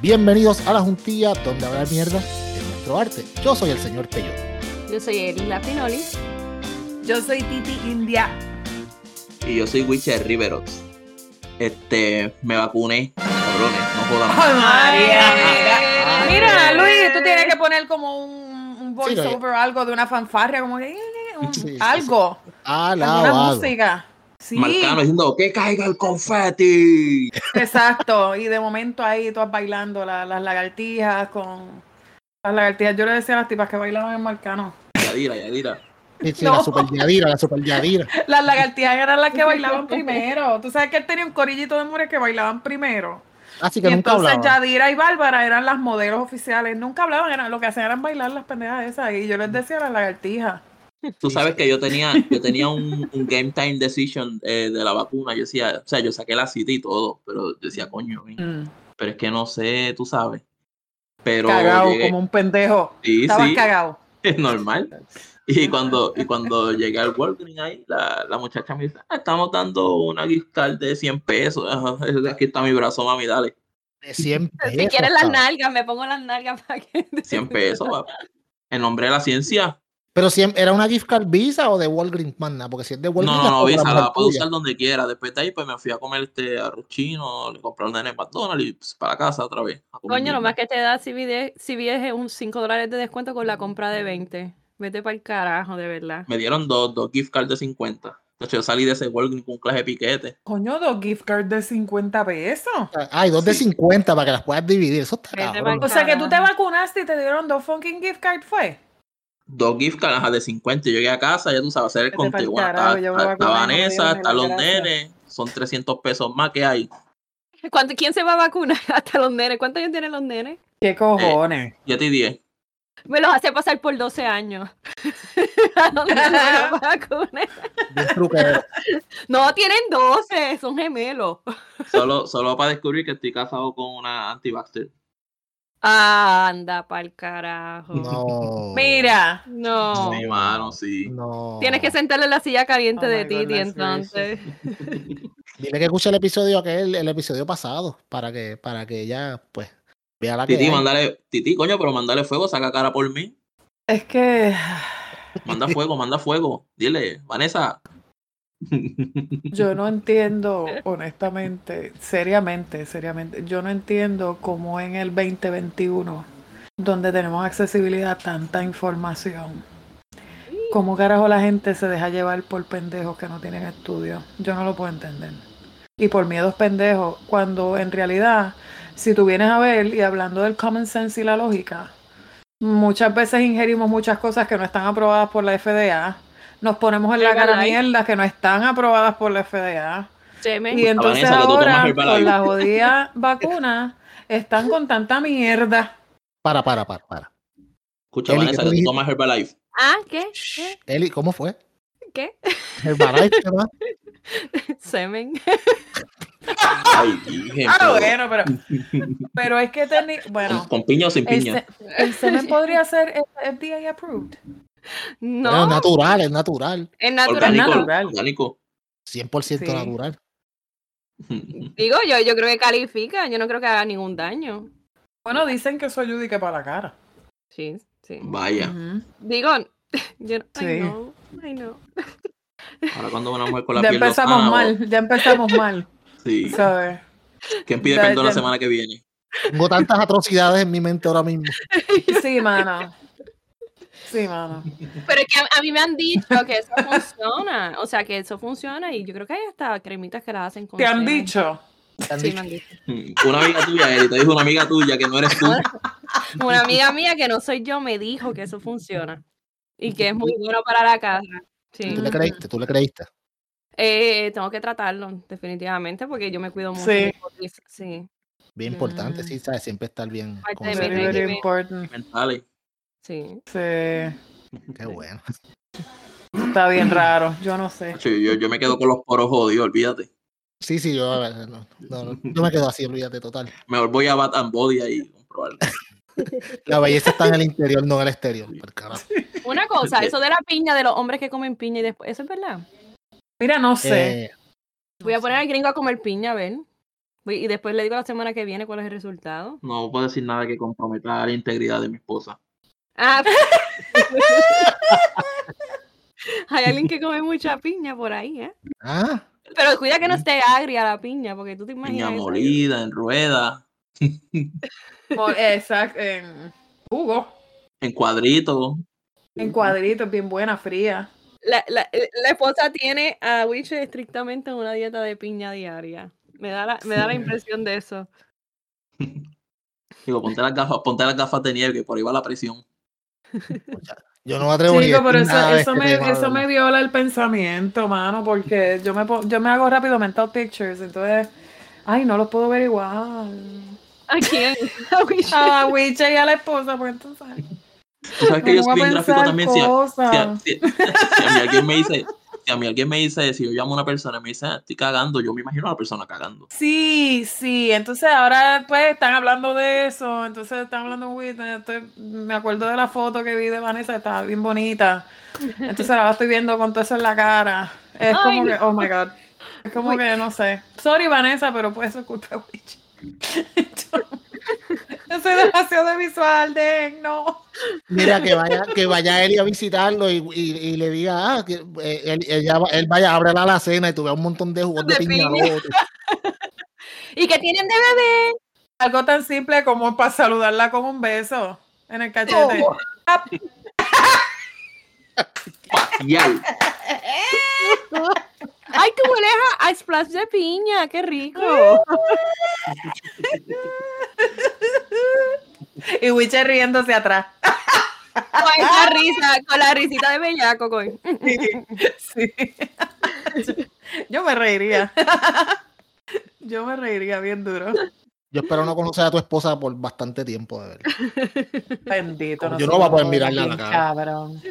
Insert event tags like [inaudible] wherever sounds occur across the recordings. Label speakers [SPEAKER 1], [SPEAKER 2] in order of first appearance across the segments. [SPEAKER 1] Bienvenidos a la juntilla donde hablar mierda de nuestro arte. Yo soy el señor Peyo.
[SPEAKER 2] Yo soy Erila Pinoli.
[SPEAKER 3] Yo soy Titi India.
[SPEAKER 4] Y yo soy Witcher Riverox. Este, me vacuné, cabrones, no jodan.
[SPEAKER 3] ¡Ay,
[SPEAKER 2] Ay,
[SPEAKER 3] Mira,
[SPEAKER 2] ay.
[SPEAKER 3] Luis, tú tienes que poner como un, un
[SPEAKER 1] Sí,
[SPEAKER 3] voiceover, algo de una fanfarria, como que. eh, un-
[SPEAKER 1] Sí, sí,
[SPEAKER 3] algo. Una
[SPEAKER 1] Alabado.
[SPEAKER 3] música. Sí,
[SPEAKER 4] Marcano [laughs] diciendo que caiga el confeti.
[SPEAKER 3] exacto. Y de momento ahí tú vas bailando la- las lagartijas con. Las lagartijas, yo le decía a las tipas que bailaban en Marcano.
[SPEAKER 4] Yadira, Yadira.
[SPEAKER 1] Sí, sí,
[SPEAKER 3] No.
[SPEAKER 1] La super Yadira, la super Yadira.
[SPEAKER 3] Las lagartijas eran las que bailaban primero. Tú sabes que él tenía un corillito de mujeres que bailaban primero.
[SPEAKER 1] Así
[SPEAKER 3] Y
[SPEAKER 1] que nunca
[SPEAKER 3] entonces
[SPEAKER 1] hablaba.
[SPEAKER 3] Yadira y Bárbara eran las modelos oficiales. Nunca hablaban, eran, lo que hacían eran bailar las pendejas esas. Y yo les decía las lagartijas.
[SPEAKER 4] Tú sabes que yo tenía, yo tenía un, un game time decision eh, de la vacuna. Yo decía, o sea, yo saqué la cita y todo, pero yo decía, coño, pero es que no sé, tú sabes. Pero
[SPEAKER 3] Cagado,
[SPEAKER 4] llegué-
[SPEAKER 3] como un pendejo.
[SPEAKER 4] sí,
[SPEAKER 3] Estabas
[SPEAKER 4] sí,
[SPEAKER 3] cagado.
[SPEAKER 4] es normal. Y cuando, y cuando llegué al Walgreens ahí, la, la muchacha me dice, "Ah, estamos dando una gift card de 100 pesos. Ajá, Aquí está mi brazo, mami, dale.
[SPEAKER 1] De 100 pesos,
[SPEAKER 2] Si quieres las
[SPEAKER 1] cabrón.
[SPEAKER 2] nalgas, me pongo las nalgas para que.
[SPEAKER 4] 100 pesos, papi. En nombre de la ciencia.
[SPEAKER 1] Pero si em, era una gift card Visa o de Walgreens, manda, porque si es de
[SPEAKER 4] No,
[SPEAKER 1] Walgreens.
[SPEAKER 4] no, no,
[SPEAKER 1] tampoco era
[SPEAKER 4] visa,
[SPEAKER 1] mujer
[SPEAKER 4] la puedo
[SPEAKER 1] tuya.
[SPEAKER 4] usar donde quiera. Después de ahí, pues me fui a comer este arroz chino, le compré un nene en McDonald's y pues, para casa otra vez. a comer
[SPEAKER 2] Coño,
[SPEAKER 4] mierda.
[SPEAKER 2] lo más que te da CVD CVS es un 5 dólares de descuento con la compra de 20. Vete para el carajo, de verdad.
[SPEAKER 4] Me dieron dos, dos gift cards de 50. De hecho, yo salí de ese Walgreens con un clase de piquete.
[SPEAKER 3] Coño, dos gift cards de 50 pesos.
[SPEAKER 1] Ay, dos de
[SPEAKER 4] Sí.
[SPEAKER 1] 50 para que las puedas dividir. Eso está
[SPEAKER 2] Vete pa'l
[SPEAKER 1] cabrón.
[SPEAKER 3] O sea que tú te vacunaste y te dieron dos fucking gift cards, ¿fue?
[SPEAKER 4] Dos gift cards ajá, de 50. Yo llegué a casa, ya tú sabes, hacer el
[SPEAKER 3] Vete Este pa'l
[SPEAKER 4] conteo.
[SPEAKER 3] carajo,
[SPEAKER 4] Bueno,
[SPEAKER 3] yo me
[SPEAKER 4] está,
[SPEAKER 3] vacuné,
[SPEAKER 4] está
[SPEAKER 3] no me
[SPEAKER 4] Vanessa,
[SPEAKER 3] dieron ni
[SPEAKER 4] está
[SPEAKER 3] las
[SPEAKER 4] los
[SPEAKER 3] gracias.
[SPEAKER 4] nenes, son 300 pesos más que hay.
[SPEAKER 2] ¿Cuánto- ¿Quién se va a vacunar [laughs] hasta los nenes? ¿Cuántos años tienen los nenes?
[SPEAKER 3] ¿Qué cojones?
[SPEAKER 4] Ya te 10.
[SPEAKER 2] Me los hace pasar por 12 años. [laughs] ¿A dónde se
[SPEAKER 3] [laughs]
[SPEAKER 2] los vacuné?
[SPEAKER 1] Bien truquero.
[SPEAKER 2] No, tienen 12, son gemelos.
[SPEAKER 3] [laughs]
[SPEAKER 4] Solo, solo para descubrir que estoy casado con una anti-vaxxer.
[SPEAKER 2] Anda para el carajo. No.
[SPEAKER 1] No.
[SPEAKER 3] Mira.
[SPEAKER 4] Sí, mano, sí.
[SPEAKER 1] No.
[SPEAKER 2] Tienes que sentarle en la silla caliente
[SPEAKER 3] Oh
[SPEAKER 2] de
[SPEAKER 3] my
[SPEAKER 2] Titi,
[SPEAKER 3] goodness
[SPEAKER 2] entonces.
[SPEAKER 1] Dile que escuche el episodio aquel, el episodio pasado, para que, para que ella, pues, vea la que.
[SPEAKER 4] Titi,
[SPEAKER 1] hay.
[SPEAKER 4] mandale, Titi, coño, pero mandale fuego, saca cara por mí.
[SPEAKER 3] Es que
[SPEAKER 1] [laughs]
[SPEAKER 4] Manda fuego, manda fuego. Dile, Vanessa.
[SPEAKER 3] yo no entiendo, honestamente, seriamente, seriamente, yo no entiendo cómo en el 2021, donde tenemos accesibilidad a tanta información, cómo carajo la gente se deja llevar por pendejos que no tienen estudio. Yo no lo puedo entender. Y por miedos pendejos, cuando en realidad, si tú vienes a ver, y hablando del common sense y la lógica, muchas veces ingerimos muchas cosas que no están aprobadas por la FDA. Nos ponemos en la
[SPEAKER 2] Legal
[SPEAKER 3] cara
[SPEAKER 2] Life.
[SPEAKER 3] mierda que no están aprobadas por la FDA.
[SPEAKER 2] Semen.
[SPEAKER 3] Y entonces
[SPEAKER 4] Vanessa, que tú tomas
[SPEAKER 3] ahora,
[SPEAKER 4] Herbalife.
[SPEAKER 3] con la jodida vacuna, están con tanta mierda.
[SPEAKER 1] Para, para, para, para.
[SPEAKER 4] Escucha,
[SPEAKER 1] Eli,
[SPEAKER 4] Vanessa,
[SPEAKER 1] ¿qué tú
[SPEAKER 4] que tú
[SPEAKER 1] dijiste?
[SPEAKER 4] tomas Herbalife.
[SPEAKER 2] Ah,
[SPEAKER 3] ¿Eh?
[SPEAKER 2] ¿qué?
[SPEAKER 1] Shh, Eli, ¿cómo fue?
[SPEAKER 2] ¿Qué? [laughs]
[SPEAKER 1] Herbalife, ¿qué
[SPEAKER 3] [laughs]
[SPEAKER 1] más?
[SPEAKER 2] Semen.
[SPEAKER 4] Ay, dije,
[SPEAKER 3] Ah,
[SPEAKER 4] pero-
[SPEAKER 3] bueno, pero, pero es que teni-
[SPEAKER 4] con,
[SPEAKER 3] bueno,
[SPEAKER 4] con piña o sin
[SPEAKER 3] el,
[SPEAKER 4] piña.
[SPEAKER 3] se- el semen podría ser FDA approved.
[SPEAKER 1] Bueno,
[SPEAKER 2] No,
[SPEAKER 1] Es natural, es natural.
[SPEAKER 2] es natural.
[SPEAKER 4] Orgánico,
[SPEAKER 3] natural.
[SPEAKER 4] orgánico. [laughs]
[SPEAKER 1] 100%
[SPEAKER 3] Sí.
[SPEAKER 1] natural.
[SPEAKER 2] Digo, yo, yo creo que califica, yo no creo que haga ningún daño.
[SPEAKER 3] Bueno, dicen que eso ayuda para la cara.
[SPEAKER 2] Sí, sí.
[SPEAKER 4] Vaya.
[SPEAKER 3] Ujú.
[SPEAKER 2] Digo, [laughs] yo ay,
[SPEAKER 3] Sí.
[SPEAKER 2] no, ay, no.
[SPEAKER 4] Ahora cuando una mujer con la
[SPEAKER 3] Ya
[SPEAKER 4] piel
[SPEAKER 3] empezamos
[SPEAKER 4] lozana,
[SPEAKER 3] mal, ya empezamos mal,
[SPEAKER 4] o- Sí.
[SPEAKER 3] ¿sabes?
[SPEAKER 4] ¿Quién pide
[SPEAKER 3] Ya-
[SPEAKER 4] perdón la
[SPEAKER 3] ya-
[SPEAKER 4] semana que viene?
[SPEAKER 1] Tengo tantas atrocidades en mi mente ahora
[SPEAKER 3] [laughs]
[SPEAKER 1] mismo.
[SPEAKER 3] Sí, mano. Sí, mano.
[SPEAKER 2] Pero es que a, a mí me han dicho que eso funciona. O sea, que eso funciona y yo creo que hay hasta cremitas que las hacen con
[SPEAKER 3] Te han
[SPEAKER 2] semen.
[SPEAKER 3] dicho.
[SPEAKER 1] Te han
[SPEAKER 2] Sí,
[SPEAKER 1] dicho,
[SPEAKER 2] me han dicho.
[SPEAKER 4] Mm, Una amiga tuya, Eli, te dijo una amiga tuya que no eres
[SPEAKER 3] [laughs]
[SPEAKER 4] tú.
[SPEAKER 2] Una amiga mía que no soy yo me dijo que eso funciona y que es muy bueno para la casa. Sí.
[SPEAKER 1] Tú le creíste, tú le creíste.
[SPEAKER 2] Eh, tengo que tratarlo, definitivamente, porque yo me cuido mucho.
[SPEAKER 3] Sí.
[SPEAKER 2] mi cutis, sí,
[SPEAKER 1] Bien importante,
[SPEAKER 3] Mm.
[SPEAKER 1] sí, sabes, siempre estar bien.
[SPEAKER 2] Parte
[SPEAKER 1] con
[SPEAKER 2] de
[SPEAKER 1] ese
[SPEAKER 2] mi
[SPEAKER 3] Very,
[SPEAKER 1] cuidado.
[SPEAKER 3] very
[SPEAKER 2] régimen.
[SPEAKER 3] important.
[SPEAKER 4] Mentales.
[SPEAKER 2] sí.
[SPEAKER 3] Sí.
[SPEAKER 1] Qué bueno. [laughs]
[SPEAKER 3] Está bien raro, yo no sé.
[SPEAKER 4] Acho, Yo, yo me quedo con los poros jodidos, olvídate.
[SPEAKER 1] Sí, sí, yo, no, no, no, yo me quedo así, olvídate total.
[SPEAKER 4] Mejor voy a Bat and Body ahí comprobarlo.
[SPEAKER 3] [laughs]
[SPEAKER 1] La belleza está en el interior, no en el exterior. por carajo.
[SPEAKER 2] Una [laughs] cosa,
[SPEAKER 4] Sí.
[SPEAKER 2] eso de la piña, de los hombres que comen piña y después, eso es verdad.
[SPEAKER 3] Mira, no sé.
[SPEAKER 1] Eh,
[SPEAKER 2] Voy a poner al gringo a comer piña, a ver. Voy- Y después le digo la semana que viene cuál es el resultado.
[SPEAKER 4] No puedo decir nada que comprometa la integridad de mi esposa.
[SPEAKER 2] Ah, [laughs] hay alguien que come mucha piña por ahí, ¿eh?
[SPEAKER 1] Ah,
[SPEAKER 2] Pero cuida que no esté agria la piña, porque tú te
[SPEAKER 4] Piña
[SPEAKER 2] imaginas. eso.
[SPEAKER 4] molida, en rueda,
[SPEAKER 3] Exacto, en jugo,
[SPEAKER 4] en cuadritos.
[SPEAKER 3] en cuadritos, bien buena, fría.
[SPEAKER 2] La, la- eh, la esposa tiene a Witch estrictamente en una dieta de piña diaria. Me da la, me da la
[SPEAKER 3] Sí.
[SPEAKER 2] impresión de eso.
[SPEAKER 4] Digo, ponte las gafas, ponte las gafas de nieve, que por ahí va la presión.
[SPEAKER 1] mucha- yo no me atrevo ni a
[SPEAKER 3] Chico, pero
[SPEAKER 1] decir
[SPEAKER 3] eso,
[SPEAKER 1] nada de
[SPEAKER 3] eso
[SPEAKER 1] este
[SPEAKER 3] me,
[SPEAKER 1] tema,
[SPEAKER 3] eso me
[SPEAKER 1] ¿verdad?
[SPEAKER 3] viola el pensamiento, mano, porque yo me, po- yo me hago rápido mental pictures, entonces, ay, no los puedo ver igual.
[SPEAKER 2] ¿A quién? [laughs] A Witch.
[SPEAKER 3] A [laughs] la Wicha Ah, y a la esposa, pues entonces.
[SPEAKER 4] Tú sabes que
[SPEAKER 3] me
[SPEAKER 4] yo
[SPEAKER 3] pongo a
[SPEAKER 4] soy bien gráfico
[SPEAKER 3] pensar
[SPEAKER 4] también. Si a, si, a,
[SPEAKER 3] cosas.
[SPEAKER 4] si- si a mí alguien me dice, si a mí alguien me dice, si yo llamo a una persona y me dice, "Ah, estoy cagando, yo me imagino a la persona cagando.
[SPEAKER 3] Sí, sí, entonces ahora pues están hablando de eso, entonces están hablando de Whitney, estoy- me acuerdo de la foto que vi de Vanessa, estaba bien bonita, entonces ahora estoy viendo con todo eso en la cara,
[SPEAKER 2] Ay,
[SPEAKER 3] es como
[SPEAKER 2] no.
[SPEAKER 3] que, oh my god, es como que no sé, sorry Vanessa, pero pues eso es culpa de Witch. yo, [laughs] yo soy demasiado visual, de no.
[SPEAKER 1] Mira, que
[SPEAKER 3] [laughs]
[SPEAKER 1] vaya, que vaya Eli a visitarlo y, y- y le diga, ah, que eh, él, ella va- él vaya, ábrela la cena y tú veas un montón de jugos de,
[SPEAKER 2] De
[SPEAKER 1] piña.
[SPEAKER 2] piña.
[SPEAKER 1] loco.
[SPEAKER 2] ¿Y qué tienen de bebé?
[SPEAKER 3] Algo tan simple como para saludarla con un beso en el cachete.
[SPEAKER 2] Oh.
[SPEAKER 4] Y ahí,
[SPEAKER 2] ¡Ay, tú hueles a, a splash de piña! ¡Qué rico!
[SPEAKER 3] Y Witcher riéndose atrás.
[SPEAKER 2] Con esa risa, con la risita de bellaco, coño.
[SPEAKER 3] [laughs] Sí. Yo me reiría. Yo me reiría bien duro.
[SPEAKER 1] Yo espero no conocer a tu esposa por bastante tiempo, de verdad.
[SPEAKER 3] Bendito.
[SPEAKER 1] Como yo
[SPEAKER 3] sé
[SPEAKER 1] no voy a poder
[SPEAKER 3] cómo
[SPEAKER 1] mirarle a la
[SPEAKER 3] bien
[SPEAKER 1] cara.
[SPEAKER 3] Cabrón.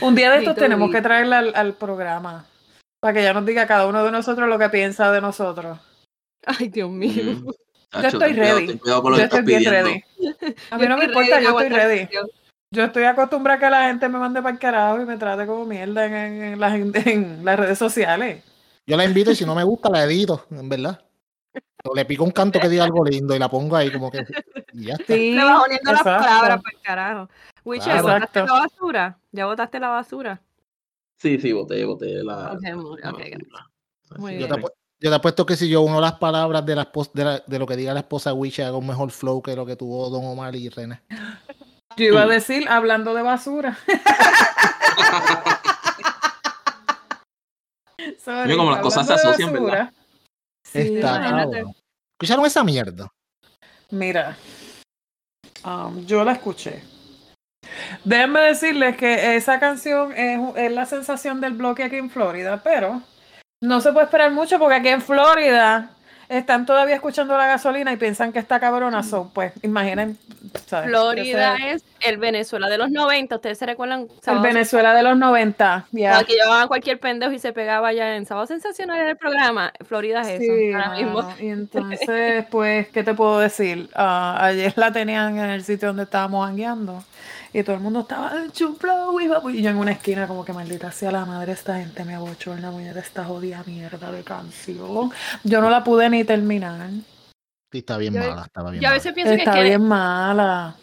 [SPEAKER 3] Un día de
[SPEAKER 2] Bendito
[SPEAKER 3] estos tenemos
[SPEAKER 2] Witcher.
[SPEAKER 3] que traerla al, al programa para que ya nos diga cada uno de nosotros lo que piensa de nosotros.
[SPEAKER 2] Ay, Dios mío.
[SPEAKER 4] mm, chacho,
[SPEAKER 3] estoy
[SPEAKER 4] ten cuidado-
[SPEAKER 3] ready.
[SPEAKER 4] ten cuidado con lo
[SPEAKER 3] Yo
[SPEAKER 4] que
[SPEAKER 3] estoy
[SPEAKER 4] estás
[SPEAKER 3] bien
[SPEAKER 4] pidiendo.
[SPEAKER 3] ready. A mí no me
[SPEAKER 2] estoy
[SPEAKER 3] importa,
[SPEAKER 2] ready
[SPEAKER 3] yo
[SPEAKER 2] para
[SPEAKER 3] estoy
[SPEAKER 2] aguantar
[SPEAKER 3] ready.
[SPEAKER 2] presión.
[SPEAKER 3] Yo estoy acostumbrada a que la gente me mande para el carajo y me trate como mierda en, en- en las, en las redes sociales.
[SPEAKER 1] Yo la invito y si no me gusta, la edito, en verdad. O le pico un canto que diga algo lindo y la pongo ahí como que. Y ya está.
[SPEAKER 3] Sí,
[SPEAKER 2] Le vas poniendo las
[SPEAKER 3] exacto.
[SPEAKER 2] palabras para el carajo. Witcher,
[SPEAKER 1] Claro.
[SPEAKER 2] ¿botaste
[SPEAKER 3] Exacto.
[SPEAKER 2] la basura? ¿Ya botaste la basura?
[SPEAKER 4] Sí, sí, boté, boté la.
[SPEAKER 2] Ok,
[SPEAKER 4] la-
[SPEAKER 2] muy-
[SPEAKER 4] la
[SPEAKER 2] ok, gracias.
[SPEAKER 4] basura.
[SPEAKER 2] Muy
[SPEAKER 4] Así
[SPEAKER 1] Yo
[SPEAKER 2] bien.
[SPEAKER 1] te,
[SPEAKER 4] que-
[SPEAKER 1] apu- yo te apuesto que si yo uno las palabras de, la espos- de, la- de lo que diga la esposa Wish haga un mejor flow que lo que tuvo Don Omar y René.
[SPEAKER 3] Yo iba a decir, hablando de
[SPEAKER 4] [laughs]
[SPEAKER 3] basura. Sorry,
[SPEAKER 4] Mira cómo las cosas
[SPEAKER 3] hablando
[SPEAKER 4] se
[SPEAKER 3] de
[SPEAKER 4] asocian, ¿verdad?
[SPEAKER 3] basura. Sí,
[SPEAKER 1] Está
[SPEAKER 2] imagínate.
[SPEAKER 1] cabrón. ¿Escucharon esa mierda?
[SPEAKER 3] Mira, um, yo la escuché. Déjenme decirles que esa canción es, u- es la sensación del bloque aquí en Florida, pero no se puede esperar mucho porque aquí en Florida están todavía escuchando la gasolina y piensan que está cabrona. So, pues imaginen, ¿sabes?
[SPEAKER 2] Florida
[SPEAKER 3] Ese-
[SPEAKER 2] es el Venezuela de los 90. ¿Ustedes se recuerdan?
[SPEAKER 3] El
[SPEAKER 2] Sábado
[SPEAKER 3] Venezuela de los 90. ya.
[SPEAKER 2] Cuando que llevaban cualquier pendejo y se pegaba ya en Sábado Sensacional en el programa. Florida es eso.
[SPEAKER 3] Sí,
[SPEAKER 2] ahora mismo.
[SPEAKER 3] mano, Y entonces, pues, ¿qué te puedo decir? Ah, ayer la tenían en el sitio donde estábamos hangueando y todo el mundo estaba "Ah, chuplo, y papu", y yo en una esquina como que maldita sea la madre esta gente me abochorna, muñeca esta jodida mierda de canción. Yo no la pude ni terminar.
[SPEAKER 1] Sí, está bien
[SPEAKER 2] Yo-
[SPEAKER 1] mala. Estaba bien
[SPEAKER 2] Yo a
[SPEAKER 1] mala.
[SPEAKER 2] veces pienso que, es
[SPEAKER 3] Está
[SPEAKER 2] que
[SPEAKER 3] bien mala.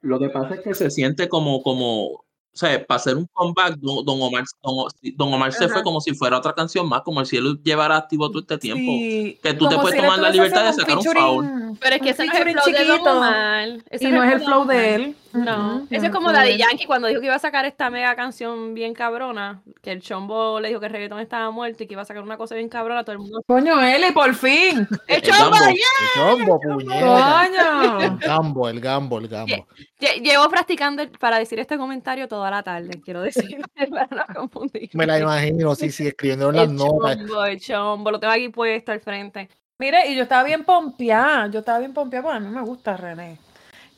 [SPEAKER 4] Lo que pasa es que se siente como, como, o sea, para hacer un comeback, Don, Don Omar, Don, O- Don Omar se
[SPEAKER 2] Ajá.
[SPEAKER 4] fue como si fuera otra canción más, como si él llevara activo todo este tiempo.
[SPEAKER 3] Sí,
[SPEAKER 4] que tú te
[SPEAKER 3] como si
[SPEAKER 4] puedes
[SPEAKER 3] él
[SPEAKER 4] tomar la
[SPEAKER 3] estuviese
[SPEAKER 4] libertad de
[SPEAKER 3] haciendo un
[SPEAKER 4] sacar un foul.
[SPEAKER 3] featuring,
[SPEAKER 2] Pero es que
[SPEAKER 3] un
[SPEAKER 2] ese no es el
[SPEAKER 3] featuring
[SPEAKER 2] flow de Don
[SPEAKER 3] chiquito,
[SPEAKER 2] Omar. Ese
[SPEAKER 3] Y no es el
[SPEAKER 2] de
[SPEAKER 3] flow
[SPEAKER 2] Don Omar.
[SPEAKER 3] de él.
[SPEAKER 2] No,
[SPEAKER 3] Mm-mm,
[SPEAKER 2] eso es
[SPEAKER 3] el
[SPEAKER 2] como
[SPEAKER 3] flow
[SPEAKER 2] Daddy
[SPEAKER 3] de él.
[SPEAKER 2] Yankee cuando dijo que iba a sacar esta mega canción bien cabrona, que el chombo le dijo que el reggaetón estaba muerto y que iba a sacar una cosa bien cabrona, todo el mundo.
[SPEAKER 3] Coño, Eli, por
[SPEAKER 2] [laughs]
[SPEAKER 3] fin.
[SPEAKER 2] ¡El
[SPEAKER 4] El
[SPEAKER 2] chombo!
[SPEAKER 4] Gambo.
[SPEAKER 2] ya!
[SPEAKER 1] [laughs] El chombo, puñeta.
[SPEAKER 3] Coño.
[SPEAKER 1] El gambo, el gambo, el gambo.
[SPEAKER 2] Lle- Llevo practicando el- para decir este comentario toda la tarde, quiero decir, [laughs] para no confundir.
[SPEAKER 1] Me la imagino, sí, sí, escribiendo en las
[SPEAKER 2] El
[SPEAKER 1] notas.
[SPEAKER 2] chombo, el chombo, lo tengo aquí puesto al frente.
[SPEAKER 3] Mire, y yo estaba bien pompeada, yo estaba bien pompeada, porque a mí me gusta René.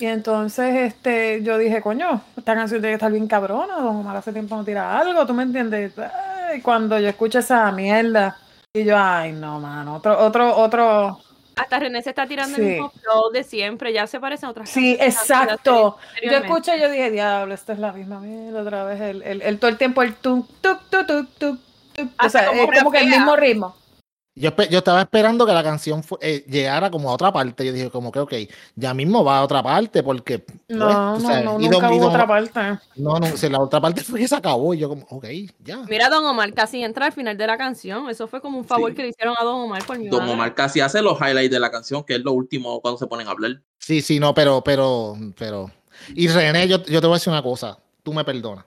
[SPEAKER 3] Y entonces este, yo dije, coño, esta canción tiene que estar bien cabrona, Don Omar hace tiempo no tira algo, ¿tú me entiendes? Ay, cuando yo escucho esa mierda, y yo, ay, no, mano, otro, otro, otro.
[SPEAKER 2] Hasta René se está tirando el
[SPEAKER 3] Sí.
[SPEAKER 2] mismo flow de siempre, ya se parecen otras
[SPEAKER 3] Sí,
[SPEAKER 2] canciones anteriores-
[SPEAKER 3] exacto. Yo
[SPEAKER 2] anteriormente.
[SPEAKER 3] escuché y yo dije, diablo, esta es la misma mierda otra vez, el, el, el- todo el tiempo el tuk, tuk, tuk, tuk, tuk, tuk. O
[SPEAKER 2] Hasta
[SPEAKER 3] sea,
[SPEAKER 2] como
[SPEAKER 3] es como que el
[SPEAKER 2] rapea.
[SPEAKER 3] mismo ritmo.
[SPEAKER 1] Yo, espe- yo estaba esperando que la canción fu- eh, llegara como a otra parte. Yo dije, como que, ok, ya mismo va a otra parte, porque. pues,
[SPEAKER 3] No,
[SPEAKER 1] tú
[SPEAKER 3] no,
[SPEAKER 1] sabes,
[SPEAKER 3] no,
[SPEAKER 1] y
[SPEAKER 3] nunca
[SPEAKER 1] Don- y
[SPEAKER 3] hubo
[SPEAKER 1] Don-
[SPEAKER 3] otra parte.
[SPEAKER 1] No, no, si la otra parte fue que se acabó. y yo, como, ok, ya.
[SPEAKER 2] Mira, Don Omar casi entra al final de la canción. Eso fue como un favor
[SPEAKER 4] Sí.
[SPEAKER 2] que le hicieron a Don Omar por mi
[SPEAKER 4] Don
[SPEAKER 2] madre.
[SPEAKER 4] Omar casi hace los highlights de la canción, que es lo último cuando se ponen a hablar.
[SPEAKER 1] Sí, sí, no, pero, pero, pero. Y René, yo, yo te voy a decir una cosa, tú me perdonas.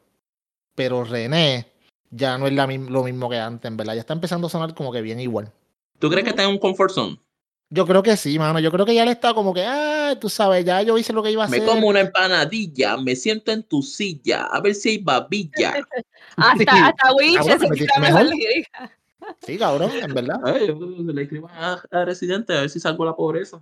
[SPEAKER 1] Pero René ya no es la mim- lo mismo que antes, en verdad. Ya está empezando a sonar como que bien igual.
[SPEAKER 4] ¿Tú crees que está en un comfort zone?
[SPEAKER 1] Yo creo que sí, mano. Yo creo que ya le está como que, ah, tú sabes, ya yo hice lo que iba a hacer.
[SPEAKER 4] Me como una empanadilla, me siento en tu silla, a ver si
[SPEAKER 3] [laughs]
[SPEAKER 4] hay babilla.
[SPEAKER 2] Hasta,
[SPEAKER 1] Sí.
[SPEAKER 2] hasta Witch
[SPEAKER 1] Cabrón, me
[SPEAKER 2] se tira
[SPEAKER 1] metiste
[SPEAKER 2] mejor
[SPEAKER 1] mejor.
[SPEAKER 2] lírica.
[SPEAKER 1] Sí, cabrón, en verdad.
[SPEAKER 4] Ay, yo le escribo a, a Residente a ver si salgo de la pobreza.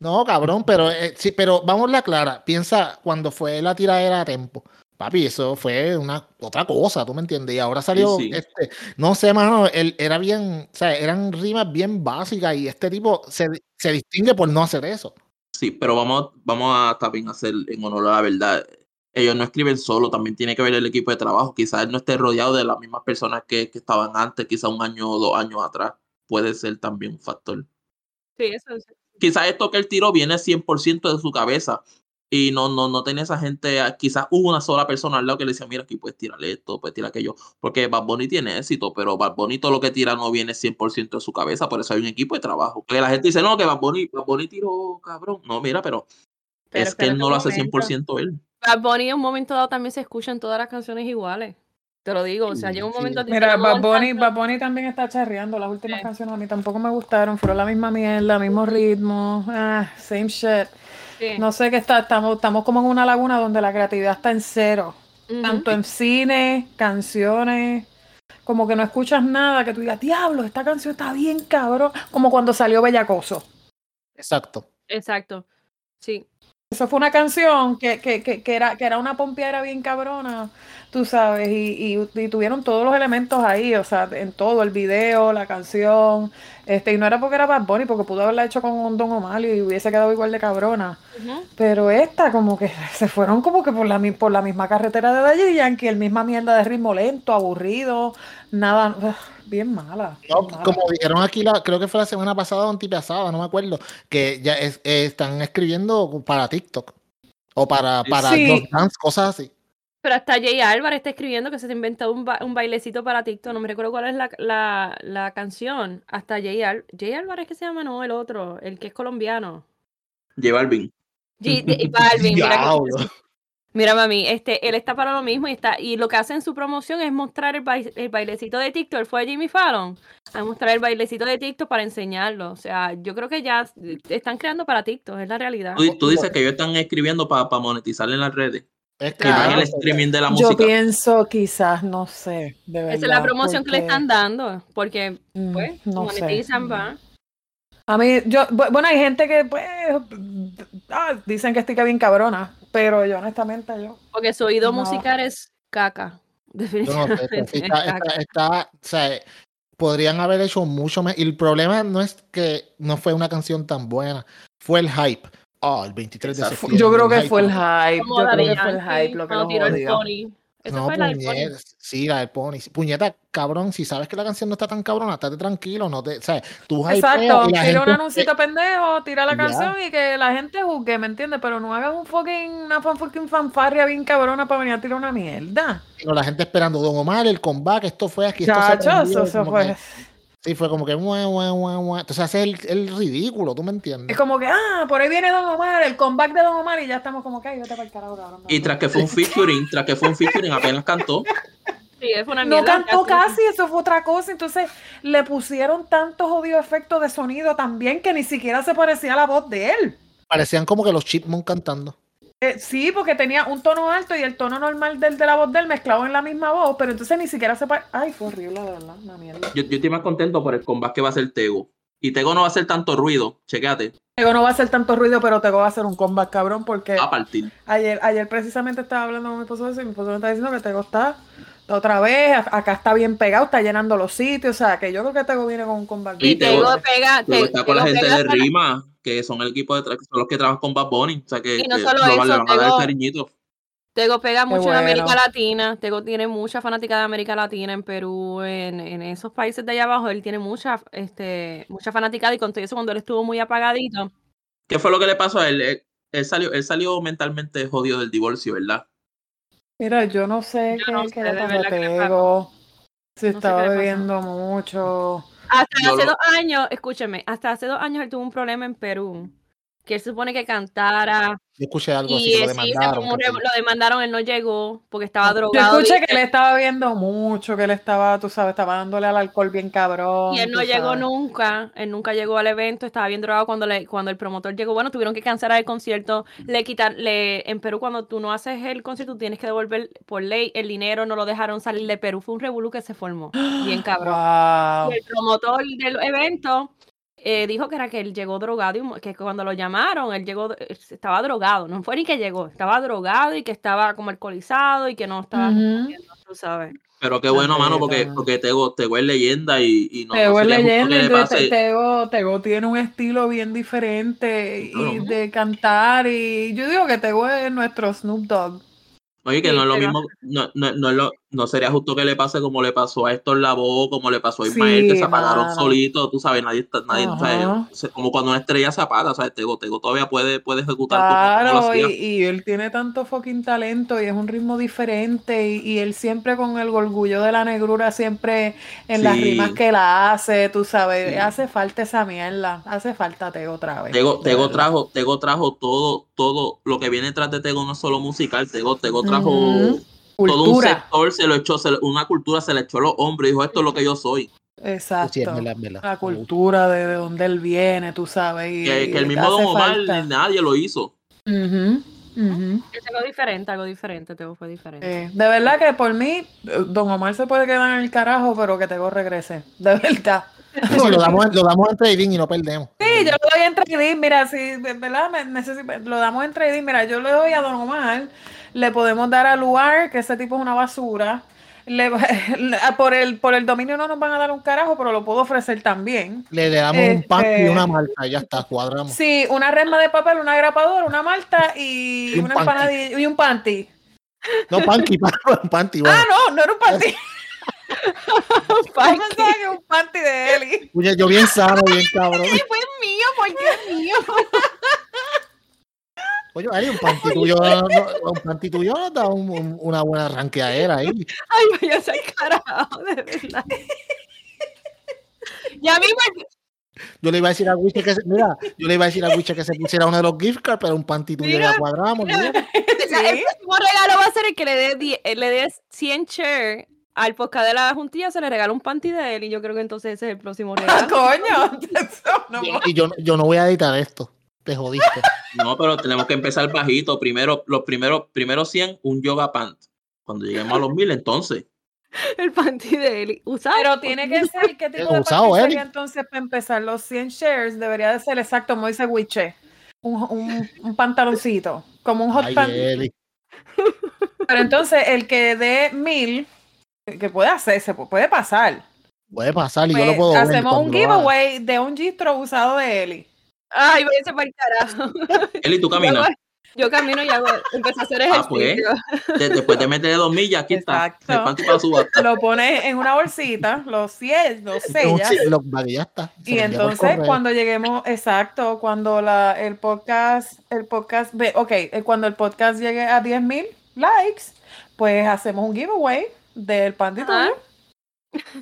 [SPEAKER 1] No, cabrón, pero eh, sí, pero vamos la clara. Piensa cuando fue la tiradera a tiempo. Papi, eso fue una otra cosa, ¿tú me entiendes? Y ahora salió
[SPEAKER 4] sí.
[SPEAKER 1] este, no sé, mano, él era bien, o sea, eran rimas bien básicas y este tipo se, se distingue por no hacer eso.
[SPEAKER 4] Sí, pero vamos, vamos a también hacer en honor a la verdad. Ellos no escriben solo, también tiene que ver el equipo de trabajo. Quizás él no esté rodeado de las mismas personas que, que estaban antes, quizás un año o dos años atrás. Puede ser también un factor.
[SPEAKER 2] Sí, eso es.
[SPEAKER 4] Quizás esto que él tiró viene 100% de su cabeza y no, no, no tiene esa gente. ah, Quizás hubo una sola persona al lado que le decía, mira, aquí puedes tirarle esto, puedes tirar aquello. Porque Bad Bunny tiene éxito, pero Bad Bunny todo lo que tira no viene 100% de su cabeza. Por eso hay un equipo de trabajo. Que la gente dice, no, que Bad Bunny, Bad Bunny tiró, cabrón. No, mira, pero
[SPEAKER 2] Pero
[SPEAKER 4] es que él
[SPEAKER 2] espérate
[SPEAKER 4] no
[SPEAKER 2] un
[SPEAKER 4] lo hace
[SPEAKER 2] momento.
[SPEAKER 4] 100% él.
[SPEAKER 2] Bad Bunny en un momento dado también se escuchan todas las canciones iguales. Te lo digo, o sea, llega un
[SPEAKER 1] Sí.
[SPEAKER 2] momento... que
[SPEAKER 3] Mira,
[SPEAKER 2] no
[SPEAKER 3] Bad
[SPEAKER 2] aguantas
[SPEAKER 3] Bunny, Bad Bunny también está charreando. Las últimas
[SPEAKER 2] Sí.
[SPEAKER 3] canciones a mí tampoco me gustaron. Fueron la misma mierda, mismo ritmo, ah, same shit.
[SPEAKER 2] Sí.
[SPEAKER 3] No sé qué está, estamos, estamos como en una laguna donde la creatividad está en cero.
[SPEAKER 2] Ujú.
[SPEAKER 3] Tanto en cine, canciones. Como que no escuchas nada, que tú digas, diablo, esta canción está bien cabrón. Como cuando salió Bellacoso.
[SPEAKER 1] Exacto.
[SPEAKER 2] Exacto. Sí.
[SPEAKER 3] Eso fue una canción que, que, que, que era, que era una pompiera bien cabrona, tú sabes, y, y- y tuvieron todos los elementos ahí, o sea, en todo, el video, la canción, este, y no era porque era Bad Bunny, porque pudo haberla hecho con un Don Omar y hubiese quedado igual de cabrona,
[SPEAKER 2] Ujú.
[SPEAKER 3] pero esta como que [laughs] se fueron como que por la, mi- por la misma carretera de Daddy Yankee, el misma mierda de ritmo lento, aburrido, nada, ugh, bien mala.
[SPEAKER 1] No,
[SPEAKER 3] bien mala.
[SPEAKER 1] como dijeron aquí, la, creo que fue la semana pasada o antipasada, no me acuerdo, que ya es- eh, están escribiendo para TikTok o para, para
[SPEAKER 3] Sí.
[SPEAKER 1] Just Dance, cosas así.
[SPEAKER 2] Pero hasta Jay Álvarez está escribiendo que se inventó un, ba- un bailecito para TikTok. No me recuerdo cuál es la, la, la canción. Hasta Jay, Al- Jay Álvarez que se llama, no, el otro, el que es colombiano.
[SPEAKER 4] J Balvin.
[SPEAKER 2] J- de- Balvin, mira que-
[SPEAKER 1] Diablo.
[SPEAKER 2] Mira, mami, este, él está para lo mismo y está, y lo que hace en su promoción es mostrar el, bai- el bailecito de TikTok. Él fue a Jimmy Fallon a mostrar el bailecito de TikTok para enseñarlo. O sea, yo creo que ya están creando para TikTok, es la realidad.
[SPEAKER 4] Tú, tú dices que ellos están escribiendo para monetizar en las redes.
[SPEAKER 1] Es que
[SPEAKER 4] Que van
[SPEAKER 1] mano,
[SPEAKER 4] el streaming de la
[SPEAKER 3] Yo
[SPEAKER 4] música.
[SPEAKER 3] pienso quizás, no sé, de verdad.
[SPEAKER 2] Esa es la promoción que le
[SPEAKER 3] porque,
[SPEAKER 2] están dando, porque
[SPEAKER 3] mm,
[SPEAKER 2] pues
[SPEAKER 3] no sé.
[SPEAKER 2] monetizan, va.
[SPEAKER 3] A mí, yo, bu- bueno, hay gente que, pues, ah, dicen que estoy que bien cabrona, pero yo honestamente, yo.
[SPEAKER 2] Porque su oído
[SPEAKER 3] No.
[SPEAKER 2] musical es caca.
[SPEAKER 1] Yo no sé, pero
[SPEAKER 2] [laughs] Definitivamente.
[SPEAKER 1] sí
[SPEAKER 3] [laughs]
[SPEAKER 2] es
[SPEAKER 1] está,
[SPEAKER 2] caca.
[SPEAKER 1] está- está- o sea, eh, podrían haber hecho mucho más. Y el problema no es que no fue una canción tan buena, fue el hype. Ah, el 23 de
[SPEAKER 4] Exacto.
[SPEAKER 1] septiembre.
[SPEAKER 3] Yo creo que fue el
[SPEAKER 1] hype.
[SPEAKER 3] hype,
[SPEAKER 2] Como
[SPEAKER 3] yo
[SPEAKER 2] la
[SPEAKER 3] creo
[SPEAKER 2] de
[SPEAKER 3] que fue el
[SPEAKER 2] Yankee,
[SPEAKER 3] hype lo que
[SPEAKER 2] cuando
[SPEAKER 3] lo
[SPEAKER 2] tiró el
[SPEAKER 3] jodió.
[SPEAKER 2] pony. Eso
[SPEAKER 1] No, pues,
[SPEAKER 2] fue la del pony.
[SPEAKER 1] puñeta, sí, la del Pony. sí, Puñeta, cabrón, si sabes que la canción no está tan cabrona, estate tranquilo, no te, o sea, tú hypeas
[SPEAKER 3] Exacto,
[SPEAKER 1] y la
[SPEAKER 3] tira un
[SPEAKER 1] gente-
[SPEAKER 3] anuncito pendejo, tira la
[SPEAKER 1] Ya.
[SPEAKER 3] canción y que la gente juzgue, ¿me entiendes? Pero no hagas un fucking, una fan- fucking fanfarria bien cabrona para venir a tirar una mierda.
[SPEAKER 1] pero la gente esperando Don Omar, el comeback, esto fue aquí, esto se
[SPEAKER 3] Chacho,
[SPEAKER 1] prendió,
[SPEAKER 3] eso, eso
[SPEAKER 1] como que-
[SPEAKER 3] fue.
[SPEAKER 1] Sí, fue como que "Mua, mua, mua, mua". Entonces hace el, el ridículo, ¿tú me
[SPEAKER 3] Es
[SPEAKER 1] entiendes?
[SPEAKER 3] como que, ah, por ahí viene Don Omar, el comeback de Don Omar, y ya estamos como que, ay, vete para el carajo, cabrón.
[SPEAKER 4] Y tras que fue un featuring, tras que fue un featuring, apenas cantó.
[SPEAKER 2] Sí, es una
[SPEAKER 3] No
[SPEAKER 2] mierda,
[SPEAKER 3] cantó casi, eso fue otra cosa. Entonces le pusieron tantos jodidos efectos de sonido también que ni siquiera se parecía a la voz de él.
[SPEAKER 1] Parecían como que los chipmunk cantando.
[SPEAKER 3] Eh, sí, porque tenía un tono alto y el tono normal del de la voz de él mezclado en la misma voz, pero entonces ni siquiera se parecía. Ay, fue horrible, de verdad, una mierda.
[SPEAKER 4] Yo, yo estoy más contento por el comeback que va a hacer Tego. Y Tego no va a hacer tanto ruido, chequéate,
[SPEAKER 3] Tego no va a hacer tanto ruido, pero Tego va a hacer un comeback cabrón,
[SPEAKER 2] Eh,
[SPEAKER 3] porque
[SPEAKER 4] a partir.
[SPEAKER 3] ayer, ayer precisamente estaba hablando con mi esposo de eso y mi esposo me está diciendo que Tego está otra vez, a- acá está bien pegado, está llenando los sitios, o sea, que yo creo que Tego viene con un comeback.
[SPEAKER 4] Y
[SPEAKER 2] Y
[SPEAKER 3] bien
[SPEAKER 2] te
[SPEAKER 4] Tego-
[SPEAKER 2] digo,
[SPEAKER 3] cabrón.
[SPEAKER 2] pega,
[SPEAKER 4] Tego
[SPEAKER 2] te-
[SPEAKER 4] está con la
[SPEAKER 2] Tego
[SPEAKER 4] gente
[SPEAKER 2] pega
[SPEAKER 4] de
[SPEAKER 2] para-
[SPEAKER 4] Rima, que son el equipo de tra- que son los que trabajan con Bad Bunny. O sea que,
[SPEAKER 2] Y no
[SPEAKER 4] que
[SPEAKER 2] solo
[SPEAKER 4] no va-
[SPEAKER 2] eso,
[SPEAKER 4] le van a dar
[SPEAKER 2] Tego-
[SPEAKER 4] cariñito.
[SPEAKER 2] Tego pega mucho
[SPEAKER 3] bueno.
[SPEAKER 2] en América Latina. Tego tiene mucha fanática de América Latina en Perú, en, en esos países de allá abajo. Él tiene mucha, este, mucha fanaticada y con todo eso cuando él estuvo muy apagadito.
[SPEAKER 4] ¿Qué fue lo que le pasó a él? Él, él salió, él salió mentalmente jodido del divorcio, ¿verdad?
[SPEAKER 3] Mira, yo no sé
[SPEAKER 2] Yo
[SPEAKER 3] qué,
[SPEAKER 2] no
[SPEAKER 3] qué
[SPEAKER 2] sé,
[SPEAKER 3] le
[SPEAKER 2] de
[SPEAKER 3] pasó a
[SPEAKER 2] verdad que le
[SPEAKER 3] Tego, si
[SPEAKER 2] No sé
[SPEAKER 3] estaba
[SPEAKER 2] qué le pasó.
[SPEAKER 3] bebiendo mucho.
[SPEAKER 2] Hasta
[SPEAKER 4] Yo
[SPEAKER 2] hace
[SPEAKER 4] lo-
[SPEAKER 2] dos años, escúcheme, hasta hace dos años él tuvo un problema en Perú. Que él supone que cantara
[SPEAKER 1] Yo escuché algo así
[SPEAKER 2] y
[SPEAKER 1] que lo
[SPEAKER 2] eh, sí, se
[SPEAKER 1] demandaron.
[SPEAKER 2] formó
[SPEAKER 1] que
[SPEAKER 2] re-
[SPEAKER 1] sí.
[SPEAKER 2] lo demandaron, él no llegó porque estaba
[SPEAKER 3] Yo
[SPEAKER 2] drogado.
[SPEAKER 3] escuché que
[SPEAKER 2] dice,
[SPEAKER 3] él estaba bebiendo mucho, que él estaba, tú sabes, estaba dándole al alcohol bien cabrón.
[SPEAKER 2] y él no
[SPEAKER 3] tú
[SPEAKER 2] llegó
[SPEAKER 3] sabes.
[SPEAKER 2] nunca, él nunca llegó al evento, estaba bien drogado cuando le, cuando el promotor llegó. Bueno, tuvieron que cancelar el concierto, le quitar, le, en Perú cuando tú no haces el concierto, tú tienes que devolver por ley el dinero, no lo dejaron salir de Perú, fue un revolú que se formó,
[SPEAKER 3] [gasps]
[SPEAKER 2] bien cabrón.
[SPEAKER 3] Wow.
[SPEAKER 2] Y el promotor del evento eh, dijo que era que él llegó drogado y mu- que cuando lo llamaron, él llegó, eh, estaba drogado. No fue ni que llegó, estaba drogado y que estaba como alcoholizado y que no estaba
[SPEAKER 3] Ujú.
[SPEAKER 2] tú sabes.
[SPEAKER 4] Pero qué bueno, mano, porque,
[SPEAKER 3] Ajá.
[SPEAKER 4] porque Tego, Tego es leyenda y, y no,
[SPEAKER 3] Tego
[SPEAKER 4] no
[SPEAKER 3] es
[SPEAKER 4] sería justo
[SPEAKER 3] leyenda,
[SPEAKER 4] que le
[SPEAKER 3] entonces,
[SPEAKER 4] pase-
[SPEAKER 3] Tego, Tego tiene un estilo bien diferente y
[SPEAKER 4] Claro.
[SPEAKER 3] de cantar y yo digo que Tego es nuestro Snoop Dogg.
[SPEAKER 4] Oye, que
[SPEAKER 2] Sí,
[SPEAKER 4] no es lo
[SPEAKER 2] pero-
[SPEAKER 4] mismo, no, no, no, es lo- no sería justo que le pase como le pasó a Héctor Lavoe, como le pasó a Ismael, que
[SPEAKER 3] Sí,
[SPEAKER 4] se apagaron
[SPEAKER 3] mano.
[SPEAKER 4] solitos, tú sabes, nadie está, nadie,
[SPEAKER 3] Ajá.
[SPEAKER 4] sabe, se- como cuando una estrella se apaga, ¿sabes? Tego, Tego todavía puede, puede ejecutar como- como, lo
[SPEAKER 3] Claro, y,
[SPEAKER 4] hacía.
[SPEAKER 3] y él tiene tanto fucking talento y es un ritmo diferente y, y él siempre con el orgullo de la negrura, siempre en las
[SPEAKER 4] Sí.
[SPEAKER 3] rimas que la hace, tú sabes,
[SPEAKER 4] Sí.
[SPEAKER 3] hace falta esa mierda, hace falta Tego otra vez.
[SPEAKER 4] Tego,
[SPEAKER 3] de
[SPEAKER 4] Tego
[SPEAKER 3] verdad.
[SPEAKER 4] trajo, Tego trajo todo, todo lo que viene detrás de Tego, no es solo musical, Tego, Tego trajo
[SPEAKER 3] Ujú.
[SPEAKER 4] todo un
[SPEAKER 3] Cultura,
[SPEAKER 4] sector, se lo echó, se lo- una cultura se le echó a los hombres, dijo, esto es lo que yo soy.
[SPEAKER 3] exacto.
[SPEAKER 1] Sí, es verdad, es verdad.
[SPEAKER 3] La cultura de, de donde él viene, tú sabes. Y,
[SPEAKER 4] que,
[SPEAKER 3] y
[SPEAKER 4] que el mismo
[SPEAKER 3] hace
[SPEAKER 4] Don Omar,
[SPEAKER 3] falta.
[SPEAKER 4] ni nadie lo hizo.
[SPEAKER 3] Ujú, ujú.
[SPEAKER 2] Es algo diferente, algo diferente, Teo fue diferente.
[SPEAKER 3] Eh, de verdad que por mí, eh, Don Omar se puede quedar en el carajo, pero que Tego regrese. De verdad.
[SPEAKER 1] No, lo, damos, lo damos en trading y no perdemos.
[SPEAKER 3] Sí, yo le doy en trading, mira, si de verdad me necesito, lo damos en trading, mira, yo le doy a Don Omar, le podemos dar a Luar, que ese tipo es una basura. [laughs] le- por, el, por el dominio no nos van a dar un carajo, pero lo puedo ofrecer también.
[SPEAKER 1] Le, le damos un pack y una marca y ya está, cuadramos.
[SPEAKER 3] Este. Sí, una resma de papel, una grapadora, una malta y,
[SPEAKER 1] Y un
[SPEAKER 3] una
[SPEAKER 1] panty.
[SPEAKER 3] empanadilla y un panty.
[SPEAKER 1] No, panty, [laughs] panty, panty, bueno.
[SPEAKER 3] Ah, no, no era un [laughs] panty.
[SPEAKER 2] Ay, [laughs]
[SPEAKER 3] Yo pensaba que era un panty
[SPEAKER 1] [laughs]
[SPEAKER 3] de Eli.
[SPEAKER 1] Puñe, Yo bien sano, bien
[SPEAKER 3] [laughs]
[SPEAKER 1] cabrón.
[SPEAKER 2] fue mío, ¿por qué mío?
[SPEAKER 1] Oye, Ari, un panty tuyo, no- no, un panty tuyo nos da un- un- una buena ranqueadera ahí.
[SPEAKER 2] [laughs] Ay, vaya a ser carajo, de verdad. [laughs] Ya mismo el-
[SPEAKER 1] Yo le iba a decir a Wiche que se, mira, yo le iba a decir a Wiche que se pusiera uno de los gift cards, pero un panty tuyo
[SPEAKER 2] Mira,
[SPEAKER 1] ya cuadramos.
[SPEAKER 2] mira.
[SPEAKER 1] mira.
[SPEAKER 2] [laughs] o sea, este el próximo regalo va a ser el que le dé die- eh, le des 100 share al podcast de la juntilla, se le regala un panty de él y yo creo que entonces ese es el próximo
[SPEAKER 3] [laughs] Ah,
[SPEAKER 2] regalo.
[SPEAKER 3] coño, [laughs] eso no puedo-
[SPEAKER 1] Y yo, yo no voy a editar esto. Te jodiste.
[SPEAKER 4] No, pero tenemos que empezar bajito. Primero, los primeros, primeros 100, un yoga pant. Cuando lleguemos a los 1000, entonces.
[SPEAKER 2] El panty de él. Usado.
[SPEAKER 3] Pero tiene que ser,
[SPEAKER 1] [laughs]
[SPEAKER 3] ¿qué tipo de
[SPEAKER 1] Usado,
[SPEAKER 3] partido
[SPEAKER 1] Ah, Eric.
[SPEAKER 3] sería entonces para empezar? Los 100 shares debería de ser exacto, como dice Wiche, un, un- un pantaloncito, como un hot
[SPEAKER 1] Ay,
[SPEAKER 3] pant.
[SPEAKER 1] Eli.
[SPEAKER 3] Pero entonces el que dé 1000, que puede hacerse, pu- puede pasar.
[SPEAKER 1] Puede pasar y yo
[SPEAKER 3] Pues,
[SPEAKER 1] lo puedo ver
[SPEAKER 3] hacemos un
[SPEAKER 1] cuando lo haga.
[SPEAKER 3] giveaway de un gistro usado de Eli.
[SPEAKER 2] Ay, váyase para el carajo.
[SPEAKER 4] Eli, tú caminas.
[SPEAKER 3] [laughs]
[SPEAKER 2] Yo camino y hago, empecé a hacer
[SPEAKER 4] Ah, pues.
[SPEAKER 2] ejercicio. [laughs]
[SPEAKER 4] De- después de meterle dos millas, aquí
[SPEAKER 3] Exacto.
[SPEAKER 4] está. El panty para subasta.
[SPEAKER 3] Lo pones en una bolsita, los
[SPEAKER 1] [laughs]
[SPEAKER 3] 100, los
[SPEAKER 1] Entonces,
[SPEAKER 3] sellas.
[SPEAKER 1] lo- vale, ya está. Se
[SPEAKER 3] Y
[SPEAKER 1] lo enviamos al
[SPEAKER 3] entonces
[SPEAKER 1] correo.
[SPEAKER 3] cuando lleguemos, exacto, cuando la, el podcast, el podcast, ve- ok, eh, cuando el podcast llegue a 10.000 likes, pues hacemos un giveaway del pan de
[SPEAKER 2] Ajá.
[SPEAKER 3] tuyo.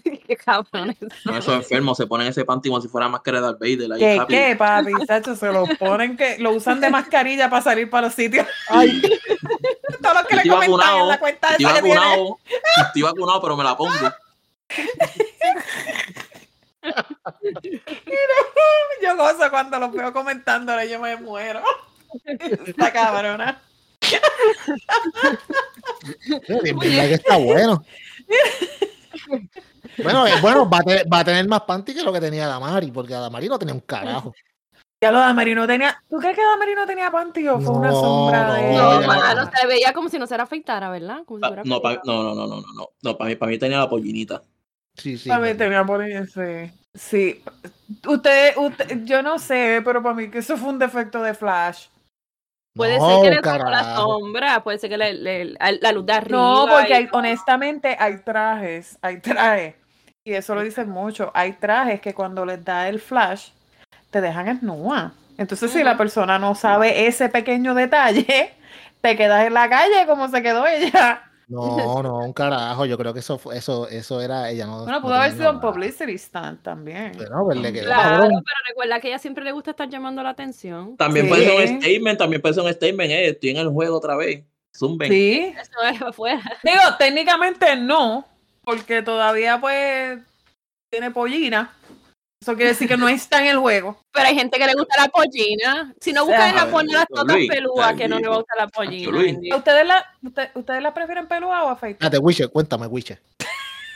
[SPEAKER 2] Qué cabrones.
[SPEAKER 4] No, esos enfermos se ponen ese panty como si fuera máscara de Darth Vader. ahí,
[SPEAKER 3] ¿Qué,
[SPEAKER 4] papi.
[SPEAKER 3] qué, papi? Sacho, se lo ponen que lo usan de mascarilla para salir para los sitios.
[SPEAKER 1] Ay,
[SPEAKER 3] [laughs] Todos los que le
[SPEAKER 4] Yo estoy
[SPEAKER 3] comentan
[SPEAKER 4] vacunado,
[SPEAKER 3] en la cuenta
[SPEAKER 4] Estoy
[SPEAKER 3] esa que tiene. Ah,
[SPEAKER 4] vacunado, estoy vacunado, pero me la pongo.
[SPEAKER 3] [laughs] Yo gozo cuando los veo comentándole, yo me muero. [laughs] Esta cabrona.
[SPEAKER 1] en verdad que está
[SPEAKER 3] [laughs]
[SPEAKER 1] bueno. Bueno, eh, bueno va, a tener, va a tener más panty que lo que tenía Damari, porque Damari no tenía un carajo.
[SPEAKER 3] Ya lo de Damerino tenía. ¿Tú crees que Damerino tenía panty o fue una
[SPEAKER 1] No,
[SPEAKER 3] sombra de.?
[SPEAKER 1] No,
[SPEAKER 2] No,
[SPEAKER 1] ya.
[SPEAKER 2] mano, se veía como si no se la afeitara, ¿verdad? Como si
[SPEAKER 4] Pa-
[SPEAKER 2] fuera
[SPEAKER 4] Ah, No, pa-
[SPEAKER 2] afeitada.
[SPEAKER 4] no, no, no, no, no, no. No, para mí, para mí tenía la pollinita.
[SPEAKER 1] Sí, sí.
[SPEAKER 3] También
[SPEAKER 1] verdad.
[SPEAKER 3] tenía por ahí, sí. Sí. Usted, usted, yo no sé, pero para mí que eso fue un defecto de Flash.
[SPEAKER 2] Puede
[SPEAKER 1] No,
[SPEAKER 2] ser que le tocó la
[SPEAKER 1] carajo.
[SPEAKER 2] sombra, puede ser que le- le- a- la luz de arriba.
[SPEAKER 3] No, porque
[SPEAKER 2] y-
[SPEAKER 3] hay- honestamente hay trajes, hay trajes, y eso lo dicen mucho, hay trajes que cuando les da el flash te dejan esnúa. Entonces si la
[SPEAKER 2] Ujú.
[SPEAKER 3] persona no sabe ese pequeño detalle, [laughs] te quedas en la calle como se quedó ella.
[SPEAKER 1] No, no, un carajo. Yo creo que eso, fue- eso, eso era ella. No,
[SPEAKER 3] Bueno,
[SPEAKER 1] no
[SPEAKER 3] pudo haber
[SPEAKER 1] tenía
[SPEAKER 3] sido un
[SPEAKER 1] nada.
[SPEAKER 3] publicity stunt también.
[SPEAKER 1] Pero, pues, le quedó
[SPEAKER 2] Claro,
[SPEAKER 1] cabrón.
[SPEAKER 2] pero recuerda que a ella siempre le gusta estar llamando la atención. [laughs]
[SPEAKER 4] También
[SPEAKER 3] Sí.
[SPEAKER 4] puede ser un statement, también puede ser un statement, eh, estoy en el juego otra vez. Zumben.
[SPEAKER 3] Sí.
[SPEAKER 2] Eso es afuera.
[SPEAKER 3] Digo, técnicamente no, porque todavía pues tiene pollina. Eso quiere decir que no está en el juego.
[SPEAKER 2] Pero hay gente que le gusta la pollina. Si no buscan en la
[SPEAKER 4] Ay,
[SPEAKER 2] pollina las
[SPEAKER 4] Luis,
[SPEAKER 2] totas pelúas, que no
[SPEAKER 4] Luis.
[SPEAKER 2] le gusta la
[SPEAKER 4] Ay,
[SPEAKER 2] pollina.
[SPEAKER 4] Luis.
[SPEAKER 3] ¿A
[SPEAKER 2] bendito.
[SPEAKER 3] ¿Ustedes la, usted- ustedes la prefieren peluda o afeitada?
[SPEAKER 1] Espérate, Witcher, cuéntame, Witcher.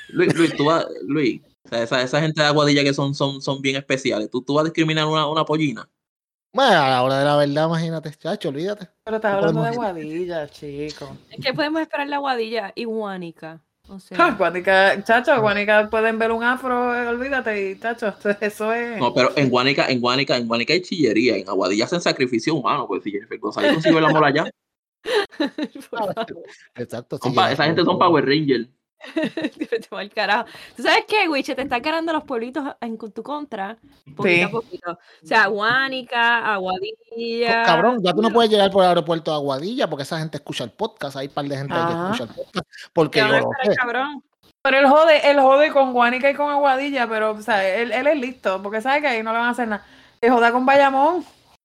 [SPEAKER 4] Luis, Luis, tú vas, Luis, o sea, esa, esa gente de Aguadilla que son, son, son bien especiales. ¿Tú, tú vas a discriminar una, una pollina.
[SPEAKER 1] Bueno, a la hora de la verdad, imagínate, chacho,
[SPEAKER 3] [laughs]
[SPEAKER 1] olvídate.
[SPEAKER 3] Pero estás
[SPEAKER 1] No
[SPEAKER 3] hablando de
[SPEAKER 1] podemos
[SPEAKER 3] Guadilla, chico.
[SPEAKER 2] Es que podemos esperar la guadilla y guánica.
[SPEAKER 1] [laughs]
[SPEAKER 2] O sea,
[SPEAKER 3] Ah,
[SPEAKER 2] [laughs]
[SPEAKER 3] Guanica, chacho, Guanica pueden ver un afro, eh, olvídate, y chacho, [laughs] eso es.
[SPEAKER 4] No, pero en Guanica, en Guanica, en Guanica hay chillería, en Aguadilla hacen sacrificio humano, pues si Jennifer González consigue el amor allá.
[SPEAKER 2] por favor,
[SPEAKER 1] Exacto. sí,
[SPEAKER 4] Son pa-
[SPEAKER 1] ya,
[SPEAKER 4] esa gente son Power Rangers.
[SPEAKER 2] te va el carajo. ¿Tú sabes qué, Wiche? Te están ganando los pueblitos en con- tu contra. Poquito a
[SPEAKER 3] Sí.
[SPEAKER 2] poquito. O sea, guánica, aguadilla.
[SPEAKER 1] Pues, Cabrón, ya tú no puedes llegar por el aeropuerto de Aguadilla porque esa gente escucha el podcast. Hay un par de gente ahí
[SPEAKER 3] Ajá.
[SPEAKER 1] que escucha el podcast. Porque
[SPEAKER 2] Te
[SPEAKER 1] yo
[SPEAKER 2] van a
[SPEAKER 1] lo
[SPEAKER 2] esperar,
[SPEAKER 1] sé.
[SPEAKER 2] cabrón.
[SPEAKER 3] Pero él jode, él jode con Guanica y con Aguadilla, pero o sea, él, él es listo, porque sabe que ahí no le van a hacer nada. Que joda con Bayamón,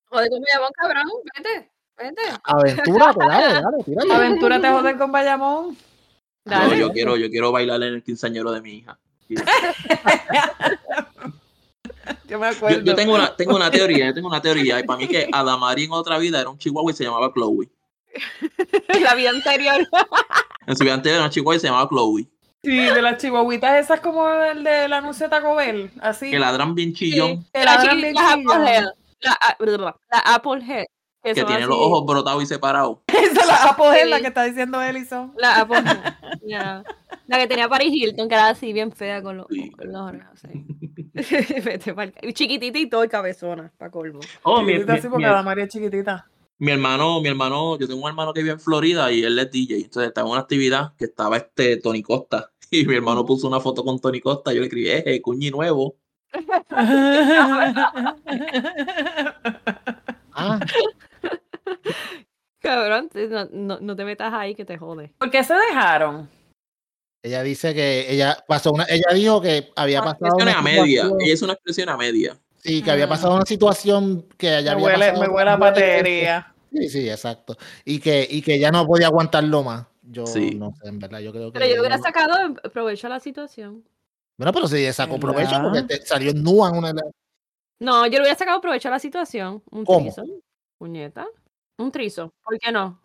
[SPEAKER 2] O de comida, bon, cabrón. Vete, vete.
[SPEAKER 4] Ah,
[SPEAKER 1] Aventura, pues dale, dale, tírale.
[SPEAKER 3] Aventura te jode con Bayamón. [laughs]
[SPEAKER 4] Yo,
[SPEAKER 3] Dale.
[SPEAKER 4] yo quiero, yo quiero bailar en el quinceañero de mi hija.
[SPEAKER 3] Yo me
[SPEAKER 4] Yo,
[SPEAKER 3] acuerdo.
[SPEAKER 4] yo tengo una, tengo una teoría, yo tengo una teoría. Y para mí que Adamari en otra vida era un chihuahua y se llamaba Chloe.
[SPEAKER 2] [laughs] La vida
[SPEAKER 4] [laughs]
[SPEAKER 2] anterior.
[SPEAKER 4] En su vida anterior era un chihuahua y se llamaba Chloe.
[SPEAKER 3] Sí, de las chihuahuitas esas como el del anuncio de Taco Bell, así.
[SPEAKER 4] Que ladran bien
[SPEAKER 2] [laughs]
[SPEAKER 4] chillón,
[SPEAKER 3] que
[SPEAKER 2] La
[SPEAKER 3] ladran
[SPEAKER 2] chi-
[SPEAKER 3] bien
[SPEAKER 2] las
[SPEAKER 3] chillón.
[SPEAKER 2] Applehead. La, ah, a- la Applehead. Que,
[SPEAKER 4] que
[SPEAKER 2] son
[SPEAKER 4] tiene los
[SPEAKER 2] así.
[SPEAKER 4] ojos brotados y separados.
[SPEAKER 3] [laughs] Esa es la apogea la
[SPEAKER 2] Sí.
[SPEAKER 3] que está diciendo Ellison.
[SPEAKER 2] La
[SPEAKER 4] [laughs]
[SPEAKER 2] Applehead. ya. La que tenía Paris Hilton, que era así bien fea con los,
[SPEAKER 4] Sí.
[SPEAKER 2] con los orejas.
[SPEAKER 4] [laughs]
[SPEAKER 2] sí. [laughs] Vete pa'l ca- y chiquitita y todo y cabezona, pa' colmo.
[SPEAKER 4] Oh, mi,
[SPEAKER 3] Chiquitita,
[SPEAKER 4] mi-
[SPEAKER 3] sí, porque
[SPEAKER 4] mi-
[SPEAKER 3] Adamari es chiquitita.
[SPEAKER 4] mi hermano, mi hermano, yo tengo un hermano que vive en Florida y él es DJ. Entonces estaba en una actividad que estaba este Tony Costa. [laughs] Y mi hermano puso una foto con Tony Costa. Yo le escribí, eh, cuñi nuevo.
[SPEAKER 1] Ah,
[SPEAKER 2] Cabrón, te- no, no, no te metas ahí que te jode.
[SPEAKER 3] [laughs] ¿Por qué se dejaron?
[SPEAKER 1] ella dice que ella pasó una, ella dijo que había pasado
[SPEAKER 4] Expresiones
[SPEAKER 1] una
[SPEAKER 4] a media.
[SPEAKER 1] situación-
[SPEAKER 4] Ella es una expresión a media.
[SPEAKER 1] Sí, que había
[SPEAKER 3] Ah.
[SPEAKER 1] pasado una situación que allá
[SPEAKER 3] Me
[SPEAKER 1] había
[SPEAKER 3] huele,
[SPEAKER 1] pasado
[SPEAKER 3] me huele a
[SPEAKER 1] una mujer,
[SPEAKER 3] patería.
[SPEAKER 1] Sí, sí, exacto. Y que, y que ya no podía aguantarlo más. Yo
[SPEAKER 4] Sí.
[SPEAKER 1] no sé, en verdad, yo creo que.
[SPEAKER 2] Pero yo hubiera
[SPEAKER 1] ella-
[SPEAKER 2] sacado en- provecho a la situación.
[SPEAKER 1] Bueno, pero sí, ella sacó
[SPEAKER 3] ¿Verdad?
[SPEAKER 1] provecho porque te- salió en Nuan una de las-
[SPEAKER 2] No, yo le hubiera sacado provecho a la situación. Un
[SPEAKER 1] ¿Cómo?
[SPEAKER 2] trizo. Puñeta. Un trizo. ¿Por qué no?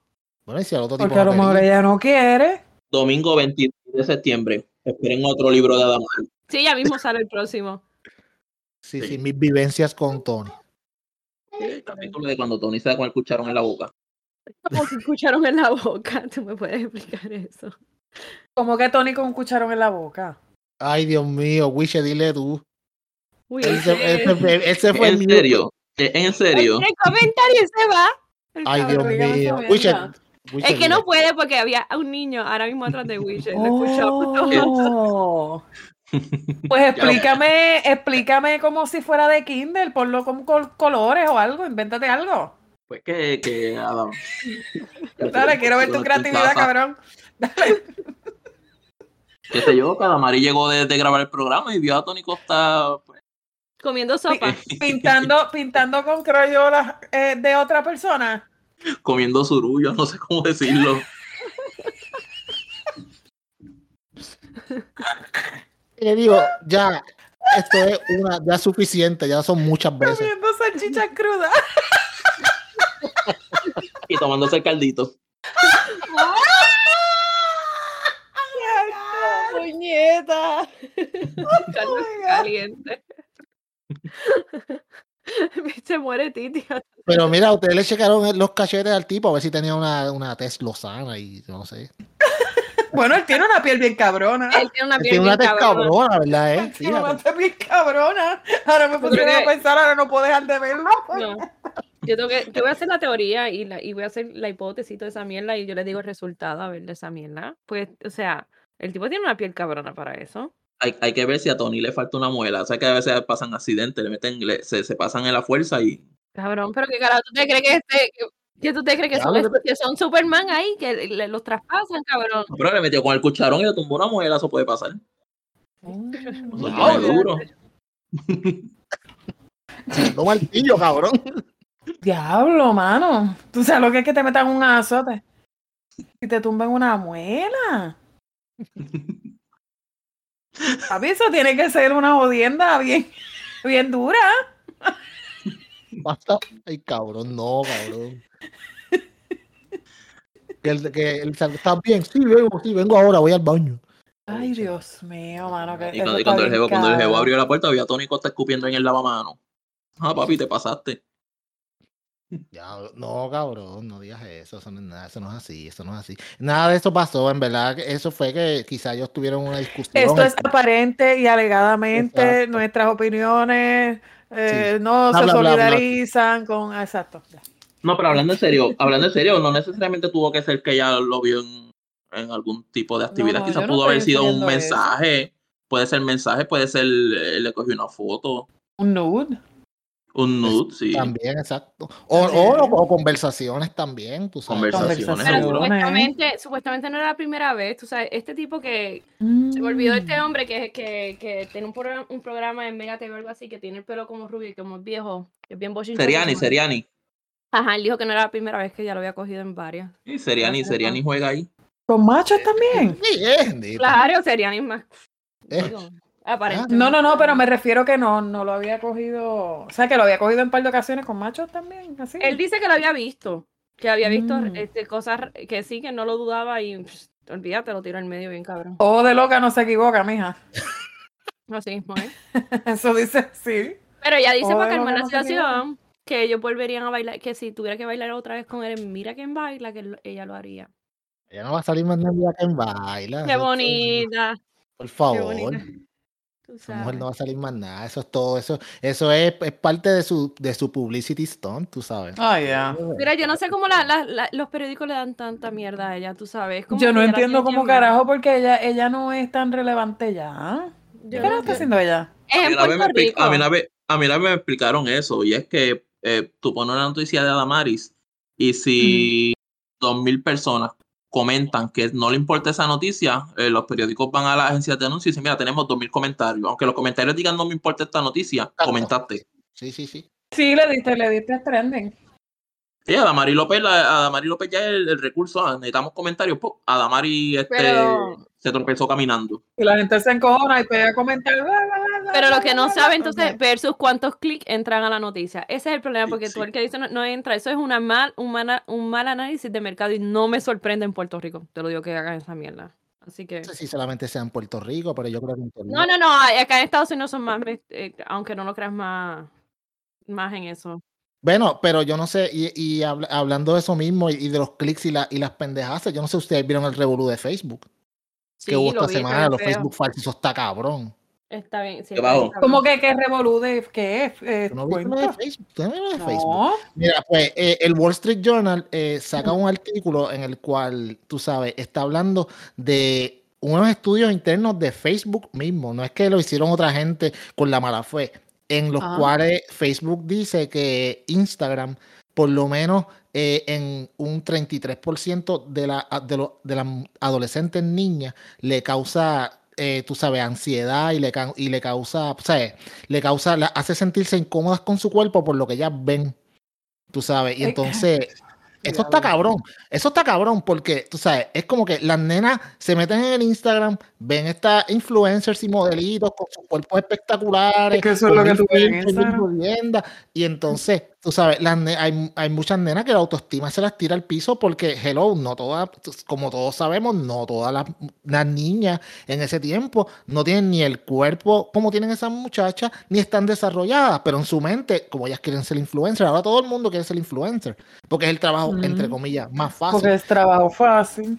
[SPEAKER 1] Bueno, y si al otro tipo.
[SPEAKER 3] Porque a
[SPEAKER 1] no
[SPEAKER 3] lo mejor
[SPEAKER 1] quería.
[SPEAKER 3] ella no quiere.
[SPEAKER 4] Domingo 23 de septiembre. Esperen otro libro de Adamari.
[SPEAKER 2] Sí, ya mismo sale el próximo.
[SPEAKER 1] Sí, sí, mis vivencias con Tony.
[SPEAKER 4] El capítulo de cuando Tony se da con el cucharón en la boca.
[SPEAKER 2] Como que escucharon en la boca. [laughs] ¿Tú me puedes explicar eso?
[SPEAKER 3] Como que Tony con un cucharón en la boca.
[SPEAKER 1] Ay, Dios mío, Wiche, dile tú.
[SPEAKER 2] Uy,
[SPEAKER 1] Ese, ese fue, ese fue
[SPEAKER 4] En
[SPEAKER 1] mi-
[SPEAKER 4] serio, eh, en serio.
[SPEAKER 2] El comentario se va. El
[SPEAKER 1] Ay,
[SPEAKER 2] cabrón.
[SPEAKER 1] Dios
[SPEAKER 3] Pero dígame
[SPEAKER 1] mío.
[SPEAKER 3] esa
[SPEAKER 1] Wiche,
[SPEAKER 3] mierda.
[SPEAKER 1] Wiche,
[SPEAKER 2] Es que no
[SPEAKER 1] dile.
[SPEAKER 2] puede porque había un niño ahora mismo atrás de Widget. Lo escuchamos.
[SPEAKER 3] [laughs] Oh. Pues
[SPEAKER 4] Eh. Ya lo-
[SPEAKER 3] explícame, explícame como si fuera de Kindle, ponlo con col- colores o algo, invéntate algo.
[SPEAKER 4] Pues que, que Adam.
[SPEAKER 3] [laughs] Dale, quiero ver tu creatividad, cabrón.
[SPEAKER 4] Qué sé yo, que Adamari llegó de, de grabar el programa y vio a Tony Costa. pues,
[SPEAKER 2] Comiendo sopa. [laughs]
[SPEAKER 3] [laughs] Pintando, pintando con crayolas eh, de otra persona.
[SPEAKER 4] comiendo surullo, [laughs] no sé cómo decirlo.
[SPEAKER 1] Y le digo, ya, esto es una, ya es suficiente, ya son muchas veces.
[SPEAKER 3] Comiendo salchichas crudas. [laughs]
[SPEAKER 4] y tomándose el caldito.
[SPEAKER 2] ¡Puñeta! Carlos caliente. [laughs] Se muere Titi.
[SPEAKER 1] Pero mira, ustedes le checaron los cachetes al tipo a ver si tenía una, una tez lozana y no sé.
[SPEAKER 3] Bueno, él tiene una piel bien cabrona.
[SPEAKER 2] [laughs] Él tiene una
[SPEAKER 1] Él
[SPEAKER 2] piel
[SPEAKER 1] Tiene una
[SPEAKER 2] bien
[SPEAKER 1] tez
[SPEAKER 2] cabrona.
[SPEAKER 1] cabrona, ¿verdad? Eh?
[SPEAKER 3] Tiene una
[SPEAKER 1] Fíjate.
[SPEAKER 3] piel bien cabrona. Ahora me
[SPEAKER 2] creo
[SPEAKER 3] pusieron a
[SPEAKER 2] que-
[SPEAKER 3] pensar, ahora no puedo dejar de verlo.
[SPEAKER 2] No. Yo, tengo que, yo voy a hacer la teoría y, la, y voy a hacer la hipótesis de esa mierda y yo les digo el resultado a ver de esa mierda. Pues, o sea, el tipo tiene una piel cabrona para eso.
[SPEAKER 4] Hay, hay que ver si a Tony le falta una muela. O sea que a veces pasan accidentes, le meten, le- se, se pasan en la fuerza y.
[SPEAKER 2] Cabrón, pero que carajo, ¿tú te crees que este... que- que tú te crees que son,
[SPEAKER 1] Claro,
[SPEAKER 2] estos que son Superman ahí, que le- los traspasan, cabrón?
[SPEAKER 4] Pero le metió con el cucharón y le tumbó una muela, eso puede pasar.
[SPEAKER 3] Oh,
[SPEAKER 4] Eso
[SPEAKER 1] Wow.
[SPEAKER 4] tiene duro.
[SPEAKER 1] No martillo, cabrón. [laughs]
[SPEAKER 3] Diablo, mano. Tú sabes lo que es que te metan un azote y te tumben
[SPEAKER 1] [laughs]
[SPEAKER 3] una muela. Papi, eso tiene que ser una jodienda bien, bien dura.
[SPEAKER 1] Basta. Ay, cabrón, no,
[SPEAKER 2] [laughs]
[SPEAKER 1] cabrón. Que el, que el, ¿Estás bien? Sí, vengo, sí, vengo ahora, voy al baño.
[SPEAKER 3] Ay, Dios mío, mano. Que
[SPEAKER 4] Y
[SPEAKER 3] eso está
[SPEAKER 4] cuando, y cuando el
[SPEAKER 3] bien
[SPEAKER 4] jevo, cuando el jevo
[SPEAKER 3] caro.
[SPEAKER 4] abrió la puerta, había a Tony Costa escupiendo en el lavamano. Ah, papi, te pasaste.
[SPEAKER 1] Ya, no, cabrón, no digas eso, eso no, es nada, eso no es así, eso no es así. Nada de eso pasó, en verdad, que eso fue que quizá ellos tuvieron una discusión.
[SPEAKER 3] Esto es aparente y alegadamente
[SPEAKER 1] Exacto.
[SPEAKER 3] nuestras opiniones eh, no
[SPEAKER 1] Bla,
[SPEAKER 3] se
[SPEAKER 1] bla, bla, bla.
[SPEAKER 3] solidarizan con. ah, Exacto. ya.
[SPEAKER 4] No, pero hablando en serio, hablando en serio, no necesariamente tuvo que ser que ella lo vio en, en algún tipo de actividad.
[SPEAKER 3] no,
[SPEAKER 4] Quizás
[SPEAKER 3] yo no
[SPEAKER 4] pudo haber
[SPEAKER 3] estoy
[SPEAKER 4] sido un
[SPEAKER 3] diciendo eso.
[SPEAKER 4] mensaje. Puede ser mensaje, puede ser eh, le cogió una foto,
[SPEAKER 3] Un nude.
[SPEAKER 4] un nude, sí.
[SPEAKER 1] También, exacto. O, o-
[SPEAKER 3] También.
[SPEAKER 1] o conversaciones también, tú sabes.
[SPEAKER 4] Conversaciones,
[SPEAKER 2] Pero
[SPEAKER 3] Conversaciones.
[SPEAKER 4] seguro.
[SPEAKER 2] supuestamente, supuestamente no era la primera vez, tú sabes, este tipo que,
[SPEAKER 3] Mm.
[SPEAKER 2] Se me olvidó este hombre que, que, que tiene un, programa, un programa en Mega TV o algo así, que tiene el pelo como rubio y como es viejo, que es bien bochinchoso.
[SPEAKER 4] Seriani, Seriani.
[SPEAKER 2] Ajá, él dijo que no era la primera vez que ya lo había cogido en varias.
[SPEAKER 4] Sí, Seriani, Seriani juega ahí.
[SPEAKER 3] ¿Con machos también?
[SPEAKER 1] Sí, es, bendito,
[SPEAKER 2] Claro, Seriani es más.
[SPEAKER 1] es.
[SPEAKER 2] digo, aparentemente.
[SPEAKER 3] No, no, no, pero me refiero que no, no lo había cogido. O sea, que lo había cogido en par de ocasiones con machos también, así. [laughs]
[SPEAKER 2] Él dice que lo había visto, que había visto
[SPEAKER 3] Mm.
[SPEAKER 2] este, cosas que sí, que no lo dudaba y pss, olvídate, lo tiró en medio bien cabrón.
[SPEAKER 3] O de loca no se equivoca, mija. [laughs]
[SPEAKER 2] Así mismo, ¿eh?
[SPEAKER 3] Eso dice sí.
[SPEAKER 2] Pero ella dice
[SPEAKER 3] Joder,
[SPEAKER 2] para
[SPEAKER 3] no,
[SPEAKER 2] calmar la
[SPEAKER 3] no se
[SPEAKER 2] situación que ellos volverían a bailar, que si tuviera que bailar otra vez con él, mira quién baila, que él- ella lo haría.
[SPEAKER 1] Ella no va a salir más nadie que en
[SPEAKER 3] Ah,
[SPEAKER 1] baila.
[SPEAKER 2] Qué
[SPEAKER 1] eso-
[SPEAKER 2] bonita.
[SPEAKER 1] Por
[SPEAKER 2] Qué
[SPEAKER 1] favor.
[SPEAKER 2] bonita. Tú
[SPEAKER 1] Esa mujer
[SPEAKER 2] sabes.
[SPEAKER 1] no va a salir más nada. Eso es todo. Eso, eso es, es parte de su, de su publicity stunt, tú sabes.
[SPEAKER 3] Ah, ya.
[SPEAKER 2] Mira, yo no sé cómo la- la- la- los periódicos le dan tanta mierda a ella, tú sabes. es como
[SPEAKER 3] Yo
[SPEAKER 2] que
[SPEAKER 3] no
[SPEAKER 2] ya la
[SPEAKER 3] entiendo
[SPEAKER 2] tienen
[SPEAKER 3] cómo
[SPEAKER 2] llamada.
[SPEAKER 3] carajo, porque ella, ella no es tan relevante ya.
[SPEAKER 2] Yo
[SPEAKER 3] ¿Qué
[SPEAKER 2] no
[SPEAKER 3] carajo está
[SPEAKER 2] entiendo.
[SPEAKER 3] haciendo ella?
[SPEAKER 2] Es
[SPEAKER 4] A mí
[SPEAKER 2] en
[SPEAKER 4] una vez
[SPEAKER 2] Puerto
[SPEAKER 4] me expli-
[SPEAKER 2] Rico.
[SPEAKER 4] a mí una vez- a mí una vez me explicaron eso, y es que eh, tú pones una noticia de Adamaris y si dos mil personas comentan que no le importa esa noticia, eh, los periódicos van a las agencias de anuncios y dicen, mira, tenemos dos mil comentarios. Aunque los comentarios digan no me importa esta noticia, comentaste.
[SPEAKER 1] Sí, sí, sí.
[SPEAKER 3] Sí, le diste, le diste a trending.
[SPEAKER 4] Sí, Adamari López, la, Adamari López ya es el, el recurso, ah, necesitamos comentarios. pop, Adamari este,
[SPEAKER 2] Pero-
[SPEAKER 4] se tropezó caminando.
[SPEAKER 3] Y la gente se encojona y pega a comentar. bla, bla, bla, bla,
[SPEAKER 2] Pero
[SPEAKER 3] bla,
[SPEAKER 2] lo que no
[SPEAKER 3] bla,
[SPEAKER 2] sabe,
[SPEAKER 3] bla.
[SPEAKER 2] entonces, versus cuántos clics entran a la noticia. Ese es el problema,
[SPEAKER 4] Sí,
[SPEAKER 2] porque
[SPEAKER 4] sí.
[SPEAKER 2] tú el que dice no, no entra. Eso es una mal, un, mal, un mal análisis de mercado y no me sorprende en Puerto Rico. Te lo digo que hagan esa mierda. Así que.
[SPEAKER 1] No sé si solamente sea en Puerto Rico, pero yo creo que en Puerto
[SPEAKER 2] No, no, no. a- Acá en Estados Unidos son más, eh, aunque no lo creas más, más en eso.
[SPEAKER 1] Bueno, pero yo no sé, y, y habla- hablando de eso mismo y, y de los clics y, la, y las pendejadas, yo no sé si ustedes vieron el revolú de Facebook
[SPEAKER 2] Sí,
[SPEAKER 1] que hubo
[SPEAKER 2] lo
[SPEAKER 1] esta
[SPEAKER 2] vi,
[SPEAKER 1] semana,
[SPEAKER 2] pero
[SPEAKER 1] los
[SPEAKER 2] feo.
[SPEAKER 1] Facebook falsos, eso está cabrón.
[SPEAKER 2] Está bien, sí.
[SPEAKER 4] Qué bajo.
[SPEAKER 3] Como que que revolude, ¿qué es? Eh,
[SPEAKER 1] ¿Tú no viste lo de
[SPEAKER 3] cuenta.
[SPEAKER 1] Facebook? ¿Tú no viste lo de Facebook?
[SPEAKER 3] No.
[SPEAKER 1] Mira, pues eh, el Wall Street Journal eh, saca un artículo en el cual, tú sabes, está hablando de unos estudios internos de Facebook mismo. No es que lo hicieron otra gente con la mala fe, en los
[SPEAKER 3] Ajá.
[SPEAKER 1] cuales Facebook dice que Instagram, por lo menos eh, en un 33% de, la, de, los- de las adolescentes niñas, le causa, eh, tú sabes, ansiedad y le, ca- y le causa, o sea, le causa, la hace sentirse incómodas con su cuerpo por lo que ellas ven. Tú sabes, y
[SPEAKER 3] Ay, [laughs]
[SPEAKER 1] entonces, eso está
[SPEAKER 3] diablo.
[SPEAKER 1] cabrón. Eso está cabrón porque, tú sabes, es como que las nenas se meten en el Instagram, ven estas influencers y modelitos con sus cuerpos espectaculares.
[SPEAKER 3] Es que eso es lo
[SPEAKER 1] con
[SPEAKER 3] que tú ves en
[SPEAKER 1] filtros, bien
[SPEAKER 3] Instagram.
[SPEAKER 1] jodienda, Y entonces, tú sabes, las ne- hay, hay muchas nenas que la autoestima se las tira al piso porque, hello, no todas, como todos sabemos, no todas las, las niñas en ese tiempo no tienen ni el cuerpo como tienen esas muchachas, ni están desarrolladas, pero en su mente, como ellas quieren ser influencer, ahora todo el mundo quiere ser influencer, porque es el trabajo, entre
[SPEAKER 3] Ujú.
[SPEAKER 1] comillas, más
[SPEAKER 3] Porque
[SPEAKER 1] fácil.
[SPEAKER 3] es trabajo fácil.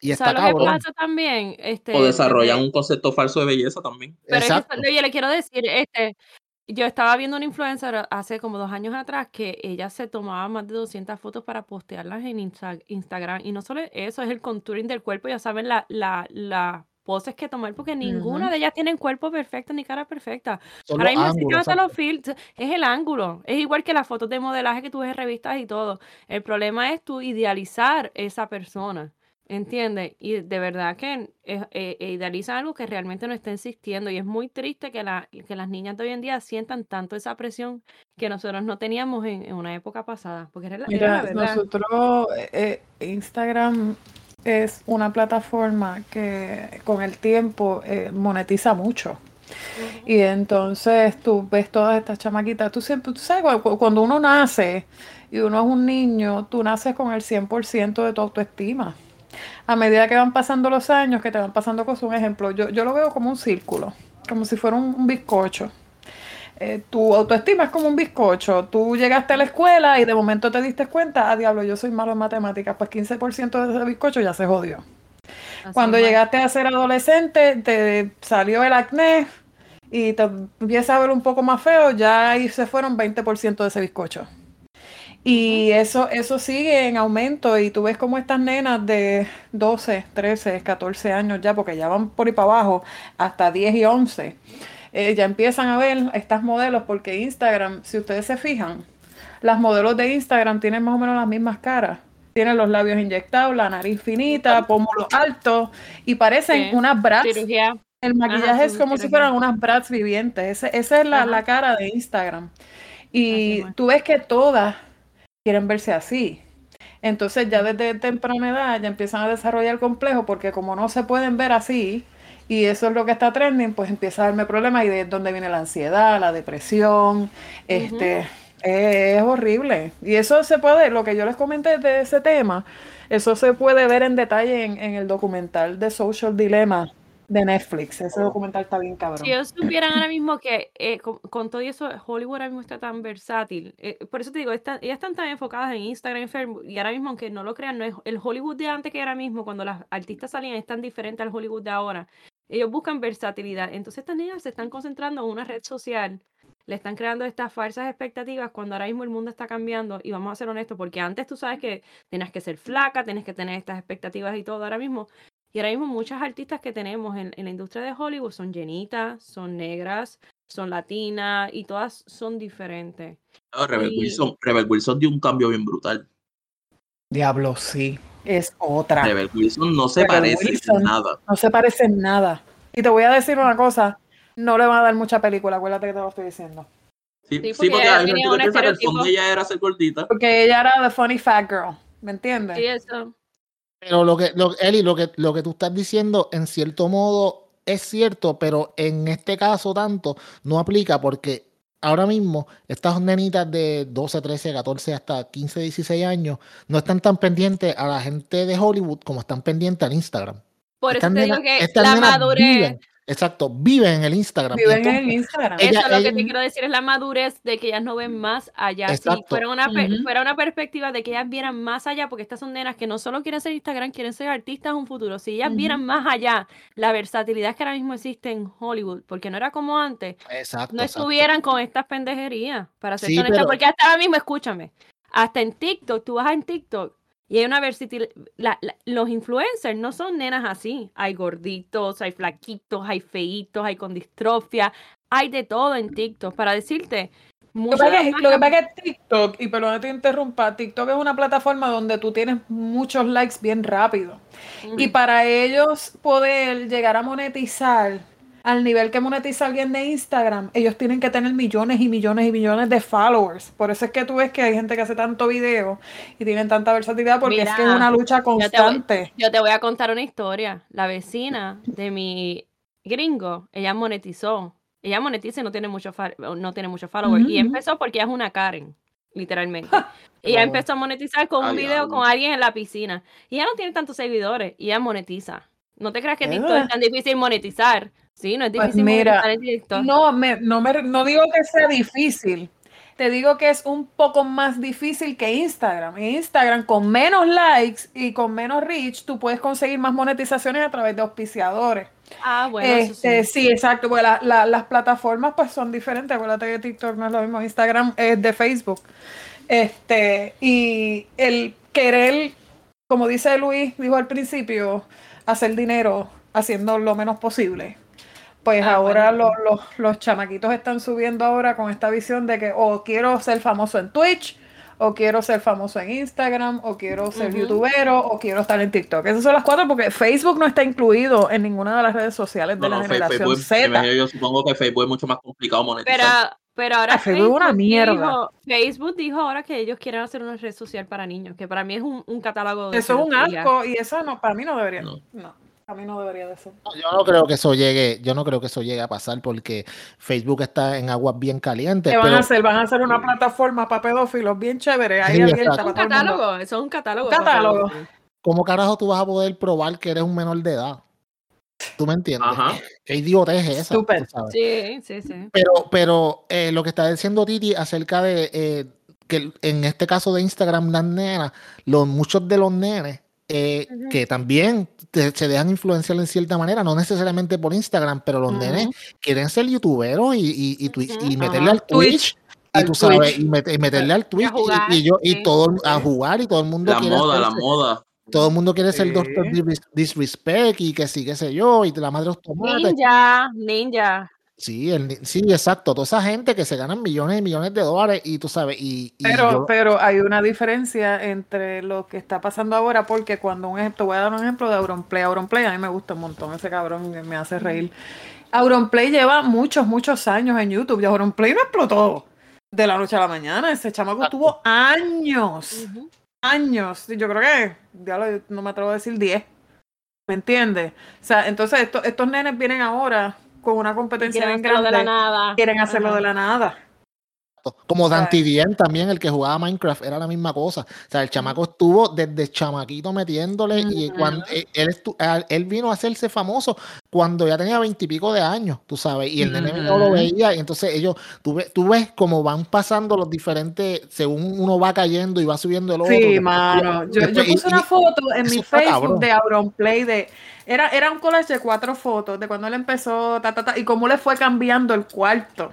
[SPEAKER 1] Y está
[SPEAKER 2] ¿Sabes lo que
[SPEAKER 1] cabrón.
[SPEAKER 2] pasa también? Este,
[SPEAKER 4] O desarrollan
[SPEAKER 2] desde-
[SPEAKER 4] un concepto falso de belleza también.
[SPEAKER 2] Pero es que
[SPEAKER 1] Exacto.
[SPEAKER 2] eso es lo que yo le quiero decir, este, yo estaba viendo una influencer hace como dos años atrás que ella se tomaba más de 200 fotos para postearlas en Insta- Instagram. Y no solo eso, es el contouring del cuerpo. Ya saben la, la, las poses que tomar porque ninguna
[SPEAKER 1] Ujú.
[SPEAKER 2] de ellas tienen cuerpo perfecto ni cara perfecta.
[SPEAKER 1] Son
[SPEAKER 2] Ahora
[SPEAKER 1] los
[SPEAKER 2] mismo sí que
[SPEAKER 1] ángulos,
[SPEAKER 2] hasta los
[SPEAKER 1] exacto.
[SPEAKER 2] filtros, es el ángulo. Es igual que las fotos de modelaje que tú ves en revistas y todo. El problema es tú idealizar esa persona. ¿Entiendes? Y de verdad que es- eh, eh, idealizan algo que realmente no está existiendo. Y es muy triste que, la, que las niñas de hoy en día sientan tanto esa presión que nosotros no teníamos en, en una época pasada. Porque era la, era la
[SPEAKER 3] Mira,
[SPEAKER 2] verdad.
[SPEAKER 3] nosotros, eh, eh, Instagram es una plataforma que con el tiempo eh, monetiza mucho.
[SPEAKER 2] Ujú.
[SPEAKER 3] Y entonces tú ves todas estas chamaquitas. Tú siempre, tú sabes, cu- cu- cuando uno nace y uno es un niño, tú naces con el 100% de tu autoestima. A medida que van pasando los años, que te van pasando cosas, un ejemplo, yo, yo lo veo como un círculo, como si fuera un, un bizcocho. Eh, tu autoestima es como un bizcocho. Tú llegaste a la escuela y de momento te diste cuenta, ah, diablo, yo soy malo en matemáticas, pues 15% de ese bizcocho ya se jodió.
[SPEAKER 2] Así
[SPEAKER 3] Cuando
[SPEAKER 2] mismo es.
[SPEAKER 3] llegaste a ser adolescente, te salió el acné y te empieza a ver un poco más feo, ya ahí se fueron 20% de ese bizcocho. Y eso, eso sigue en aumento y tú ves como estas nenas de 12, 13, 14 años ya, porque ya van por ahí para abajo, hasta 10 y 11, eh, ya empiezan a ver estas modelos porque Instagram, si ustedes se fijan, las modelos de Instagram tienen más o menos las mismas caras. Tienen los labios inyectados, la nariz finita, pómulos altos y
[SPEAKER 2] Sí.
[SPEAKER 3] parecen unas brats.
[SPEAKER 2] Cirugía.
[SPEAKER 3] El maquillaje es
[SPEAKER 2] sí,
[SPEAKER 3] como
[SPEAKER 2] sí,
[SPEAKER 3] si
[SPEAKER 2] lo
[SPEAKER 3] fueran
[SPEAKER 2] vi.
[SPEAKER 3] unas brats vivientes. Ese- esa es la,
[SPEAKER 2] Ajá.
[SPEAKER 3] la cara de Instagram.
[SPEAKER 2] Así
[SPEAKER 3] Y
[SPEAKER 2] mismo es.
[SPEAKER 3] tú ves que todas quieren verse así. Entonces ya desde temprana edad ya empiezan a desarrollar complejo porque como no se pueden ver así y eso es lo que está trending, pues empieza a darme problemas y de ahí es donde viene la ansiedad, la depresión, este, eh, es horrible. Y eso se puede, lo que yo les comenté de ese tema, eso se puede ver en detalle en, en el documental de Social Dilemma de Netflix.
[SPEAKER 2] Oh.
[SPEAKER 3] Ese documental está bien cabrón.
[SPEAKER 2] Si ellos supieran ahora mismo que eh, con, con todo y eso, Hollywood ahora mismo está tan versátil. eh, por eso te digo, está- ellas están tan enfocadas en Instagram, en Facebook, y ahora mismo, aunque no lo crean, no es el Hollywood de antes que ahora mismo, cuando las artistas salían, es tan diferente al Hollywood de ahora. Ellos buscan versatilidad. Entonces estas niñas se están concentrando en una red social. Le están creando estas falsas expectativas cuando ahora mismo el mundo está cambiando. Y vamos a ser honestos, porque antes tú sabes que tenías que ser flaca, tenías que tener estas expectativas y todo. Ahora mismo y ahora mismo muchas artistas que tenemos en, en la industria de Hollywood son llenitas, son negras, son latinas y todas son diferentes.
[SPEAKER 4] Ah, Rebel
[SPEAKER 2] Y-
[SPEAKER 4] Wilson, Rebel Wilson dio un cambio bien brutal.
[SPEAKER 3] Diablo, sí. Es otra.
[SPEAKER 4] Ah. Rebel Wilson no se
[SPEAKER 3] Rebel
[SPEAKER 4] parece
[SPEAKER 3] Wilson.
[SPEAKER 4] en nada.
[SPEAKER 3] No se parece en nada. Y te voy a decir una cosa, no le van a dar mucha película, acuérdate que te lo estoy diciendo.
[SPEAKER 4] Sí, sí,
[SPEAKER 2] porque
[SPEAKER 4] porque,
[SPEAKER 2] ella
[SPEAKER 4] hay gente
[SPEAKER 2] tenía
[SPEAKER 4] que
[SPEAKER 2] un
[SPEAKER 4] piensa que el
[SPEAKER 2] estereotipo.
[SPEAKER 4] fondo de ella era ser gordita.
[SPEAKER 3] Porque ella era the funny fat girl, ¿me entiendes?
[SPEAKER 2] Sí, eso.
[SPEAKER 1] Pero lo que, lo, Eli, lo que, lo que tú estás diciendo, en cierto modo, es cierto, pero en este caso tanto no aplica porque ahora mismo estas nenitas de 12, 13, 14 hasta 15, 16 años no están tan pendientes a la gente de Hollywood como están pendientes al Instagram.
[SPEAKER 2] Por eso
[SPEAKER 1] Estas
[SPEAKER 2] te digo
[SPEAKER 1] nenas-
[SPEAKER 2] que
[SPEAKER 1] estas
[SPEAKER 2] la
[SPEAKER 1] nenas
[SPEAKER 2] madurez,
[SPEAKER 1] viven, exacto, viven en el Instagram. y
[SPEAKER 3] Viven
[SPEAKER 1] entonces-
[SPEAKER 3] en Instagram.
[SPEAKER 1] ella-
[SPEAKER 2] eso es lo que te
[SPEAKER 1] ella-
[SPEAKER 2] quiero decir, es la madurez de que ellas no ven más allá. Si
[SPEAKER 1] Exacto.
[SPEAKER 2] fuera una, per-
[SPEAKER 3] Ujú.
[SPEAKER 2] fuera una perspectiva de que ellas vieran más allá, porque estas son nenas que no solo quieren ser Instagram, quieren ser artistas en un futuro. Si ellas
[SPEAKER 3] Ujú.
[SPEAKER 2] vieran más allá la versatilidad que ahora mismo existe en Hollywood, porque no era como antes,
[SPEAKER 1] Exacto,
[SPEAKER 2] no
[SPEAKER 1] exacto.
[SPEAKER 2] estuvieran con estas pendejerías, para ser
[SPEAKER 1] Sí,
[SPEAKER 2] honesta,
[SPEAKER 1] pero-
[SPEAKER 2] porque hasta ahora mismo, escúchame, hasta en TikTok, tú vas en TikTok y hay una versatilidad, los influencers no son nenas así, hay gorditos, hay flaquitos, hay feitos, hay con distrofia, hay de todo en TikTok, para decirte,
[SPEAKER 3] Lo que
[SPEAKER 2] muchas de
[SPEAKER 3] pasa
[SPEAKER 2] las
[SPEAKER 3] es- lo que
[SPEAKER 2] marcas-
[SPEAKER 3] pasa es que TikTok, y perdón que te interrumpa, TikTok es una plataforma donde tú tienes muchos likes bien rápido. Y
[SPEAKER 2] Ujú.
[SPEAKER 3] para ellos poder llegar a monetizar al nivel que monetiza alguien de Instagram, ellos tienen que tener millones y millones y millones de followers. Por eso es que tú ves que hay gente que hace tanto video y tienen tanta versatilidad porque es que es
[SPEAKER 2] Mira,
[SPEAKER 3] una lucha
[SPEAKER 2] yo te voy-
[SPEAKER 3] constante.
[SPEAKER 2] Yo te voy a contar una historia. La vecina de mi gringo, ella monetizó. Ella monetiza y no tiene mucho, fa- no tiene mucho followers. Y
[SPEAKER 3] Ujú.
[SPEAKER 2] empezó porque ella es una Karen,
[SPEAKER 3] [laughs]
[SPEAKER 2] literalmente. Y
[SPEAKER 3] Oh.
[SPEAKER 2] ella
[SPEAKER 1] Wow.
[SPEAKER 2] empezó a monetizar con
[SPEAKER 4] Ah,
[SPEAKER 2] un video
[SPEAKER 4] diablo.
[SPEAKER 2] con alguien en la piscina. Y ella no tiene tantos seguidores. Y ella monetiza. No te creas que TikTok
[SPEAKER 3] ¿Verdad?
[SPEAKER 2] es tan difícil monetizar. Sí, no es
[SPEAKER 3] Ah. Pues
[SPEAKER 2] difícil
[SPEAKER 3] mira,
[SPEAKER 2] monetizar en TikTok.
[SPEAKER 3] No, me, no, me, no digo que sea difícil. Te digo que es un poco más difícil que Instagram. En Instagram, con menos likes y con menos reach, tú puedes conseguir más monetizaciones a través de auspiciadores.
[SPEAKER 2] Ah, bueno. eso
[SPEAKER 3] Este,
[SPEAKER 2] sí.
[SPEAKER 3] sí. exacto. porque la- la- las plataformas pues son diferentes. Acuérdate que TikTok no es lo mismo, Instagram es de Facebook. Este, y el querer, como dice Luis, dijo al principio, hacer dinero haciendo lo menos posible. Pues
[SPEAKER 2] Ah,
[SPEAKER 3] ahora
[SPEAKER 2] bueno.
[SPEAKER 3] los, los, los chamaquitos están subiendo ahora con esta visión de que o quiero ser famoso en Twitch, o quiero ser famoso en Instagram, o quiero ser
[SPEAKER 2] Ujú.
[SPEAKER 3] youtubero, o quiero estar en TikTok. Esas son las cuatro porque Facebook no está incluido en ninguna de las redes sociales de
[SPEAKER 4] No,
[SPEAKER 3] la
[SPEAKER 4] no, Fe-
[SPEAKER 3] generación
[SPEAKER 4] Facebook, me
[SPEAKER 3] Z.
[SPEAKER 4] imagino, yo supongo que Facebook es mucho más complicado monetizar.
[SPEAKER 2] Pero, pero ahora
[SPEAKER 3] Ah, Facebook es una mierda.
[SPEAKER 2] Dijo, Facebook dijo ahora que ellos quieren hacer una red social para niños, que para mí es un, un catálogo de
[SPEAKER 3] Eso es un
[SPEAKER 2] pedofilia.
[SPEAKER 3] asco y eso no, para mí no debería.
[SPEAKER 4] No.
[SPEAKER 3] No, para mí no debería de ser.
[SPEAKER 1] No, Yo no creo que eso llegue, yo no creo que eso llegue a pasar porque Facebook está en aguas bien calientes.
[SPEAKER 3] ¿Qué van
[SPEAKER 1] pero-
[SPEAKER 3] a hacer? Van a hacer una plataforma para pedófilos bien chévere, ahí
[SPEAKER 1] Sí,
[SPEAKER 3] abierta
[SPEAKER 1] exacto.
[SPEAKER 2] Un
[SPEAKER 3] para todo el mundo.
[SPEAKER 2] catálogo, eso es un catálogo.
[SPEAKER 3] Un catálogo.
[SPEAKER 1] ¿Cómo carajo tú vas a poder probar que eres un menor de edad? ¿Tú me entiendes?
[SPEAKER 4] Ajá.
[SPEAKER 1] ¿Qué idiotez es esa?
[SPEAKER 3] Súper.
[SPEAKER 1] Tú sabes.
[SPEAKER 2] Sí, sí, sí.
[SPEAKER 1] Pero, pero eh, lo que está diciendo Titi acerca de eh, que el- en este caso de Instagram, las nenas, los, muchos de los nenes eh,
[SPEAKER 2] Ujú.
[SPEAKER 1] que también te- se dejan influenciar en cierta manera, no necesariamente por Instagram, pero los nenes quieren ser youtuberos y, y, y, twi- y
[SPEAKER 2] Ujú.
[SPEAKER 1] meterle al
[SPEAKER 3] Ajá. Twitch.
[SPEAKER 1] Twitch. Y
[SPEAKER 3] Al
[SPEAKER 1] tú sabes,
[SPEAKER 3] Twitch.
[SPEAKER 1] y, met- y meterle al Twitch
[SPEAKER 2] jugar,
[SPEAKER 1] y, y yo,
[SPEAKER 2] sí.
[SPEAKER 1] y todo el- a
[SPEAKER 3] Sí.
[SPEAKER 1] jugar y todo el mundo
[SPEAKER 4] La
[SPEAKER 1] quiere
[SPEAKER 4] moda, la
[SPEAKER 1] hacerse-
[SPEAKER 4] moda.
[SPEAKER 1] todo el mundo quiere ser
[SPEAKER 3] Sí.
[SPEAKER 1] Doctor Dis- Disrespect y que sí, qué sé yo, y la madre de los tomates.
[SPEAKER 2] Ninja, ninja.
[SPEAKER 1] Sí, el, ni- sí, exacto. Toda esa gente que se ganan millones y millones de dólares y tú sabes, y, y
[SPEAKER 3] Pero,
[SPEAKER 1] yo-
[SPEAKER 3] pero hay una diferencia entre lo que está pasando ahora, porque cuando un ejemplo, voy a dar un ejemplo de Auronplay. Auronplay a mí me gusta un montón, ese cabrón me hace reír. Auronplay lleva muchos, muchos años en YouTube y Auronplay no explotó de la noche a la mañana. Ese chamaco
[SPEAKER 1] Exacto.
[SPEAKER 3] tuvo años,
[SPEAKER 2] Ujú.
[SPEAKER 3] años. Yo creo que, ya lo- no me atrevo a decir 10. ¿Me entiendes? O sea, entonces esto- estos nenes vienen ahora con una competencia
[SPEAKER 2] Quieren
[SPEAKER 3] bien
[SPEAKER 2] hacerlo de la
[SPEAKER 3] grande.
[SPEAKER 2] nada.
[SPEAKER 3] Quieren hacerlo
[SPEAKER 2] Ajá.
[SPEAKER 3] de la nada.
[SPEAKER 1] como Dante
[SPEAKER 3] Ay.
[SPEAKER 1] Dien también, el que jugaba Minecraft, era la misma cosa. O sea, el chamaco estuvo desde chamaquito metiéndole y
[SPEAKER 3] Ujú.
[SPEAKER 1] cuando eh, él, estu- a- él vino a hacerse famoso cuando ya tenía veintipico de años, tú sabes, y el nene no lo
[SPEAKER 4] Ujú.
[SPEAKER 1] veía. Y entonces ellos, tú ves, tú ves cómo van pasando los diferentes, según uno va cayendo y va subiendo el otro.
[SPEAKER 3] Sí,
[SPEAKER 1] después-
[SPEAKER 3] mano. Yo, yo
[SPEAKER 1] después- y-
[SPEAKER 3] puse
[SPEAKER 1] y-
[SPEAKER 3] una foto en
[SPEAKER 1] eso
[SPEAKER 3] mi
[SPEAKER 1] está
[SPEAKER 3] Facebook
[SPEAKER 1] cabrón.
[SPEAKER 3] de Auronplay de. Era, era un collage de cuatro fotos de cuando él empezó, ta, ta, ta, y cómo le fue cambiando el cuarto.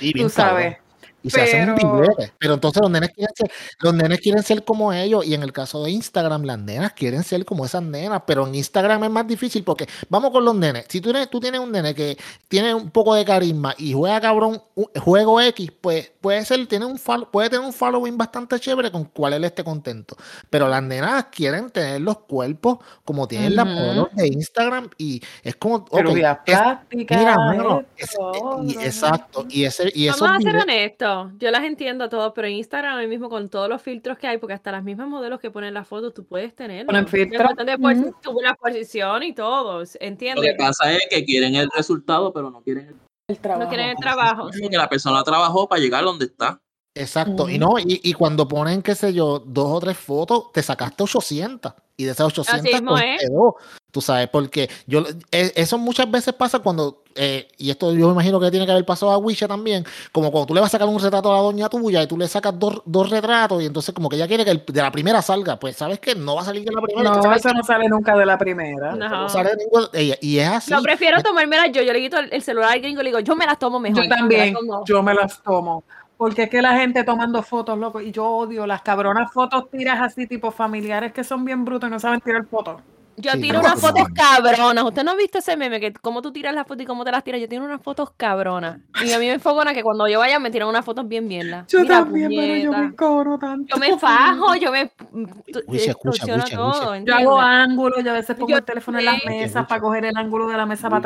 [SPEAKER 1] y bien
[SPEAKER 3] Tú
[SPEAKER 1] cabrón.
[SPEAKER 3] sabes.
[SPEAKER 1] Y se hacen un
[SPEAKER 3] Pero-
[SPEAKER 1] billete. Pero entonces los nenes, quieren ser, los nenes quieren ser como ellos. Y en el caso de Instagram, las nenas quieren ser como esas nenas. Pero en Instagram es más difícil porque vamos con los nenes. Si tú tienes, tú tienes un nene que tiene un poco de carisma y juega cabrón un- juego X, pues puede ser, tiene un fol- puede tener un following bastante chévere con cual él esté contento. Pero las nenas quieren tener los cuerpos como tienen las
[SPEAKER 3] Ujú.
[SPEAKER 1] modelos de Instagram. Y es como, ok,
[SPEAKER 3] Cirugías
[SPEAKER 1] es-
[SPEAKER 3] plásticas,
[SPEAKER 1] mira, mano, es- eh,
[SPEAKER 3] esto,
[SPEAKER 1] y-
[SPEAKER 3] otro,
[SPEAKER 1] exacto. Y ese, y esos
[SPEAKER 2] Vamos a ser
[SPEAKER 1] videos-
[SPEAKER 2] honestos, yo las entiendo a todas, pero en Instagram ahora mismo con todos los filtros que hay, porque hasta las mismas modelos que ponen las fotos, tú puedes tener.
[SPEAKER 3] Ponen filtros, ujú.
[SPEAKER 2] una posición y todo,
[SPEAKER 4] Lo que
[SPEAKER 2] ¿entiendes?
[SPEAKER 4] pasa es que quieren el resultado, pero no quieren el
[SPEAKER 3] el trabajo.
[SPEAKER 2] No quieren el trabajo.
[SPEAKER 4] Porque la persona trabajó para llegar donde está.
[SPEAKER 1] Exacto, y
[SPEAKER 3] Ujú.
[SPEAKER 1] no, y, y cuando ponen, qué sé yo, dos o tres fotos, te sacaste 800 y de esas 800
[SPEAKER 2] mismo es.
[SPEAKER 1] cogiste dos, tú sabes, porque yo, lo- e- eso muchas veces pasa cuando, eh, y esto yo me imagino que tiene que haber pasado a Wisha también, como cuando tú le vas a sacar un retrato a la doña tuya y tú le sacas dos, dos retratos y entonces como que ella quiere que el- de la primera salga, pues sabes que no va a salir de la primera, hay que
[SPEAKER 3] No,
[SPEAKER 1] sacar-
[SPEAKER 3] eso no sale nunca de la primera.
[SPEAKER 2] No.
[SPEAKER 1] eso no sale de ningún- ella- y es así.
[SPEAKER 2] No, prefiero tomármelas yo. Yo le quito el el celular al gringo y le digo, yo me las tomo mejor.
[SPEAKER 3] Yo
[SPEAKER 2] me las
[SPEAKER 3] también,
[SPEAKER 2] tomo.
[SPEAKER 3] yo me las tomo. Porque es que la gente tomando fotos, loco, y yo odio las cabronas fotos tiras así, tipo familiares que son bien brutos y no saben tirar fotos.
[SPEAKER 2] Yo
[SPEAKER 1] Sí,
[SPEAKER 2] tiro
[SPEAKER 1] no,
[SPEAKER 2] unas
[SPEAKER 1] no,
[SPEAKER 2] fotos
[SPEAKER 1] no.
[SPEAKER 2] cabronas. ¿Usted no ha visto ese meme que cómo tú tiras las fotos y cómo te las tiras? Yo tiro unas fotos cabronas. Y a mí me enfogona que cuando yo vaya me tiran unas fotos bien mierda.
[SPEAKER 3] Yo
[SPEAKER 2] Mira,
[SPEAKER 3] también, pero yo
[SPEAKER 2] puñeta.
[SPEAKER 3] me cobro tanto.
[SPEAKER 2] Yo
[SPEAKER 3] [laughs]
[SPEAKER 2] me fajo, yo me tu-
[SPEAKER 1] Wicha, escucha,
[SPEAKER 2] distorsiono
[SPEAKER 1] Wicha,
[SPEAKER 2] todo,
[SPEAKER 1] Wicha.
[SPEAKER 3] Yo
[SPEAKER 2] ¿entiendes?
[SPEAKER 3] hago ángulos, yo a veces pongo
[SPEAKER 2] Yo
[SPEAKER 3] el teléfono en las
[SPEAKER 2] sé.
[SPEAKER 3] mesas
[SPEAKER 1] Mucho.
[SPEAKER 3] para coger el ángulo de la mesa para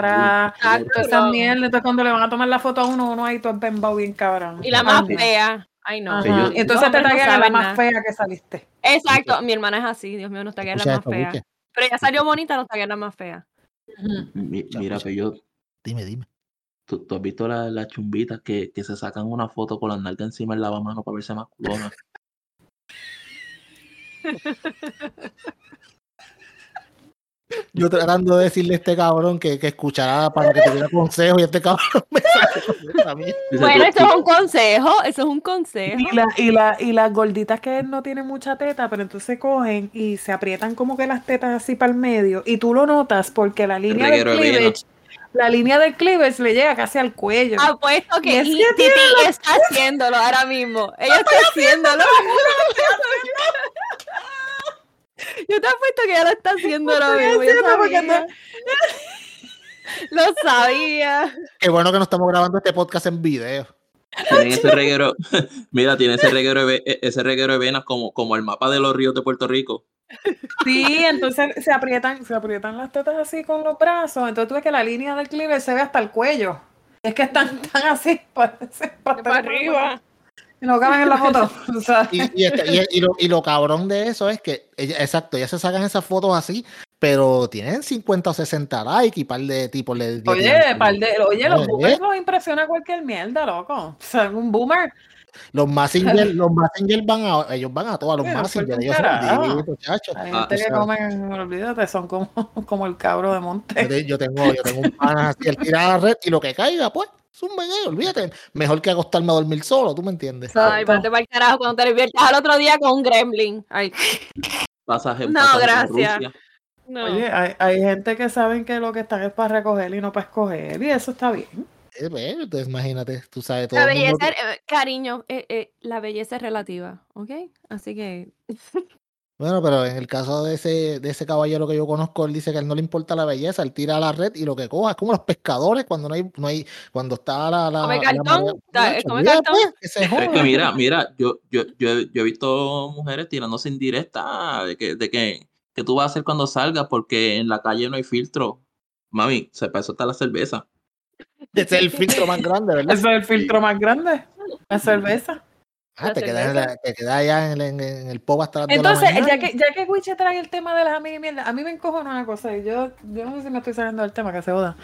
[SPEAKER 3] atrás.
[SPEAKER 2] Ah,
[SPEAKER 3] Todas
[SPEAKER 2] cabrón.
[SPEAKER 3] esas mierdas. Entonces, cuando le van a tomar la foto a uno, uno ahí todo es bembao bien cabrón.
[SPEAKER 2] Y la más
[SPEAKER 3] Ajá.
[SPEAKER 2] fea. Ay, no.
[SPEAKER 3] Ajá.
[SPEAKER 5] Sí, yo-
[SPEAKER 3] Entonces te
[SPEAKER 2] Los hombres no
[SPEAKER 3] taguean a la
[SPEAKER 2] saben
[SPEAKER 3] más
[SPEAKER 2] nada.
[SPEAKER 3] fea que saliste.
[SPEAKER 2] Exacto. Mi hermana es así, Dios mío, no está que la
[SPEAKER 1] Escucha
[SPEAKER 2] más
[SPEAKER 1] esto,
[SPEAKER 2] fea.
[SPEAKER 1] Wicha,
[SPEAKER 2] Pero ella salió bonita, no está que la más fea.
[SPEAKER 4] Mi-
[SPEAKER 1] Escucha,
[SPEAKER 4] Mira,
[SPEAKER 1] escucha.
[SPEAKER 4] pero yo,
[SPEAKER 1] Dime, dime.
[SPEAKER 4] tú, tú has visto la- las chumbitas que, que se sacan una foto con la nalga encima del lavamanos para verse más culona.
[SPEAKER 1] Yo tratando de decirle a este cabrón que, que escuchara para que tuviera consejos y este cabrón me sale con esta mierda.
[SPEAKER 4] Dice,
[SPEAKER 2] Bueno,
[SPEAKER 4] tú-
[SPEAKER 2] eso es [laughs]
[SPEAKER 4] tú-
[SPEAKER 2] un consejo, eso es un consejo.
[SPEAKER 3] Y, la, y, la, y las gorditas que no tienen mucha teta, pero entonces cogen y se aprietan como que las tetas así para el medio. Y tú lo notas porque la línea del
[SPEAKER 4] reguero de vena.
[SPEAKER 3] cleavage la línea del cleavage le llega casi al cuello.
[SPEAKER 2] Apuesto que y Titi está haciéndolo ahora [laughs] mismo. Ella está haciéndolo. Yo te apuesto que ella lo está haciendo ahora mismo. Yo sabía. Lo [laughs] sabía.
[SPEAKER 1] Qué bueno que no estamos grabando este podcast en video.
[SPEAKER 2] [laughs]
[SPEAKER 4] Tienen ese reguero, [laughs] mira, tiene ese reguero, de, e-, ese reguero de venas como, como el mapa de los ríos de Puerto Rico.
[SPEAKER 3] Sí, entonces se aprietan, se aprietan las tetas así con los brazos. Entonces tú ves que la línea del clive se ve hasta el cuello. Es que están tan así, parece para,
[SPEAKER 2] para arriba.
[SPEAKER 3] Y no caben en la [laughs] foto. O sea.
[SPEAKER 1] y, y, este, y, y, lo, y lo cabrón de eso es que, ella, exacto, ya se sacan esas fotos así, pero tienen 50 o 60 likes y par de tipos le,
[SPEAKER 3] le Oye, par de, oye, los boomers los impresiona cualquier mierda, loco. O sea, un boomer.
[SPEAKER 1] Los Massinger, los Massinger van a, ellos van a todos los
[SPEAKER 3] pues,
[SPEAKER 1] Massinger, ellos son divinos, muchachos.
[SPEAKER 3] Hay gente que comen, olvídate, son como, [laughs] como el cabro de Monte.
[SPEAKER 1] Yo tengo, yo tengo un pan así, el tirada red y lo que caiga, pues. Es un bebé, olvídate. Mejor que acostarme a dormir solo, ¿tú me entiendes?
[SPEAKER 2] Ay, ponte para el carajo cuando te despiertas al otro día con un gremlin. Ay.
[SPEAKER 4] Pasaje,
[SPEAKER 2] no,
[SPEAKER 4] pasaje
[SPEAKER 2] gracias.
[SPEAKER 3] No. Oye, hay, hay, gente que saben que lo que están es para recoger y no para escoger, y eso está bien.
[SPEAKER 1] Eh, bueno, entonces imagínate, tú sabes todo.
[SPEAKER 2] La belleza, que... eh, cariño, eh, la belleza es relativa, ¿ok? Así que.
[SPEAKER 1] bueno, pero en el caso de ese, de ese caballero que yo conozco, él dice que a él no le importa la belleza, él tira a la red y lo que coja, es como los pescadores cuando no hay, no hay, cuando está la. la
[SPEAKER 2] come
[SPEAKER 1] la
[SPEAKER 2] cartón,
[SPEAKER 1] marea,
[SPEAKER 2] está, come cartón. Pues,
[SPEAKER 4] que se joda. Es [laughs] que mira, mira, yo, yo, yo, he, yo he visto mujeres tirándose indirecta de que, de que ¿qué tú vas a hacer cuando salgas? Porque en la calle no hay filtro. Mami, se pasó hasta la cerveza.
[SPEAKER 1] Ese es el filtro más grande, ¿verdad?
[SPEAKER 3] Ese es el filtro más grande, la cerveza.
[SPEAKER 1] Ah, la te, cerveza. Quedas, te quedas allá en, en, en el pop hasta
[SPEAKER 3] la Entonces, de la ya que, ya que Wiche trae el tema de las amigas mierda, a mí me encojona una cosa, y yo, yo no sé si me estoy saliendo del tema, que se joda,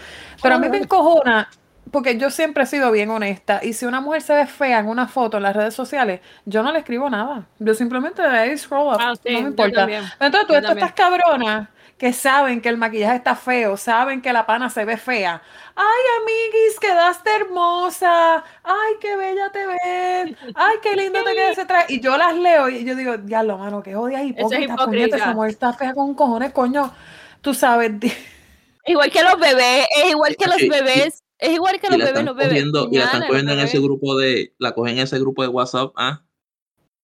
[SPEAKER 3] pero a mí me encojona porque yo siempre he sido bien honesta y si una mujer se ve fea en una foto en las redes sociales, yo no le escribo nada. Yo simplemente le doy scroll up, ah, sí, no me importa. Entonces tú, tú estás cabrona que saben que el maquillaje está feo, saben que la pana se ve fea. Ay, amiguis, quedaste hermosa. Ay, qué bella te ves. Ay, qué lindo te queda ese traje. Y yo las leo y yo digo, ya lo mano, que odia hipócrita, es hipócrita. esa mujer está fea con cojones, coño. Tú sabes.
[SPEAKER 2] Igual que los bebés, es igual que los bebés. Es igual que los bebés, los bebés.
[SPEAKER 4] Cogiendo, y la están cogiendo en ese grupo de, la cogen en ese grupo de WhatsApp, ¿ah?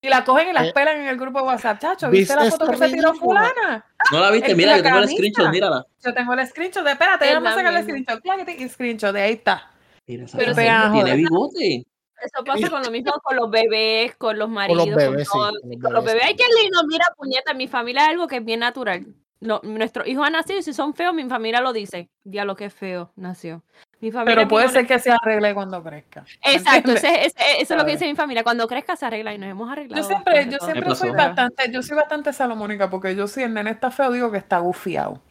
[SPEAKER 3] Y la cogen y la pelan en el grupo de WhatsApp, chacho. ¿Viste, la foto que se tiró fulana?
[SPEAKER 4] No la viste, mira, yo tengo el screenshot, mírala.
[SPEAKER 3] Yo tengo el screenshot, espérate, yo no me sacar el screenshot, y screenshot, de ahí está.
[SPEAKER 4] Mira, Pero tiene bigote.
[SPEAKER 2] Eso pasa con lo mismo con los bebés, con los maridos, con los bebés, con los bebés. Hay que lindo, mira, puñeta, mi familia es algo que es bien natural. nuestros hijos han nacido y si son feos, mi familia lo dice. Ya lo que es feo, nació. Mi
[SPEAKER 3] pero puede ser que se arregle cuando crezca.
[SPEAKER 2] Exacto, ese, ese, eso es lo que dice mi familia. Cuando crezca se arregla y nos hemos arreglado.
[SPEAKER 3] Yo siempre, yo siempre soy bastante, yo soy bastante salomónica porque yo si el nene está feo digo que está gufiado.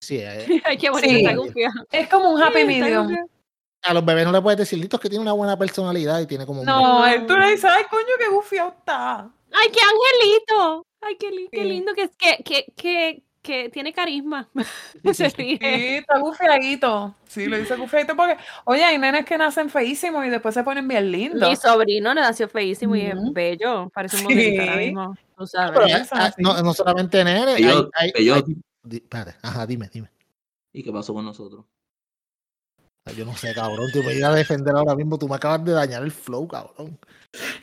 [SPEAKER 1] Sí, eh.
[SPEAKER 2] Qué bonito, sí. está gufiado.
[SPEAKER 3] Es como un happy sí, medium.
[SPEAKER 1] A los bebés no le puedes decir, listo, es que tiene una buena personalidad y tiene como un...
[SPEAKER 3] No, él tú le dices, ay, coño, qué gufiado está.
[SPEAKER 2] Ay, qué angelito. Ay, qué, li sí. qué lindo que, que, que, que que tiene carisma. [laughs] se ríe.
[SPEAKER 3] Sí, está bufiadito. Sí, lo dice bufiadito porque, oye, hay nenes que nacen feísimos y después se ponen bien lindos.
[SPEAKER 2] Mi sobrino nació feísimo mm -hmm. y es bello. Parece un sí. Ah, momento ahora mismo. Tú sabes.
[SPEAKER 1] Pero, Eso, a, sí. no, no, solamente nenes.
[SPEAKER 4] Bello, hay, bello.
[SPEAKER 1] Hay, di, espérate, ajá, dime, dime.
[SPEAKER 4] ¿Y qué pasó con nosotros?
[SPEAKER 1] Yo no sé, cabrón. Tú me ibas a defender ahora mismo. Tú me acabas de dañar el flow, cabrón.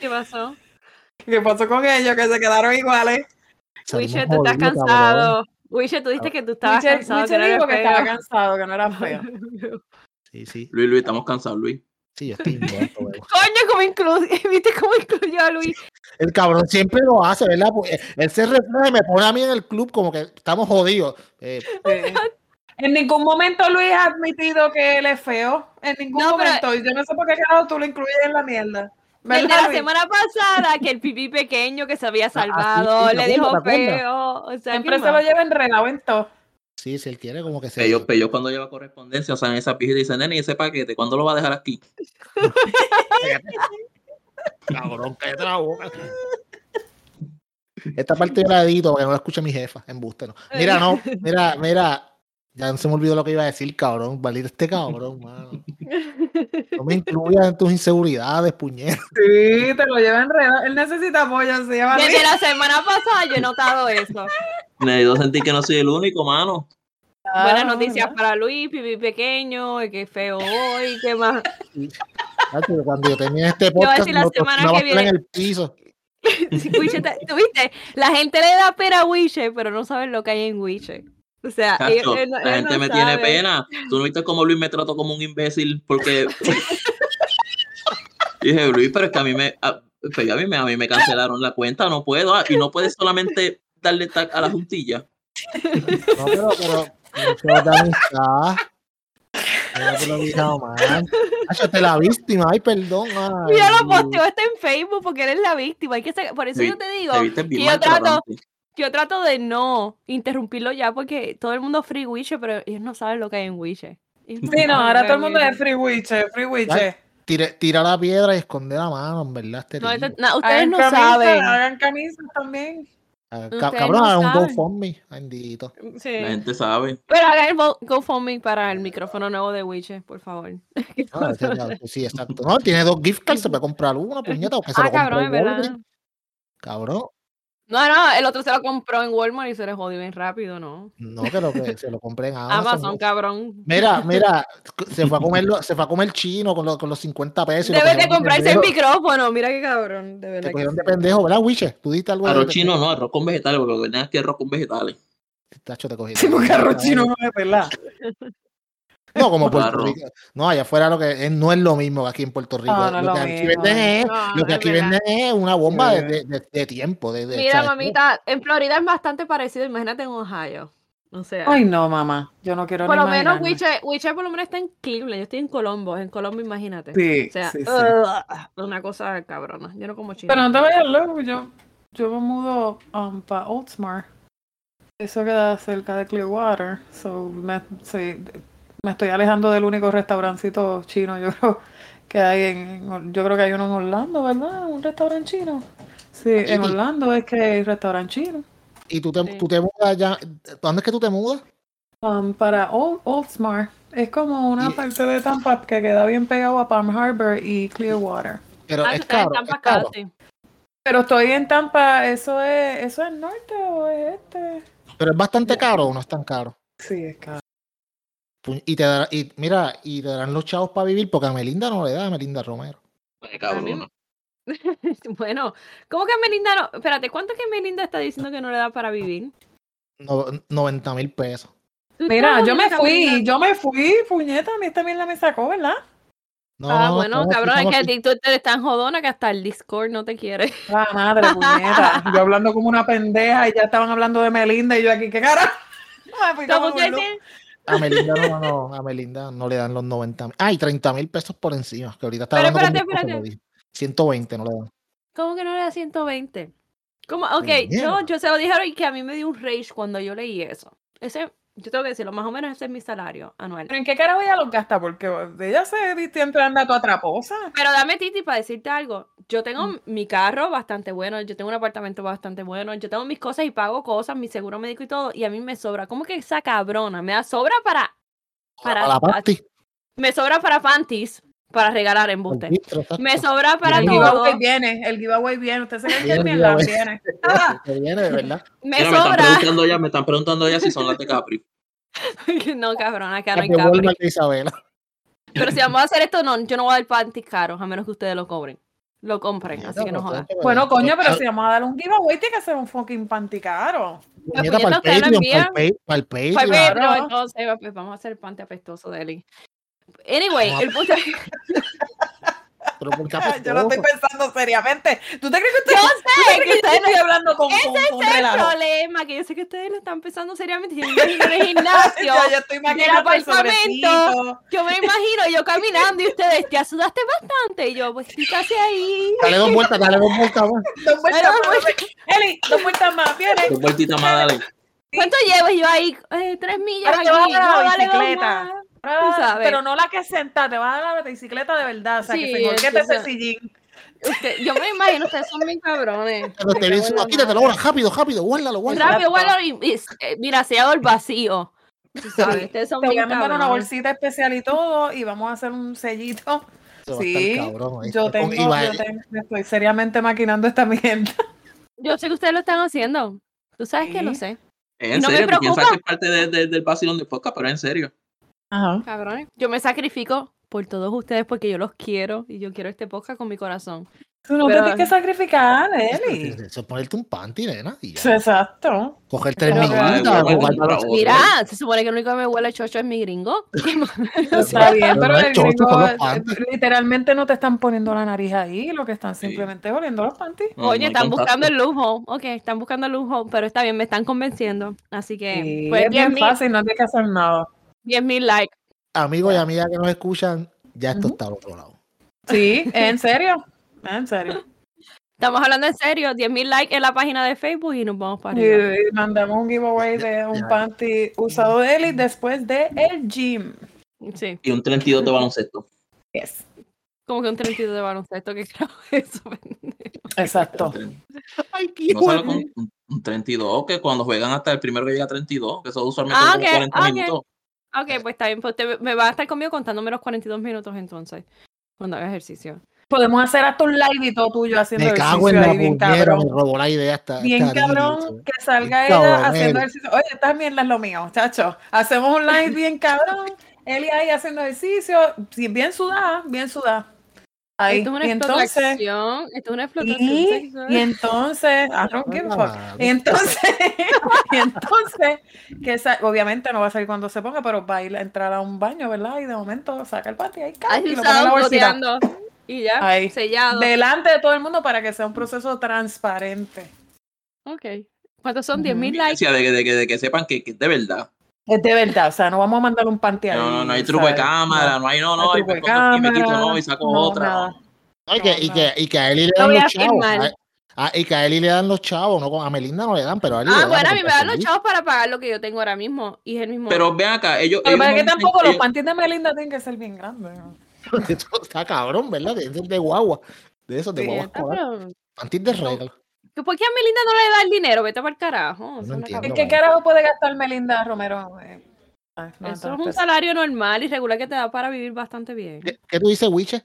[SPEAKER 2] ¿Qué pasó?
[SPEAKER 3] ¿Qué pasó con ellos? Que se quedaron iguales.
[SPEAKER 2] Wiche, tú estás cansado. Cabrón. Ah. Wiche, tú dijiste que tú estabas Wiche, cansado.
[SPEAKER 3] Wiche que no dijo que estaba cansado, que no era [laughs] feo.
[SPEAKER 1] Sí, sí.
[SPEAKER 4] Luis, Luis, estamos cansados, Luis.
[SPEAKER 1] Sí, yo estoy
[SPEAKER 2] [laughs]
[SPEAKER 1] muerto, güey.
[SPEAKER 2] [laughs] Coño, como incluye, [laughs] ¿viste cómo incluyó a Luis?
[SPEAKER 1] El cabrón siempre lo hace, ¿verdad? Porque él se refleja y me pone a mí en el club como que estamos jodidos. Eh,
[SPEAKER 3] eh. En ningún momento Luis ha admitido que él es feo. En ningún no, momento. Pero... Yo no sé por qué carajo tú lo incluyes en la mierda.
[SPEAKER 2] El de la semana pasada, que el pipí pequeño que se había salvado, ah, sí, sí, le dijo feo. O sea,
[SPEAKER 3] Siempre se lo lleva enredado en todo.
[SPEAKER 1] Sí, si él quiere, como que se.
[SPEAKER 4] Pello, pello cuando lleva correspondencia, o sea, en esa pija dice, nene, ¿y ese paquete cuándo lo va a dejar aquí?
[SPEAKER 1] Cabrón, cállate la boca. Esta parte yo la edito para que no la escuche mi jefa, embuste, ¿no? Mira, no, mira, mira, ya no se me olvidó lo que iba a decir, cabrón. Valir este cabrón,
[SPEAKER 2] [laughs]
[SPEAKER 1] mano. No me incluyas en tus inseguridades, puñera.
[SPEAKER 3] Sí, te lo lleva enredado. Él necesita apoyo, se llama.
[SPEAKER 2] Desde la semana pasada yo he notado eso.
[SPEAKER 4] Necesito sentir que no soy el único, mano.
[SPEAKER 3] Ah,
[SPEAKER 2] Buenas noticias para Luis, pipí pequeño, que feo hoy, qué más. [laughs]
[SPEAKER 1] Cuando yo tenía este
[SPEAKER 2] voy a
[SPEAKER 1] podcast,
[SPEAKER 2] decir la
[SPEAKER 1] no
[SPEAKER 2] semana
[SPEAKER 1] cocinaba
[SPEAKER 2] que
[SPEAKER 1] sola en
[SPEAKER 2] viene.
[SPEAKER 1] el piso.
[SPEAKER 2] Sí, Wiche está- ¿tú viste? La gente le da pena a Wiche, pero no saben lo que hay en Wiche. O sea, ellos-
[SPEAKER 4] Cacho,
[SPEAKER 2] ellos no- ellos
[SPEAKER 4] la gente
[SPEAKER 2] no
[SPEAKER 4] me tiene
[SPEAKER 2] saben.
[SPEAKER 4] pena. Tú no viste cómo Luis me trató como un imbécil porque [laughs] dije Luis, pero es que a mí me a, pues, a mí me a mí me cancelaron la cuenta, no puedo ah, y no puedes solamente darle tag a la juntilla.
[SPEAKER 1] No, pero, pero, pero de amistad. No te lo he dejado mal. Hacho, te la víctima, ay, perdón. Ay.
[SPEAKER 2] Yo lo posteo hasta en Facebook porque eres la víctima. Hay que sacar- Por eso
[SPEAKER 4] uh. Sí,
[SPEAKER 2] yo te digo,
[SPEAKER 4] Te viste
[SPEAKER 2] que
[SPEAKER 4] bien
[SPEAKER 2] yo trato-
[SPEAKER 4] maltratante.
[SPEAKER 2] yo trato de no interrumpirlo ya porque todo el mundo free Wiche, pero ellos no saben lo que hay en Wiche. Ellos
[SPEAKER 3] Sí, no,
[SPEAKER 2] saben
[SPEAKER 3] ahora
[SPEAKER 2] lo que
[SPEAKER 3] todo el
[SPEAKER 2] hay en
[SPEAKER 3] mundo es
[SPEAKER 2] Wiche.
[SPEAKER 3] free witcher, free witcher.
[SPEAKER 1] Ay, Tire- tira la piedra y esconde la mano, en verdad. Este
[SPEAKER 2] No,
[SPEAKER 1] tipo.
[SPEAKER 2] esto- no, ustedes no
[SPEAKER 3] camisas,
[SPEAKER 2] saben.
[SPEAKER 3] Hagan camisas también.
[SPEAKER 1] Ah, ca-
[SPEAKER 2] ustedes
[SPEAKER 1] Cabrón,
[SPEAKER 2] no
[SPEAKER 1] haga un
[SPEAKER 2] saben.
[SPEAKER 1] GoFundMe,
[SPEAKER 2] [laughs]
[SPEAKER 1] bendito.
[SPEAKER 2] Sí.
[SPEAKER 4] La gente sabe.
[SPEAKER 2] Pero hagan el go- GoFundMe para el micrófono nuevo de Wiche, por favor.
[SPEAKER 1] Ah, ese ya- sí, exacto. No, tiene dos gift cards, se puede comprar uno, puñeta, o que se
[SPEAKER 2] ah,
[SPEAKER 1] lo compre
[SPEAKER 2] cabrón, es
[SPEAKER 1] Walgreens.
[SPEAKER 2] verdad.
[SPEAKER 1] Cabrón,
[SPEAKER 2] No, no, el otro se lo compró en Walmart y se le jodió bien rápido, ¿no?
[SPEAKER 1] no que, lo, que se lo compren a
[SPEAKER 2] Amazon,
[SPEAKER 1] Amazon.
[SPEAKER 2] cabrón.
[SPEAKER 1] Mira, mira, se fue a comer, lo- se fue a comer chino con, lo- con los 50 pesos. y lo
[SPEAKER 2] Debes de
[SPEAKER 1] cogieron de
[SPEAKER 2] comprarse el
[SPEAKER 1] pendejo.
[SPEAKER 2] micrófono, mira qué cabrón, de verdad.
[SPEAKER 1] Te
[SPEAKER 2] que
[SPEAKER 1] cogieron de
[SPEAKER 2] sí.
[SPEAKER 1] pendejo, ¿verdad, Wiche? Tú diste algo de-
[SPEAKER 4] Arroz
[SPEAKER 2] pues,
[SPEAKER 1] de-
[SPEAKER 2] eh.
[SPEAKER 4] chino no, arroz con vegetales, porque lo que tenés aquí es arroz con vegetales.
[SPEAKER 1] Tacho, te cogieron.
[SPEAKER 3] Sí,
[SPEAKER 1] de
[SPEAKER 3] porque
[SPEAKER 1] pendejo,
[SPEAKER 3] arroz chino no es verdad.
[SPEAKER 1] No, como Puerto
[SPEAKER 4] Claro.
[SPEAKER 1] Rico. No, allá afuera lo que es, no es lo mismo que aquí en Puerto Rico.
[SPEAKER 3] No, no es
[SPEAKER 1] lo,
[SPEAKER 3] lo
[SPEAKER 1] que aquí
[SPEAKER 3] mismo.
[SPEAKER 1] venden es,
[SPEAKER 2] No,
[SPEAKER 1] lo que
[SPEAKER 2] es
[SPEAKER 1] aquí
[SPEAKER 2] verdad.
[SPEAKER 1] venden es una bomba de,
[SPEAKER 3] Sí.
[SPEAKER 1] de- de- de tiempo. De, de-
[SPEAKER 2] Mira,
[SPEAKER 1] ¿sabes?
[SPEAKER 2] mamita, en Florida es bastante parecido, imagínate en Ohio. O sea,
[SPEAKER 3] Ay, no, mamá. Yo no quiero
[SPEAKER 2] por
[SPEAKER 3] ni
[SPEAKER 2] lo menos
[SPEAKER 3] imaginarme.
[SPEAKER 2] Wiche, Wiche por lo menos está en Cleveland, yo estoy en Colombo, en Colombo imagínate.
[SPEAKER 3] Sí,
[SPEAKER 2] O sea,
[SPEAKER 3] sí, sí.
[SPEAKER 2] ugh, una cosa cabrona, yo no como chino.
[SPEAKER 3] Pero no te vayas luego, yo, yo me mudo para Oldsmar. Eso queda cerca de Clearwater. So me, sí, me estoy alejando del único restaurancito chino, yo creo que hay en, en- yo creo que hay uno en Orlando, ¿verdad? Un restaurante chino. Sí, en
[SPEAKER 1] Sí.
[SPEAKER 3] Orlando es que hay restaurante chino.
[SPEAKER 1] Y tú te,
[SPEAKER 2] Sí.
[SPEAKER 1] tú te mudas ya. ¿Dónde es que tú te mudas?
[SPEAKER 3] Um, para Old, Oldsmar es como una
[SPEAKER 1] Y-
[SPEAKER 3] parte de Tampa que queda bien pegado a Palm Harbor y Clearwater.
[SPEAKER 1] Pero
[SPEAKER 2] Ah,
[SPEAKER 1] es
[SPEAKER 2] eso está en
[SPEAKER 1] caro.
[SPEAKER 2] Tampa
[SPEAKER 1] es caro.
[SPEAKER 2] City.
[SPEAKER 3] Pero estoy en Tampa, ¿eso es, eso es norte o es este?
[SPEAKER 1] Pero es bastante caro o no es tan caro.
[SPEAKER 3] Sí, es caro.
[SPEAKER 1] Pu- Y te dará- y mira, y te darán los chavos para vivir porque a Melinda no le da a Melinda Romero.
[SPEAKER 4] Ay, cabrona.
[SPEAKER 2] [laughs] Bueno, ¿cómo que Melinda no? Espérate, ¿cuánto que Melinda está diciendo que no le da para vivir?
[SPEAKER 1] No, 90 mil pesos.
[SPEAKER 2] Tú
[SPEAKER 3] Mira,
[SPEAKER 2] estás
[SPEAKER 3] yo me
[SPEAKER 2] jodida,
[SPEAKER 3] fui,
[SPEAKER 2] Melinda.
[SPEAKER 3] yo me fui, puñeta, a mí esta mierda me sacó, ¿verdad?
[SPEAKER 1] No,
[SPEAKER 2] ah,
[SPEAKER 1] no,
[SPEAKER 2] bueno,
[SPEAKER 1] estamos-
[SPEAKER 2] cabrón, es
[SPEAKER 1] estamos
[SPEAKER 2] que el
[SPEAKER 1] aquí.
[SPEAKER 2] TikTok te tan jodona que hasta el Discord no te quiere.
[SPEAKER 3] La madre, puñeta. [laughs] Yo hablando como una pendeja y ya estaban hablando de Melinda y yo aquí, ¿qué cara? [laughs] Me fui como
[SPEAKER 2] Como
[SPEAKER 3] un
[SPEAKER 2] ustedes
[SPEAKER 3] loco.
[SPEAKER 2] tienen-
[SPEAKER 1] A Melinda, no, no, a Melinda no le dan los 90 mil. Ay, 30 mil pesos por encima. Que ahorita está
[SPEAKER 2] Pero
[SPEAKER 1] hablando con mi
[SPEAKER 2] espérate,
[SPEAKER 1] esposo,
[SPEAKER 2] espérate.
[SPEAKER 1] lo dije. 120 no le dan.
[SPEAKER 2] ¿Cómo que no era 120? ¿Cómo? Ok, yo,
[SPEAKER 1] Mierda.
[SPEAKER 2] yo se lo dije y que a mí me dio un rage cuando yo leí eso. Ese, yo tengo que decirlo, más o menos ese es mi salario anual.
[SPEAKER 3] ¿Pero en qué cara voy a los gastar? Porque ella se di- siempre anda toda traposa.
[SPEAKER 2] Pero dame Titi para decirte algo. Yo tengo
[SPEAKER 1] Mm.
[SPEAKER 2] mi carro bastante bueno, yo tengo un apartamento bastante bueno, yo tengo mis cosas y pago cosas, mi seguro médico y todo, y a mí me sobra. ¿Cómo que esa cabrona? Me da sobra para, para,
[SPEAKER 1] Para la party.
[SPEAKER 2] me sobra para panties, para regalar en
[SPEAKER 1] el
[SPEAKER 2] buste.
[SPEAKER 1] filtro, exacto.
[SPEAKER 2] Me sobra para
[SPEAKER 1] Bien.
[SPEAKER 3] El
[SPEAKER 2] todo.
[SPEAKER 3] giveaway viene, el giveaway viene. Usted se cree que
[SPEAKER 1] Viene
[SPEAKER 3] el
[SPEAKER 1] el
[SPEAKER 3] mierda
[SPEAKER 1] giveaway.
[SPEAKER 3] viene.
[SPEAKER 1] Que viene, de verdad.
[SPEAKER 2] Me
[SPEAKER 4] Mira, me están
[SPEAKER 2] sobra.
[SPEAKER 4] preguntando ya, me están preguntando ya si son las
[SPEAKER 2] [laughs]
[SPEAKER 4] de Capri.
[SPEAKER 2] no, cabrona, acá no
[SPEAKER 1] Las
[SPEAKER 2] hay
[SPEAKER 1] de
[SPEAKER 2] Capri.
[SPEAKER 1] Walmart de Isabela.
[SPEAKER 2] Pero si vamos a hacer esto, no, yo no voy a dar panties caros, a menos que ustedes lo cobren. Lo compren, así que no jodan.
[SPEAKER 3] Bueno, coño, pero
[SPEAKER 1] Ah,
[SPEAKER 3] si vamos a dar un giveaway, tiene que ser un fucking panticaro.
[SPEAKER 1] puñeta,
[SPEAKER 2] puñeta,
[SPEAKER 1] para el
[SPEAKER 2] ustedes lo
[SPEAKER 1] Patreon,
[SPEAKER 2] envían.
[SPEAKER 1] para el pa- para el
[SPEAKER 2] Pues,
[SPEAKER 1] Patreon.
[SPEAKER 2] ve, pero
[SPEAKER 3] claro.
[SPEAKER 2] entonces va- pues, vamos a hacer el pante apestoso de Eli. Anyway,
[SPEAKER 3] Ah.
[SPEAKER 2] el punto
[SPEAKER 3] [laughs]
[SPEAKER 2] es que
[SPEAKER 1] Pero por qué
[SPEAKER 3] Yo lo estoy
[SPEAKER 1] apestoso?
[SPEAKER 3] pensando seriamente. ¿Tú te crees que [laughs] usted, ¿tú te
[SPEAKER 2] sé
[SPEAKER 3] crees
[SPEAKER 2] que
[SPEAKER 3] que yo
[SPEAKER 2] ustedes-
[SPEAKER 3] estoy hablando con, con, con
[SPEAKER 2] el
[SPEAKER 3] relajo?
[SPEAKER 2] problema, que yo sé que ustedes lo están pensando seriamente. Yo me imagino
[SPEAKER 3] [laughs]
[SPEAKER 2] en el gimnasio,
[SPEAKER 3] Ya, ya estoy maquillando el
[SPEAKER 2] apartamento.
[SPEAKER 3] sobrecito.
[SPEAKER 2] yo me imagino yo caminando y ustedes, ya sudaste bastante. Y yo, pues estoy casi ahí.
[SPEAKER 1] Dale dos vueltas, dale dos vueltas. más.
[SPEAKER 3] Dos vueltas
[SPEAKER 2] Bueno,
[SPEAKER 3] más. Eli, dos vueltas más. Viene.
[SPEAKER 4] Dos vueltitas más, dale.
[SPEAKER 2] ¿Cuánto llevas yo ahí? Eh, tres millas.
[SPEAKER 3] Ahora te vas
[SPEAKER 2] aquí.
[SPEAKER 3] a dar la
[SPEAKER 2] No, dale dos
[SPEAKER 3] bicicleta.
[SPEAKER 2] más.
[SPEAKER 3] Ah,
[SPEAKER 2] sabes.
[SPEAKER 3] Pero no la que senta, te vas a dar la bicicleta de verdad. O sea,
[SPEAKER 2] Sí,
[SPEAKER 3] que se enjolquete
[SPEAKER 2] eso-
[SPEAKER 3] ese sillín.
[SPEAKER 2] Usted- yo me imagino, ustedes son bien cabrones.
[SPEAKER 1] Pero te
[SPEAKER 2] Me
[SPEAKER 1] dice,
[SPEAKER 2] cago en la
[SPEAKER 1] no, quítatelo ahora, rápido, rápido, guárdalo, guárdalo.
[SPEAKER 2] Rápido,
[SPEAKER 3] Exacto.
[SPEAKER 2] bueno, y, y- eh, mira, se ha dado el vacío. Tú sabes, ustedes son
[SPEAKER 3] Te voy
[SPEAKER 2] bien
[SPEAKER 3] a mandar una
[SPEAKER 2] cabrones.
[SPEAKER 3] bolsita especial y todo. Y vamos a hacer un sellito.
[SPEAKER 1] Eso va a
[SPEAKER 3] Sí,
[SPEAKER 1] estar cabrón, ahí
[SPEAKER 3] Yo
[SPEAKER 1] está con
[SPEAKER 3] tengo,
[SPEAKER 1] Ibai.
[SPEAKER 3] yo tengo, estoy seriamente maquinando esta mierda.
[SPEAKER 2] Yo sé que ustedes lo están haciendo. Tú sabes que lo
[SPEAKER 3] Sí.
[SPEAKER 2] sé.
[SPEAKER 4] Es en
[SPEAKER 2] no me
[SPEAKER 4] serio, tú piensas
[SPEAKER 2] preocupa.
[SPEAKER 4] que es parte de- de- del vacilón del podcast, pero es en serio.
[SPEAKER 3] Ajá.
[SPEAKER 2] Cabrones. Yo me sacrifico por todos ustedes porque yo los quiero y yo quiero este podcast con mi corazón.
[SPEAKER 3] Tú no
[SPEAKER 2] Pero-
[SPEAKER 3] te tienes que sacrificar,
[SPEAKER 1] Pues,
[SPEAKER 3] Eli.
[SPEAKER 1] Eso es ponerte un panty, nena. Y ya.
[SPEAKER 3] Exacto.
[SPEAKER 1] Coger tres
[SPEAKER 2] Pero-
[SPEAKER 1] minutos,
[SPEAKER 4] Ay,
[SPEAKER 1] jugar
[SPEAKER 4] bueno,
[SPEAKER 1] para-
[SPEAKER 4] bravo. Otro.
[SPEAKER 2] Mira, se supone que el único que me huele a chocho es mi
[SPEAKER 3] [laughs]
[SPEAKER 2] gringo. [laughs]
[SPEAKER 3] Está bien,
[SPEAKER 1] Pero
[SPEAKER 3] pero
[SPEAKER 1] no es
[SPEAKER 3] el
[SPEAKER 1] chocho,
[SPEAKER 3] gringo,
[SPEAKER 1] son los panties.
[SPEAKER 3] eh, literalmente no te están poniendo la nariz ahí, lo que están simplemente es oliendo los panties.
[SPEAKER 4] No, no
[SPEAKER 2] Oye,
[SPEAKER 4] hay
[SPEAKER 2] están
[SPEAKER 4] contacto.
[SPEAKER 2] buscando el lujo. Ok, están buscando el lujo, pero está bien, me están convenciendo. Así que,
[SPEAKER 3] Sí,
[SPEAKER 2] pues,
[SPEAKER 3] es bien
[SPEAKER 2] 10
[SPEAKER 3] fácil, no tienes que hacer nada.
[SPEAKER 2] mil likes.
[SPEAKER 1] Amigos y amigas que nos escuchan, ya esto
[SPEAKER 3] Ujú.
[SPEAKER 1] está al otro lado.
[SPEAKER 3] Sí, en serio. [laughs] En serio.
[SPEAKER 2] Estamos hablando en serio, 10 mil likes en la página de Facebook y nos vamos para
[SPEAKER 3] Y,
[SPEAKER 2] arriba.
[SPEAKER 3] y mandamos un giveaway de un
[SPEAKER 1] Ya.
[SPEAKER 3] panty usado de Eli después de el gym.
[SPEAKER 2] Sí,
[SPEAKER 4] Y un 32 de baloncesto.
[SPEAKER 3] Yes.
[SPEAKER 2] como que un 32 de baloncesto que [laughs] creo eso. pendejo.
[SPEAKER 3] Exacto.
[SPEAKER 1] Ay,
[SPEAKER 4] No solo con un, un 32, que cuando juegan hasta el primero que llega a 32, que eso usualmente
[SPEAKER 2] Ah,
[SPEAKER 4] son como
[SPEAKER 2] ok,
[SPEAKER 4] 40
[SPEAKER 2] ok.
[SPEAKER 4] minutos.
[SPEAKER 2] Ok, pues está bien, pues te- me va a estar conmigo contándome los 42 minutos entonces, cuando haga ejercicio.
[SPEAKER 3] Podemos hacer hasta un live y todo tuyo haciendo
[SPEAKER 1] Me cago en
[SPEAKER 3] ejercicio
[SPEAKER 1] la
[SPEAKER 3] ahí, bien
[SPEAKER 1] puñera, me
[SPEAKER 3] cabrón.
[SPEAKER 1] robó la idea esta.
[SPEAKER 3] Bien
[SPEAKER 1] esta
[SPEAKER 3] cabrón
[SPEAKER 1] niña.
[SPEAKER 3] que salga
[SPEAKER 1] Bien
[SPEAKER 3] ella
[SPEAKER 1] cabrón,
[SPEAKER 3] haciendo
[SPEAKER 1] Eli.
[SPEAKER 3] ejercicio. Oye, esta mierda es lo mío, chacho. Hacemos un
[SPEAKER 1] [laughs]
[SPEAKER 3] live bien cabrón. Eli ahí haciendo ejercicio. sí, Bien sudada, bien sudada. Ahí.
[SPEAKER 2] Esto es una
[SPEAKER 3] y entonces.
[SPEAKER 2] explotación, esto es una explotación
[SPEAKER 3] Y,
[SPEAKER 2] sexual.
[SPEAKER 3] y entonces, I don't give a fuck.
[SPEAKER 1] Ah,
[SPEAKER 3] Y entonces, [laughs] y entonces que sa- obviamente no va a salir cuando se ponga, pero va a ir a entrar a un baño, ¿verdad? Y de momento saca el panty ahí, ca-
[SPEAKER 2] Ahí
[SPEAKER 3] y lo pone en
[SPEAKER 2] estaba
[SPEAKER 3] la bolsita.
[SPEAKER 2] goteando, y ya,
[SPEAKER 3] Ahí.
[SPEAKER 2] sellado.
[SPEAKER 3] Delante de todo el mundo para que sea un proceso transparente.
[SPEAKER 2] Ok. ¿Cuántos son?
[SPEAKER 3] Ujú.
[SPEAKER 2] 10 mil likes.
[SPEAKER 4] Evidencia de, que- de que- de que sepan que, que es de verdad.
[SPEAKER 3] Es de verdad, o sea, no vamos a mandar un panty ahí.
[SPEAKER 4] No, no, no hay truco de
[SPEAKER 3] ¿sabes?
[SPEAKER 4] cámara, no, hay, no,
[SPEAKER 3] hay
[SPEAKER 4] no, y
[SPEAKER 3] truco de
[SPEAKER 4] me pongo aquí, me quito, no,
[SPEAKER 3] cámara,
[SPEAKER 4] y saco
[SPEAKER 3] no,
[SPEAKER 4] otra.
[SPEAKER 3] nada.
[SPEAKER 4] no.
[SPEAKER 1] No, y, que, y, que, y que a Eli le
[SPEAKER 2] Lo
[SPEAKER 1] dan
[SPEAKER 2] voy a
[SPEAKER 1] los chavos.
[SPEAKER 2] firmar.
[SPEAKER 1] A- a- y que a Eli le dan los chavos, no con- a Melinda no le dan, pero a Eli le
[SPEAKER 2] Ah,
[SPEAKER 1] dan
[SPEAKER 2] bueno, a
[SPEAKER 1] porque
[SPEAKER 2] mí me dan
[SPEAKER 1] está
[SPEAKER 2] los
[SPEAKER 1] feliz.
[SPEAKER 2] chavos para pagar lo que yo tengo ahora mismo. Y es el mismo.
[SPEAKER 4] Pero ven acá, ellos.
[SPEAKER 3] Pero
[SPEAKER 4] ellos
[SPEAKER 3] para
[SPEAKER 4] no
[SPEAKER 3] que
[SPEAKER 4] dicen-
[SPEAKER 3] tampoco los
[SPEAKER 4] ellos-
[SPEAKER 3] panties de Melinda tienen que ser bien grandes. ¿no?
[SPEAKER 1] Eso está cabrón, ¿verdad? De, de, de guagua. De esos, de
[SPEAKER 3] Sí,
[SPEAKER 1] guagua
[SPEAKER 2] Ah,
[SPEAKER 1] escolar.
[SPEAKER 2] pero-
[SPEAKER 1] Antes de regla.
[SPEAKER 2] ¿que ¿Por qué a Melinda no le da el dinero? Vete para el carajo. Eso, es una
[SPEAKER 1] entiendo.
[SPEAKER 3] ¿Qué,
[SPEAKER 2] cabrón.
[SPEAKER 1] No,
[SPEAKER 3] qué
[SPEAKER 1] no.
[SPEAKER 3] carajo puede gastar Melinda Romero? eh? Ay, no, pues
[SPEAKER 2] Eso es un
[SPEAKER 3] entonces-
[SPEAKER 2] salario normal y regular que te da para vivir bastante bien.
[SPEAKER 1] ¿Qué, qué tú dices, Wiche?